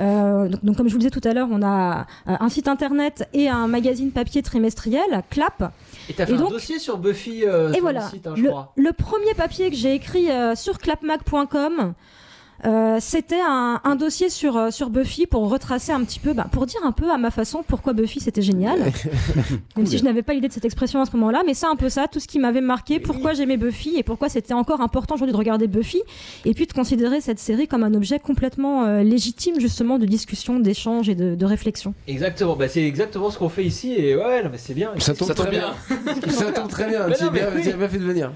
S3: Euh, donc, donc, comme je vous le disais tout à l'heure, on a euh, un site Internet et un magazine papier trimestriel, Clap.
S1: Et t'as fait
S3: fait Et un
S1: un
S3: donc-
S1: dossier sur Buffy euh,
S3: et
S1: sur
S3: voilà,
S1: le site, hein, je
S3: le,
S1: crois.
S3: le premier papier que j'ai écrit euh, sur clapmag.com, euh, c'était un, un dossier sur, euh, sur Buffy pour retracer un petit peu, bah, pour dire un peu à ma façon pourquoi Buffy c'était génial. Même si je n'avais pas l'idée de cette expression à ce moment-là, mais c'est un peu ça, tout ce qui m'avait marqué, pourquoi j'aimais Buffy et pourquoi c'était encore important aujourd'hui de regarder Buffy, et puis de considérer cette série comme un objet complètement euh, légitime justement de discussion, d'échange et de, de réflexion.
S1: Exactement, bah, c'est exactement ce qu'on fait ici, et ouais, non, mais c'est bien.
S4: Ça tombe
S2: Ça tombe
S4: très bien.
S2: bien.
S4: Ça tombe très bien.
S1: Mais
S4: Tu
S1: non,
S4: as bien,
S1: mais oui.
S4: tu as bien fait de venir.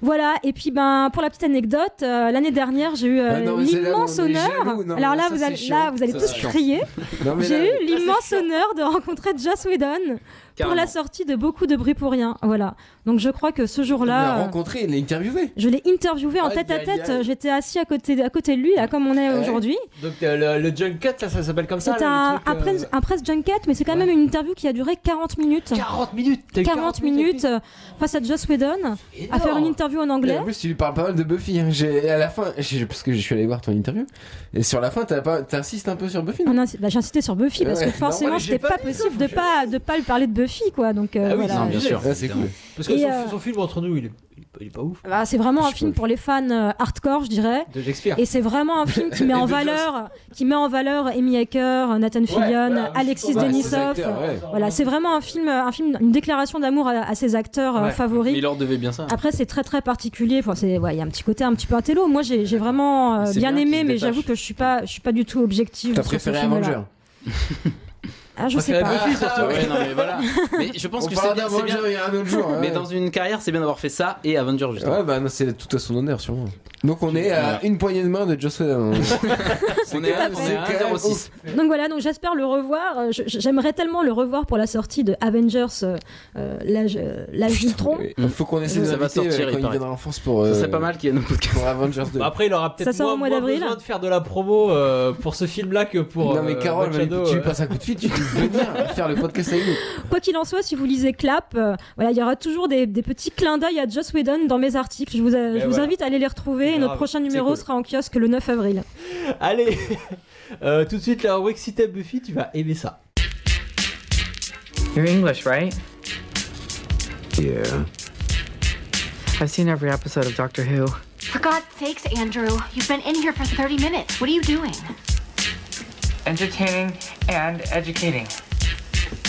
S3: Voilà, et puis ben pour la petite anecdote, euh, l'année dernière j'ai eu euh,
S4: Ah non, mais c'est là où
S3: l'immense
S4: on est
S3: honneur.
S4: jaloux. Non,
S3: Alors
S4: mais
S3: là,
S4: ça,
S3: vous
S4: c'est
S3: allez,
S4: chiant.
S3: là vous allez
S4: Ça,
S3: tous
S4: c'est chiant.
S3: crier.
S4: Non, mais là-
S3: J'ai eu l'immense honneur de rencontrer Joss Whedon pour la
S2: Carrément.
S3: sortie de beaucoup de bruit pour rien. Voilà. Donc je crois que
S4: Il
S3: ce
S4: l'a
S3: jour-là, euh,
S4: rencontré, il l'a interviewé.
S3: je l'ai interviewé en
S4: Aïe,
S3: tête à
S4: aïe,
S3: tête.
S4: aïe.
S3: J'étais assis à côté, à côté de lui, là, comme on est
S4: Ouais.
S3: aujourd'hui.
S1: Donc euh, le, le Junket, ça, ça s'appelle comme ça.
S3: C'est
S1: là,
S3: un,
S1: le truc, euh,
S3: un press, un press junket, mais c'est quand même une interview qui a duré 40 minutes.
S1: 40 minutes t'as eu
S3: 40 minutes euh, face à Joss Whedon à faire une interview en
S4: Oh. Et
S3: anglais.
S4: en plus, tu lui parles pas mal de Buffy. hein. J'ai- Et à la fin, j'ai- parce que je suis allé voir ton interview, et sur la fin, t'as pas- t'insistes un peu sur Buffy. non
S3: On a- bah, J'ai insisté sur Buffy parce que
S4: Ouais.
S3: forcément,
S1: Non, mais j'ai
S3: c'était
S1: pas
S3: pas,
S1: dit ça,
S3: possible de pas de pas le parler de Buffy, quoi. Donc euh,
S1: Ah oui,
S3: voilà.
S2: Non, bien sûr.
S4: Ah, c'est cool.
S1: Parce que
S3: Et,
S1: son,
S3: euh,
S1: son film entre nous, il est, il est pas, il est pas ouf.
S3: Bah, c'est vraiment un
S4: Je
S3: film
S4: peux-
S3: pour les fans euh, hardcore, je dirais.
S1: De Shakespeare.
S3: Et c'est vraiment un film qui met en
S4: de
S3: valeur, qui met en valeur Amy Acker, Nathan Fillion,
S1: voilà,
S3: Alexis
S1: bah, ouais,
S4: ces
S3: Denisov.
S4: acteurs, ouais.
S3: Voilà, c'est vraiment un film, un film, une déclaration d'amour à, à ses acteurs euh,
S1: Ouais.
S3: favoris.
S2: Milord devait bien ça.
S3: Après, c'est très très particulier. Enfin, c'est, ouais, il y a un petit côté un petit peu intello. Moi, j'ai, j'ai vraiment euh,
S2: Mais c'est
S3: bien,
S2: bien qu'il
S3: aimé,
S2: se
S3: mais
S2: détache.
S3: j'avoue que je suis pas, je suis pas du tout objective.
S4: T'as
S3: sur ce
S4: préféré
S3: film-là.
S4: Avenger.
S3: Ah, je sais
S1: Préféré
S3: pas.
S1: Buffy, surtout.
S2: Ouais, non, mais voilà. Mais je pense
S4: On
S2: que c'est bien.
S4: parlera
S2: c'est bien.
S4: d'Avenger il y a un autre jour. hein,
S2: Mais
S4: ouais.
S2: dans une carrière, c'est bien d'avoir fait ça et Avenger, justement.
S4: Ouais, bah non, c'est tout à son honneur, sûrement. Donc on est à
S2: Voilà.
S4: une poignée de main de Joss Whedon. hein.
S2: on, est à, on est à
S4: C'est quand même
S2: 1,06.
S3: Donc voilà, donc j'espère le revoir. Euh, je- je- J'aimerais tellement le revoir pour la sortie de Avengers, euh, euh, l'âge, euh, l'âge du tronc.
S4: Il faut qu'on essaie de
S2: Ça va
S4: l'inviter, euh,
S2: sortir, il
S4: quand il
S2: paraît.
S4: viendra en France pour.
S2: Ce
S4: euh,
S2: serait pas mal qu'il y ait un podcast.
S4: Pour Avengers 2.
S1: Bah, Après, il aura peut-être
S3: sort au
S1: moins,
S3: mois
S1: moins
S3: d'avril.
S1: besoin de faire de la promo euh, pour ce film-là que pour.
S4: non mais
S1: euh,
S4: Carole,
S1: Black Shadow,
S4: tu
S1: euh.
S4: lui passes un coup de fil, tu dis venir faire le podcast avec nous.
S3: Quoi qu'il en soit, si vous lisez Clap, euh, voilà, il y aura toujours des, des petits clins d'œil à Joss Whedon dans mes articles. Je vous, euh, je vous
S1: voilà.
S3: invite à aller les retrouver.
S1: C'est
S3: Et notre
S1: grave.
S3: prochain numéro
S1: cool.
S3: sera en kiosque le 9 avril.
S1: Allez, euh, tout de suite la rubrique Si t'aimes Buffy, tu vas aimer ça.
S11: You're English, right?
S5: Yeah.
S11: I've seen every episode of Doctor Who.
S8: For God's sakes, Andrew, you've been in here for 30 minutes. What are you doing?
S11: Entertaining and educating.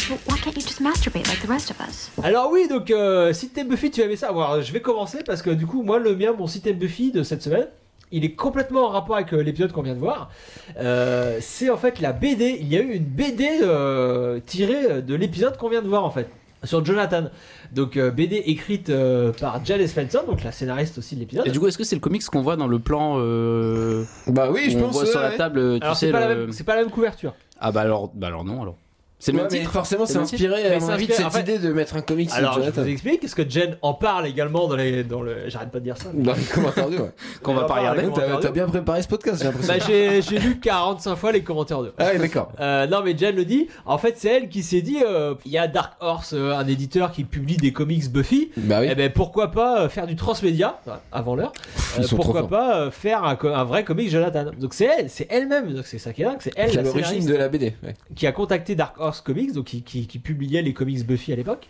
S8: Well, why can't you just masturbate like the rest of us?
S1: Alors oui, donc euh, si t'aimes Buffy, tu vas aimer ça. Bon, alors, je vais commencer parce que du coup, moi, le mien, mon si t'aimes Buffy de cette semaine, il est complètement en rapport avec euh, l'épisode qu'on vient de voir. Euh, c'est en fait la BD. Il y a eu une BD euh, tirée de l'épisode qu'on vient de voir en fait. Sur Jonathan. Donc euh, BD écrite euh, par Janice Svensson, donc la scénariste aussi de l'épisode.
S2: Et du coup, est-ce que c'est le comics qu'on voit dans le plan euh,
S4: Bah oui, je
S2: qu'on
S4: pense.
S2: voit
S4: ouais,
S2: sur la
S4: ouais.
S2: table, tu
S1: Alors
S2: sais
S1: c'est pas, la
S2: le-
S1: même- c'est pas la même couverture.
S2: Ah bah alors, bah alors non alors. C'est le
S4: Ouais,
S2: même
S4: mais
S2: titre.
S4: forcément,
S2: C'est
S4: c'est
S2: le même
S4: inspiré
S1: Mais
S4: à mon
S1: c'est
S4: avis de
S1: inspiré,
S4: cette
S1: en fait-
S4: idée de mettre un comics sur
S1: Alors je
S4: Jonathan.
S1: vous explique, parce que Jen en parle également dans, les, dans le... J'arrête pas de dire ça. mais-
S4: Dans les commentaires, ouais.
S2: Qu'on va
S1: On
S2: pas
S1: va
S2: regarder.
S1: parler.
S4: T'as t'as bien préparé ce podcast, j'ai l'impression.
S1: Bah, j'ai j'ai lu 45 fois les commentaires d'eux.
S4: Ah ouais, d'accord.
S1: Euh, non mais Jen le dit, en fait c'est elle qui s'est dit, euh, il y a Dark Horse, euh, un éditeur qui publie des comics Buffy,
S4: Bah oui.
S1: et ben pourquoi pas euh, faire du transmédia, enfin, avant l'heure,
S4: ils
S1: euh,
S4: sont trop
S1: pourquoi
S4: forts.
S1: pas euh, faire un, co- un vrai comic Jonathan. Donc c'est elle, c'est elle-même, donc c'est ça qui est dingue, c'est elle
S4: C'est
S1: ben, la
S4: l'origine
S1: scénariste
S4: de la BD. ouais.
S1: qui a contacté Dark Horse Comics, donc qui, qui- qui publiait les comics Buffy à l'époque,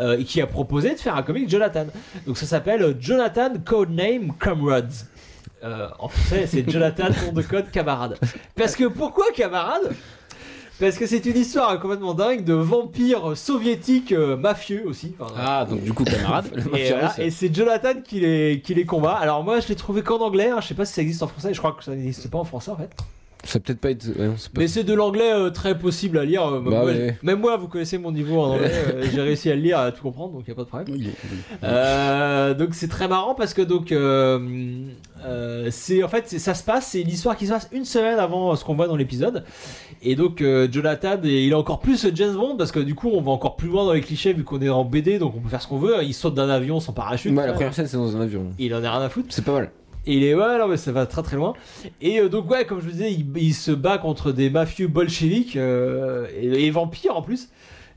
S1: euh, et qui a proposé de faire un comic Jonathan. Donc ça s'appelle euh, Jonathan Codename Comrades. Euh, en français, c'est Jonathan nom de code camarade. Parce que pourquoi camarade Parce que c'est une histoire euh, complètement dingue de vampires soviétiques euh, mafieux aussi. Enfin,
S2: Ah donc du coup camarade.
S1: et,
S4: Mafia
S1: voilà,
S4: russe.
S1: et c'est Jonathan qui les, qui les combat. Alors moi je l'ai trouvé qu'en anglais, hein. je sais pas si ça existe en français, je crois que ça n'existe pas en français en fait.
S4: Ça peut-être pas être. ouais, on sait pas.
S1: Mais c'est de l'anglais euh, très possible à lire. euh,
S4: Bah
S1: moi,
S4: ouais.
S1: je- Même moi, vous connaissez mon niveau en anglais. euh, J'ai réussi à le lire, à tout comprendre, donc il n'y a pas de problème. Euh, donc c'est très marrant parce que donc euh, euh, c'est en fait c'est- ça se passe c'est l'histoire qui se passe une semaine avant euh, ce qu'on voit dans l'épisode et donc euh, Jonathan et il est encore plus James Bond parce que du coup on va encore plus loin dans les clichés vu qu'on est en BD donc on peut faire ce qu'on veut il saute d'un avion sans parachute
S4: Ouais, la première scène, c'est dans un avion.
S1: il en a rien à foutre
S4: C'est pas mal.
S1: et il est ouais non mais ça va très très loin et euh, donc ouais comme je vous disais il, il se bat contre des mafieux bolcheviques euh, et, et vampires en plus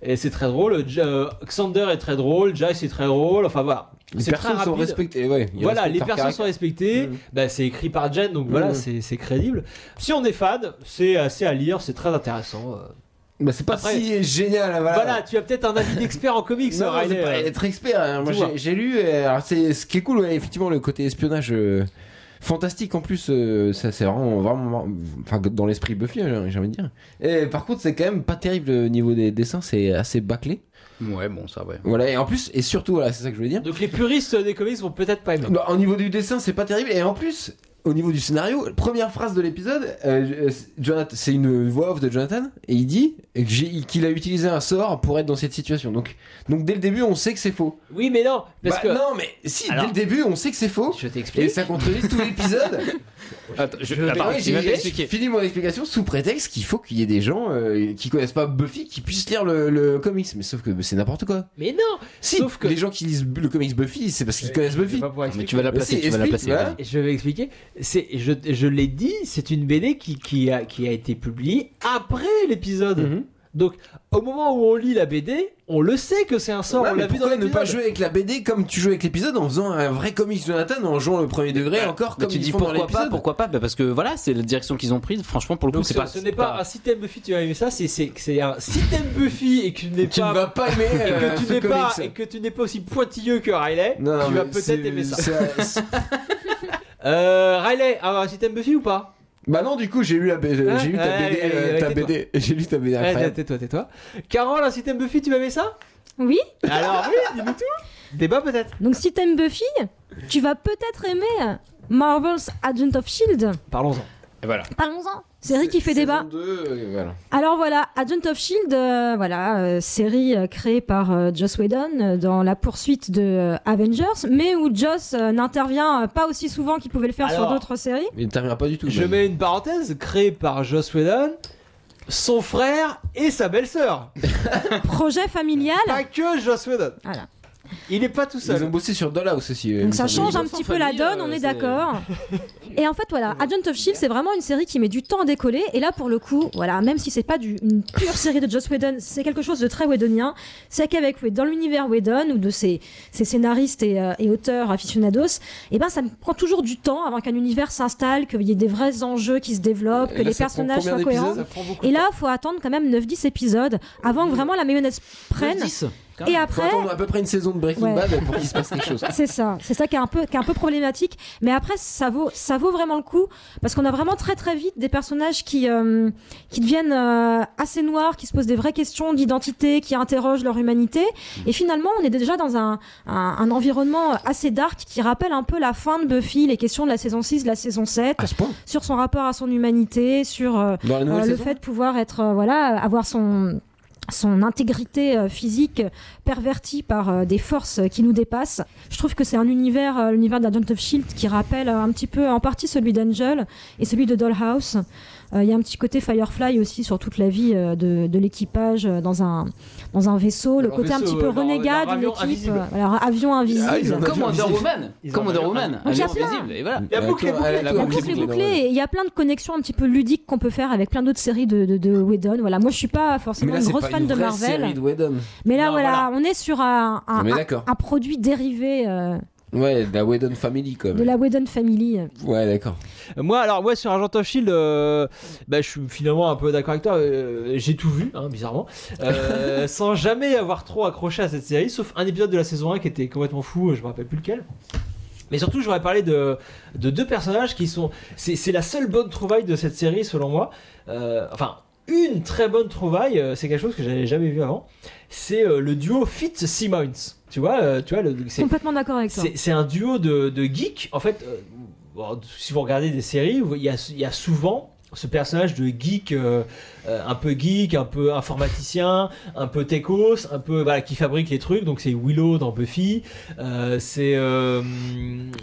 S1: et c'est très drôle Ja- euh, Xander est très drôle Jace est très drôle enfin voilà
S4: Les
S1: c'est très
S4: personnes sont
S1: rapide.
S4: respectées. Ouais, ils
S1: Voilà,
S4: respectent
S1: les
S4: leur
S1: personnes sont
S4: caractère. Mm.
S1: respectées, bah, c'est écrit par Jen, donc voilà,
S4: Mmh.
S1: c'est c'est crédible. Si on est fan, c'est assez à lire, c'est très intéressant. euh.
S4: Bah, c'est pas
S1: Après-
S4: si génial. hein, Voilà.
S1: Voilà, tu as peut-être un avis d'expert en comics,
S4: Non,
S1: Riley,
S4: c'est pas
S1: euh.
S4: être expert. hein. Moi,
S1: Tu
S4: j'ai-
S1: vois.
S4: j'ai lu. euh, alors, c'est ce qui est cool, ouais, effectivement, le côté espionnage. euh, Fantastique en plus, euh, ça c'est vraiment, vraiment enfin, dans l'esprit Buffy, hein, j'ai envie de dire. Et par contre, c'est quand même pas terrible au niveau des dessins, c'est assez bâclé.
S2: Ouais, bon, ça, ouais.
S4: Voilà, et en plus, et surtout, voilà, c'est ça que je voulais dire.
S1: Donc les puristes des comics vont peut-être pas aimer.
S4: Bah, au niveau du dessin, c'est pas terrible. Et en plus, au niveau du scénario, première phrase de l'épisode, euh, euh, Jonathan- c'est une voix off de Jonathan, et il dit que j'ai- qu'il a utilisé un sort pour être dans cette situation. Donc, donc dès le début, on sait que c'est faux.
S1: Oui, mais non, parce
S4: Bah,
S1: que.
S4: Non, mais si,
S1: Alors-
S4: dès le début, on sait que c'est faux.
S1: Je t'explique.
S4: Et ça contredit tout l'épisode.
S2: Attends, je,
S4: Mais
S2: attends,
S4: ouais,
S2: tu
S4: j'ai-
S2: vas
S4: j'ai
S2: m'expliquer.
S4: fini mon explication sous prétexte qu'il faut qu'il y ait des gens euh, qui connaissent pas Buffy qui puissent lire le, le comics. Mais sauf que c'est n'importe quoi.
S1: Mais non
S4: Si,
S1: Sauf que-
S4: les gens qui lisent le comics Buffy, c'est parce qu'ils connaissent
S1: Je vais
S4: Buffy.
S1: Eh, pas pouvoir
S2: Mais
S1: expliquer.
S2: tu vas la
S4: Mais
S2: placer,
S4: si,
S2: tu vas la
S4: explique,
S2: placer.
S4: voilà.
S2: vas-y.
S1: Je vais expliquer. C'est, je, je l'ai dit, c'est une BD qui, qui, a, qui a été publiée après l'épisode.
S4: Mhm.
S1: Donc, au moment où on lit la BD, on le sait que c'est un sort.
S4: Ouais,
S1: on
S4: mais
S1: l'a vu dans
S4: pourquoi ne
S1: l'épisode.
S4: pas jouer avec la BD comme tu joues avec l'épisode en faisant un vrai comics Jonathan en jouant le premier degré
S1: Bah,
S4: encore
S2: Mais
S4: comme
S2: Bah, tu
S4: ils
S2: dis
S4: font dans
S2: pourquoi pas,
S4: l'épisode.
S2: pourquoi pas bah Parce que voilà, c'est la direction qu'ils ont prise. Franchement, pour le coup,
S1: Donc
S2: c'est
S1: ce,
S2: pas.
S1: ce n'est pas, un système Buffy, tu as aimé ça, c'est, c'est, c'est un système Buffy et que tu n'es
S4: Tu ne
S1: pas,
S4: vas pas aimer
S1: et
S4: euh,
S1: que tu
S4: ce
S1: n'es pas, et
S4: comics.
S1: que tu n'es pas aussi pointilleux que Riley,
S4: Non,
S1: tu vas
S4: mais
S1: peut-être
S4: c'est-
S1: aimer ça.
S4: c'est- c'est-
S1: Euh, Riley, un système Buffy ou pas
S4: Bah non, du coup, j'ai lu la BD,
S1: Ouais,
S4: j'ai lu ta
S1: ouais,
S4: BD,
S1: ouais,
S4: euh,
S1: ouais,
S4: ta
S1: tais-toi.
S4: BD, j'ai lu ta BD
S1: Ouais,
S4: après.
S1: Tais-toi, tais-toi. Carole, un système Buffy, tu vas aimer ça
S3: Oui,
S1: Alors oui, dis-nous tout. Débat peut-être.
S3: donc si t'aimes Buffy, tu vas peut-être aimer Marvel's Agent of Shield.
S1: Parlons-en.
S3: Parlons-en. Série qui fait débat.
S4: Saison deux, euh, voilà.
S3: Alors voilà, Agent of Shield, euh, voilà, euh, série euh, créée par euh, Joss Whedon euh, dans la poursuite de euh, Avengers, mais où Joss euh, n'intervient euh, pas aussi souvent qu'il pouvait le faire sur
S1: Alors,
S3: d'autres séries.
S4: Il ne terminera pas du tout.
S1: Je
S4: même.
S1: mets une parenthèse créée par Joss Whedon, son frère et sa belle-sœur.
S3: Projet familial.
S1: Pas que Joss Whedon.
S3: Voilà.
S1: Il n'est pas tout
S4: Ils ont
S1: seul.
S4: bossé sur Dollhouse aussi. euh,
S3: Donc
S4: il
S3: ça
S4: me semble.
S3: change un
S2: Sans
S3: petit peu la
S2: famille,
S3: donne,
S2: euh,
S3: on est
S2: c'est-
S3: d'accord. Et en fait, voilà, Agent of Shield, c'est vraiment une série qui met du temps à décoller. Et là, pour le coup, voilà, même si c'est pas du- une pure série de Joss Whedon, c'est quelque chose de très Whedonien. C'est qu'avec Whedon- dans l'univers Whedon ou de ses, ses scénaristes et, euh, et auteurs aficionados, et ben ça me prend toujours du temps avant qu'un univers s'installe, qu'il y ait des vrais enjeux qui se développent,
S4: Et
S3: que
S4: là,
S3: les
S4: ça prend
S3: personnages
S4: combien
S3: soient cohérents.
S4: d'épisodes
S3: Et là, faut attendre quand même 9-10 épisodes avant que vraiment la mayonnaise prenne. Et
S4: Faut
S3: après,
S4: attendre à peu près une saison de Breaking
S3: Ouais.
S4: Bad pour qu'il se passe quelque chose.
S3: c'est ça, c'est ça qui est un peu qui est un peu problématique. Mais après, ça vaut ça vaut vraiment le coup parce qu'on a vraiment très très vite des personnages qui euh, qui deviennent euh, assez noirs, qui se posent des vraies questions d'identité, qui interrogent leur humanité. Et finalement, on est déjà dans un un, un environnement assez dark qui rappelle un peu la fin de Buffy, les questions de la saison 6, de la saison 7,
S4: À ce point
S3: sur son rapport à son humanité, sur euh,
S4: Dans la nouvelle
S3: euh, le
S4: saison
S3: fait de pouvoir être euh, voilà avoir son son intégrité euh, physique pervertie par euh, des forces euh, qui nous dépassent. Je trouve que c'est un univers, euh, l'univers d'Agent of Shield, qui rappelle euh, un petit peu en partie celui d'Angel et celui de Dollhouse. Euh, Il y a un petit côté Firefly aussi sur toute la vie euh, de, de l'équipage euh, dans un, dans un vaisseau, le
S1: Leur
S3: côté un
S1: vaisseau,
S3: petit
S1: euh,
S3: peu
S1: leur- leur
S3: renégat d'une
S1: avion
S3: équipe,
S1: invisible.
S3: euh, voilà, leur avion invisible.
S4: Ah, ils en ont
S2: Comme Wonder Woman.
S1: Ils
S2: Comme
S1: en ont
S2: Wonder
S1: bien
S2: Woman.
S3: Donc, il y a
S2: Avion
S3: plein.
S2: invisible, Et voilà.
S1: La
S4: Euh,
S1: boucle est
S4: attends,
S1: bouclée.
S4: elle-
S1: La
S4: attends,
S3: Donc,
S4: boucle
S3: c'est
S4: est
S3: bouclé
S4: bouclée.
S3: et il y a plein de connexions un petit peu ludiques qu'on peut faire avec plein d'autres séries de, de, de Whedon. Voilà, moi je suis pas
S4: Mais
S3: forcément
S4: là,
S3: une
S4: c'est
S3: grosse
S4: pas
S3: fan
S4: une
S3: de
S4: vraie
S3: Marvel,
S4: série de Whedon.
S3: mais là
S1: Non,
S3: voilà, on est sur un, un,
S4: Non, mais
S3: un-
S4: d'accord.
S3: un produit dérivé euh,
S4: Ouais, de la Whedon Family quand
S3: de
S4: même.
S3: la Whedon Family.
S4: Ouais, d'accord.
S1: Moi, alors, moi, sur Agent of Shield, euh, bah, je suis finalement un peu d'accord avec toi. euh, J'ai tout vu, hein, bizarrement, Euh, sans jamais avoir trop accroché à cette série, sauf un épisode de la saison 1 qui était complètement fou, euh, je me rappelle plus lequel. Mais surtout, j'aurais parlé de, de deux personnages qui sont. C'est c'est la seule bonne trouvaille de cette série, selon moi. Euh, enfin, une très bonne trouvaille, euh, c'est quelque chose que j'avais jamais vu avant. C'est euh, le duo Fitz Simmons. Tu vois, euh, tu vois, le- c'est-
S3: Complètement d'accord avec toi.
S1: c'est c'est un duo de, de geeks. En fait, euh, bon, si vous regardez des séries, vous- il y a, il y a souvent ce personnage de geek, euh, euh, un peu geek, un peu informaticien, un peu techos, un peu voilà qui fabrique les trucs. Donc c'est Willow dans Buffy, euh, c'est euh,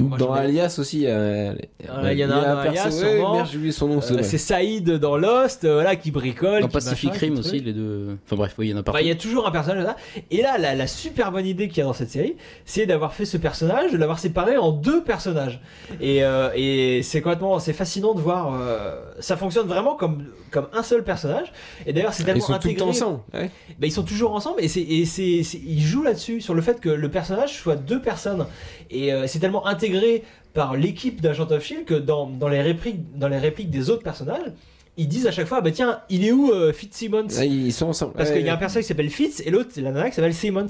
S1: moi,
S4: Dans
S1: j'en ai-
S4: Alias aussi, euh,
S1: Ah, il y en a un dans Alias,
S4: perso- ouais,
S1: sûrement.
S4: merde, j'ai oublié son nom.
S1: euh,
S4: vrai.
S1: c'est Saïd dans Lost, euh, voilà qui bricole.
S2: Dans
S4: Bah,
S1: qui
S2: Pacific
S1: machin, qui
S2: Rim
S1: truc.
S2: aussi, les deux. Enfin bref, oui, Bah, il y en a
S1: Enfin,
S2: partout.
S1: il y a toujours un personnage là. Et là, la, la super bonne idée qu'il y a dans cette série, c'est d'avoir fait ce personnage, de l'avoir séparé en deux personnages. Et, euh, et c'est complètement, c'est fascinant de voir. euh, ça fonctionne vraiment comme comme un seul personnage. Et d'ailleurs, c'est tellement
S4: Ils sont tout le
S1: intégré.
S4: temps ensemble. ouais.
S1: Ben, ils sont toujours ensemble et c'est et c'est c'est- ils jouent là-dessus sur le fait que le personnage soit deux personnes et euh, c'est tellement intégré par l'équipe d'Agent of Shield E que dans, dans les répliques dans les répliques des autres personnages, ils disent à chaque fois bah tiens il est où euh, Fitzsimmons
S4: Ouais, ils sont ensemble.
S1: parce
S4: ouais.
S1: qu'il y a un personnage qui s'appelle Fitz et l'autre, c'est la nana qui s'appelle Simmons.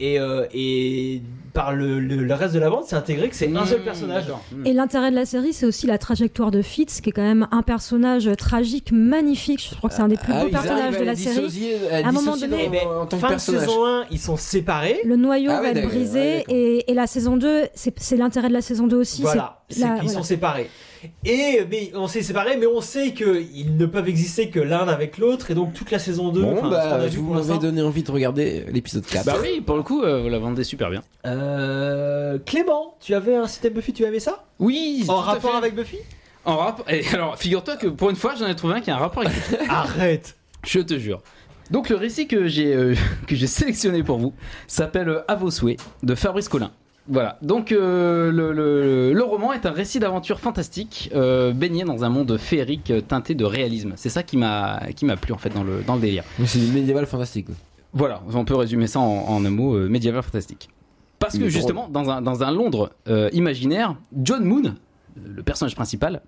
S1: Et, euh, et par le, le- le reste de la bande, c'est intégré que c'est un seul personnage.
S3: Et l'intérêt de la série, c'est aussi la trajectoire de Fitz, qui est quand même un personnage tragique, magnifique. Je crois que c'est un des plus
S4: Ah,
S3: beaux
S4: ils arrivent
S3: personnages
S4: à
S3: de la série.
S4: dissocier- à
S3: À un moment
S4: dissocier
S3: donné,
S4: dans-
S1: Mais
S4: en tant que
S1: ben, fin de
S4: personnage.
S1: saison 1, ils sont séparés.
S3: Le noyau
S4: Ah ouais,
S3: va être
S4: d'accord, ouais,
S3: brisé
S4: d'accord.
S3: et, et la saison 2, c'est c'est l'intérêt de la saison 2 aussi.
S1: Voilà,
S3: c'est
S1: c'est
S3: la-
S1: qu'ils
S3: voilà.
S1: sont séparés. Et mais on s'est séparés, mais on sait qu'ils ne peuvent exister que l'un avec l'autre. Et donc toute la saison 2,
S4: Bon,
S1: enfin, ce qu'on a
S4: bah,
S1: vu
S4: vous
S1: pour
S4: m'avez
S1: l'instant-
S4: donné envie de regarder l'épisode 4.
S2: Bah oui, pour le coup, euh, vous la vendez super bien.
S1: Euh, Clément, tu avais un système Buffy, tu avais ça
S2: Oui,
S1: En rapport avec Buffy
S2: En rapport. Et alors, figure-toi que pour une fois, j'en ai trouvé un qui a un rapport avec.
S1: Arrête
S2: Je te jure. Donc le récit que j'ai euh, que j'ai sélectionné pour vous s'appelle euh, À vos souhaits de Fabrice Collin. Voilà. Donc euh, le, le- le roman est un récit d'aventure fantastique euh, baigné dans un monde féerique euh, teinté de réalisme. C'est ça qui m'a qui m'a plu en fait dans le dans le délire.
S4: Mais C'est du médiéval fantastique.
S2: Voilà, on peut résumer ça en, en un mot euh, médiéval fantastique. Parce
S4: Il est
S2: que
S4: drôle.
S2: justement, dans un, dans un Londres euh, imaginaire, John Moon, euh, le personnage principal,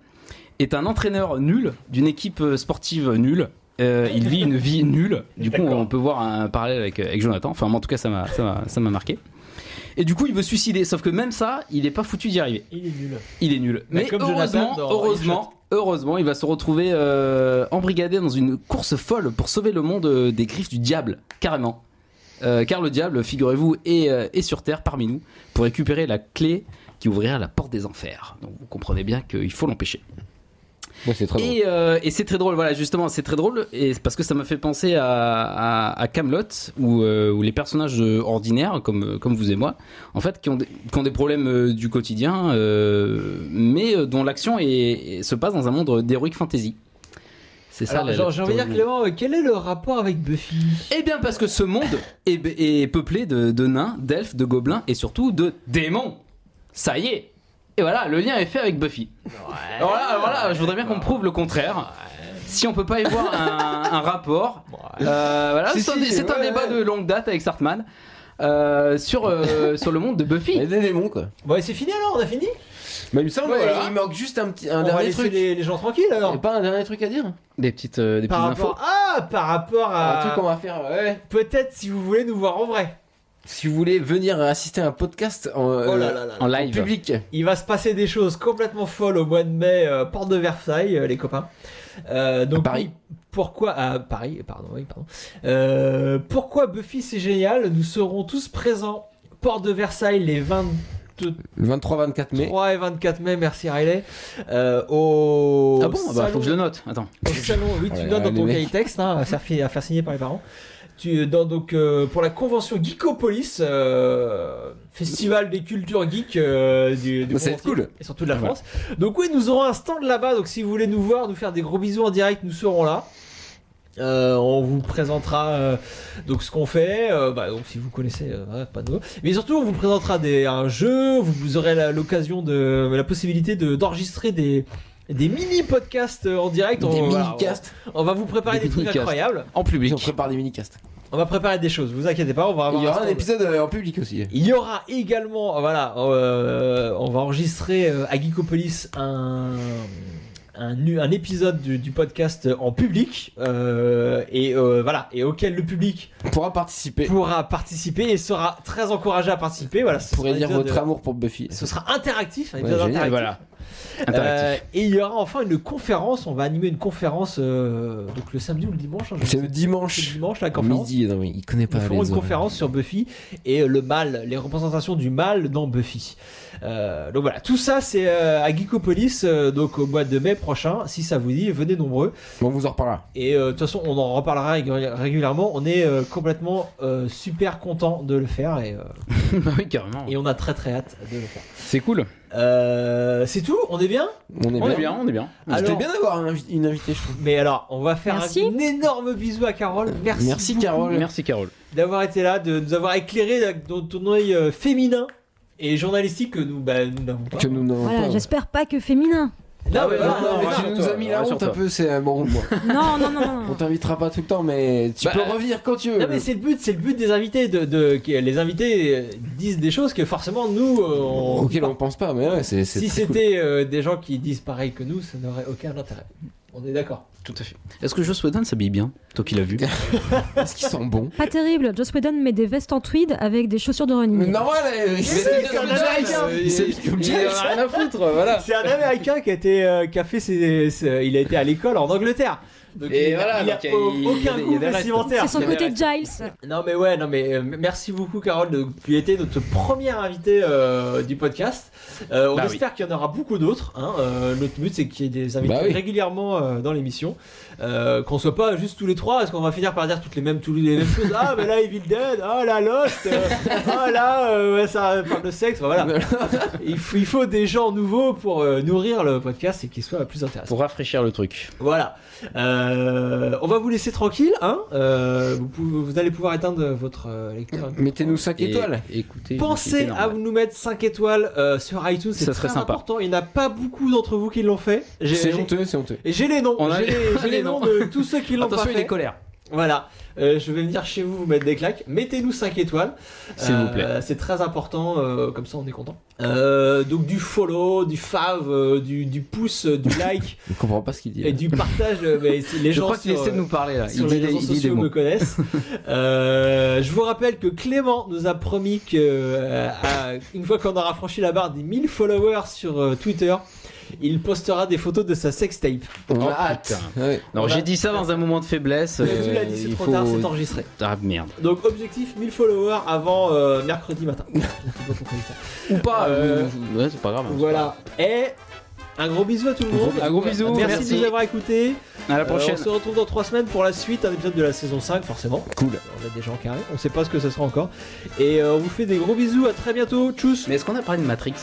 S2: est un entraîneur nul d'une équipe euh, sportive nulle. Euh, il vit une vie nulle. Du coup, on peut voir un parallèle avec, euh, avec Jonathan. Enfin, moi, en tout cas, ça m'a- ça m'a ça m'a marqué. Et du coup, il veut se suicider. Sauf que même ça, il n'est pas foutu d'y arriver.
S1: Il est nul.
S2: Il est nul.
S1: Mais
S2: Mais,
S1: Bah, comme Jonathan
S2: heureusement,
S1: dans
S2: heureusement, heureusement, il va se retrouver euh, embrigadé dans une course folle pour sauver le monde euh, des griffes du diable, carrément. Euh, car le diable, figurez-vous, est, euh, est sur Terre parmi nous pour récupérer la clé qui ouvrira la porte des enfers. Donc vous comprenez bien qu'il faut l'empêcher.
S4: Moi, c'est très
S2: Et, euh, et c'est très drôle, voilà, justement, c'est très drôle, et c'est parce que ça m'a fait penser à, à, Camelot, où, euh, où les personnages euh, ordinaires, comme, comme vous et moi, en fait, qui ont des, qui ont des problèmes euh, du quotidien, euh, mais euh, dont l'action est- est- se passe dans un monde d'heroic fantasy. C'est ça.
S1: Alors,
S2: la- la
S1: genre, j'ai envie de dire,
S2: théorie.
S1: Clément, euh, quel est le rapport avec Buffy
S2: Eh bien, parce que ce monde est, est peuplé de, de nains, d'elfes, de gobelins et surtout de démons. Ça y est. Et voilà, le lien est fait avec Buffy. Alors là, alors là, je voudrais bien qu'on me prouve le contraire. Si on peut pas y voir un, un rapport, euh, voilà,
S4: Si,
S2: c'est un,
S4: si,
S2: dé- c'est un
S4: ouais,
S2: débat
S4: ouais.
S2: de longue date avec Sartman euh, sur, euh, sur le monde de Buffy.
S4: Il y a des démons quoi.
S1: Bon, et c'est fini alors, on a fini Bah,
S4: Mais il me semble
S2: Ouais,
S4: voilà,
S2: voilà.
S4: il manque juste un petit un
S1: On va
S4: dernier
S1: laisser
S4: truc.
S1: les, les gens tranquilles
S4: Y a
S1: alors.
S4: Pas un dernier truc à dire
S2: Des petites, euh, des petites
S1: Par
S2: infos.
S1: rapport, ah, par rapport
S4: Un truc
S1: à.
S4: qu'on va faire. Ouais.
S1: Peut-être si vous voulez nous voir en vrai.
S4: Si vous voulez venir assister à un podcast en, euh,
S1: Oh là là là.
S2: En
S1: là.
S4: en
S2: live.
S4: public,
S1: Il va se passer des choses complètement folles au mois de mai, euh, porte de Versailles, euh, les copains. Euh, donc,
S4: À Paris.
S1: Pourquoi à Paris Pardon, oui, pardon. Euh, pourquoi Buffy c'est génial Nous serons tous présents. Porte de Versailles les 23
S4: le 23-24 mai.
S1: et 24 mai. Merci Riley. Euh, au
S2: Ah bon, bah,
S1: salon-
S2: faut que je le note. Attends.
S1: au salon, oui,
S4: Oh
S1: tu
S4: là
S1: notes
S4: là,
S1: dans
S4: les
S1: ton
S4: mecs.
S1: cahier texte, hein, à, faire, fi- à faire signer par les parents. Tu, dans, donc, euh, pour la convention Geekopolis, euh, festival des cultures geeks euh, du, du
S4: Ça va
S1: monde
S4: être cool.
S1: entier, Et surtout de la
S2: Voilà.
S1: France. Donc, oui, nous aurons un stand là-bas. Donc, si vous voulez nous voir, nous faire des gros bisous en direct, nous serons là. Euh, on vous présentera euh, donc ce qu'on fait. euh, bah, donc si vous connaissez, euh, ouais, pas de mots. Mais surtout, on vous présentera des, un jeu. Vous, vous aurez la- l'occasion de la possibilité de d'enregistrer des des mini podcasts euh, en direct.
S4: Des
S1: on, voilà,
S4: mini-casts.
S1: on, on va vous préparer
S2: Des
S1: des, trucs
S2: mini-casts.
S1: incroyables.
S2: En public.
S4: On prépare des mini-casts.
S1: On va préparer des choses. Vous inquiétez pas, on va avoir
S4: Il y aura un
S1: stand.
S4: épisode euh, en public aussi.
S1: Il y aura également, voilà, euh, on va enregistrer euh, à Geekopolis un, un, nu- un épisode du, du podcast en public, euh, et euh, voilà, et auquel le public
S4: On pourra participer.
S1: pourra participer et sera très encouragé à participer. Voilà, ce
S4: Vous pourrez
S1: sera un
S4: dire
S1: épisode,
S4: votre amour pour Buffy.
S1: euh, Ce sera interactif, un
S4: Ouais,
S1: épisode
S4: génial,
S1: interactif.
S2: voilà.
S1: Euh, et il y aura enfin une conférence. On va animer une conférence euh, donc le samedi ou le dimanche. hein, je
S4: C'est
S1: sais
S4: le
S1: plus.
S4: dimanche.
S1: C'est le dimanche la conférence.
S4: Midi, non, mais il connaît pas
S1: Ils feront
S4: les
S1: une
S4: horaires.
S1: conférence sur Buffy et euh, le mal, les représentations du mal dans Buffy. Euh, donc voilà, tout ça c'est euh, à Geekopolis, euh, donc au mois de mai prochain. Si ça vous dit, venez nombreux.
S4: Bon, on vous en reparlera.
S1: Et euh, de toute façon, on en reparlera rég- régulièrement. On est euh, complètement euh, super content de le faire et, euh,
S2: Bah oui, carrément.
S1: et on a très très hâte de le faire.
S2: C'est cool.
S1: Euh, c'est tout, on est bien
S4: On est
S2: On
S4: bien.
S2: est bien, on est bien.
S4: C'était
S1: Alors-
S4: bien d'avoir un invi- une invitée, je trouve.
S1: Mais alors, on va faire
S3: Merci.
S1: un énorme bisou à Carole. Merci,
S4: Merci,
S1: beaucoup
S4: Carole.
S2: Merci, Carole.
S1: d'avoir été là, de nous avoir éclairé dans ton œil euh, féminin et journalistique que nous bah, nous n'avons pas.
S4: Que nous n'avons
S3: Voilà,
S4: pas.
S3: j'espère pas que féminin.
S1: Ah, Non, mais
S4: Non,
S1: voilà,
S4: non,
S1: non,
S4: mais
S1: voilà.
S4: tu nous as mis la honte un
S2: rassure-toi.
S4: peu, c'est euh, bon. bon.
S3: Non, non, non, non.
S4: On t'invitera pas tout le temps, mais tu
S2: Bah,
S4: peux revenir quand tu veux.
S1: Non, mais c'est le but, c'est le but des invités, de, de- que les invités euh, disent des choses que forcément nous. euh, on-
S4: Auquel on pense pas, mais ouais, c'est. c'est
S1: si
S4: très cool.
S1: c'était euh, des gens qui disent pareil que nous, ça n'aurait aucun intérêt. On est d'accord.
S2: Tout à fait. Est-ce que Joss Whedon s'habille bien Toi qui l'as vu.
S4: Est-ce qu'ils sont bons
S3: Pas terrible, Joss Whedon met des vestes en tweed avec des chaussures de running.
S4: normal, il s'est mis
S1: c'est
S4: comme
S1: un
S4: James.
S1: Américain.
S4: Il s'est mis comme
S2: Il
S4: James.
S2: en a rien à foutre, voilà.
S1: C'est un Américain qui a été, euh, qui a fait ses, ses- il a été à l'école en Angleterre. Donc
S2: Et
S1: il,
S2: voilà,
S1: il a
S2: donc il y a-
S1: au-
S2: il y a
S1: aucun
S2: des- il y a
S1: goût
S2: des restes.
S1: vestimentaire.
S3: C'est son côté Giles.
S1: Non mais ouais, non mais euh, merci beaucoup Carole de tu étais notre première invitée euh, du podcast. Euh, on
S2: Bah oui.
S1: espère qu'il y en aura beaucoup d'autres. Hein. Euh, notre but c'est qu'il y ait des invités
S4: Bah oui.
S1: régulièrement euh, dans l'émission, euh, qu'on soit pas juste tous les trois, parce qu'on va finir par dire toutes les mêmes tous les mêmes choses. Ah mais là Evil Dead, ah là Lost, euh, ah là euh, ouais, ça parle de sexe, voilà. il, faut, il faut des gens nouveaux pour euh, nourrir le podcast et qu'il soit plus intéressant.
S2: Pour rafraîchir le truc.
S1: Voilà. Euh, on va vous laisser tranquille, hein. Euh, vous, pouvez- vous allez pouvoir éteindre votre euh, lecteur.
S4: Mettez-nous 5
S2: Et-
S4: étoiles.
S2: Écoutez.
S1: Pensez
S2: écoutez,
S1: à
S2: normal.
S1: nous mettre 5 étoiles euh, sur iTunes, c'est
S2: Ça
S1: très
S2: serait sympa.
S1: important. Il n'y en a pas beaucoup d'entre vous qui l'ont fait. J'ai-
S4: C'est
S1: j'ai-
S4: honteux, c'est honteux.
S1: Et j'ai les noms,
S2: On a
S1: j'ai
S2: les-
S1: les,
S2: on a
S1: j'ai
S2: les
S1: les noms
S2: noms.
S1: de tous ceux qui l'ont pas
S2: Attention, il
S1: fait.
S2: est colère.
S1: Voilà, Euh, je vais venir chez vous vous mettre des claques. Mettez-nous 5 étoiles. Euh,
S2: S'il vous plaît.
S1: C'est très important, euh, comme ça on est content. Euh, donc du follow, du fave, euh, du, du pouce, euh, du like
S4: Je comprends pas ce qu'il dit.
S1: et du partage. euh, mais c'est- les
S2: Je
S1: gens
S2: crois qu'il
S1: sur,
S2: essaie de
S1: euh,
S2: nous parler là.
S1: sur
S2: Il dit
S1: les
S2: des-
S1: réseaux
S2: il dit des
S1: sociaux me
S2: mots.
S1: connaissent. Euh, je vous rappelle que Clément nous a promis que euh, à- une fois qu'on aura franchi la barre des 1000 followers sur euh, Twitter, il postera des photos de sa sextape.
S4: On
S2: Oh,
S4: a hâte.
S2: putain.
S4: Ouais.
S2: Non, j'ai dit ça dans un moment de faiblesse.
S1: Mais tu
S2: euh,
S1: l'as dit, c'est
S2: il
S1: trop
S2: faut-
S1: tard, c'est enregistré.
S2: Ah merde.
S1: Donc objectif 1000 followers avant euh, mercredi matin. J'ai pas compris ça.
S2: Ou pas.
S1: Euh,
S2: ou- Ouais, c'est pas grave. hein, c'est
S1: voilà. Et un gros bisou à tout le monde.
S2: Un gros bisou,
S1: Merci,
S2: merci.
S1: de nous avoir écoutés.
S2: pas grave. À la prochaine.
S1: Euh, on se retrouve dans 3 semaines pour la suite, un épisode de la saison 5 forcément.
S4: Cool.
S1: On a des gens carrés, on sait pas ce que ce sera encore. Et euh, on vous fait des gros bisous, à très bientôt, tchuss
S2: Mais est-ce qu'on a parlé de Matrix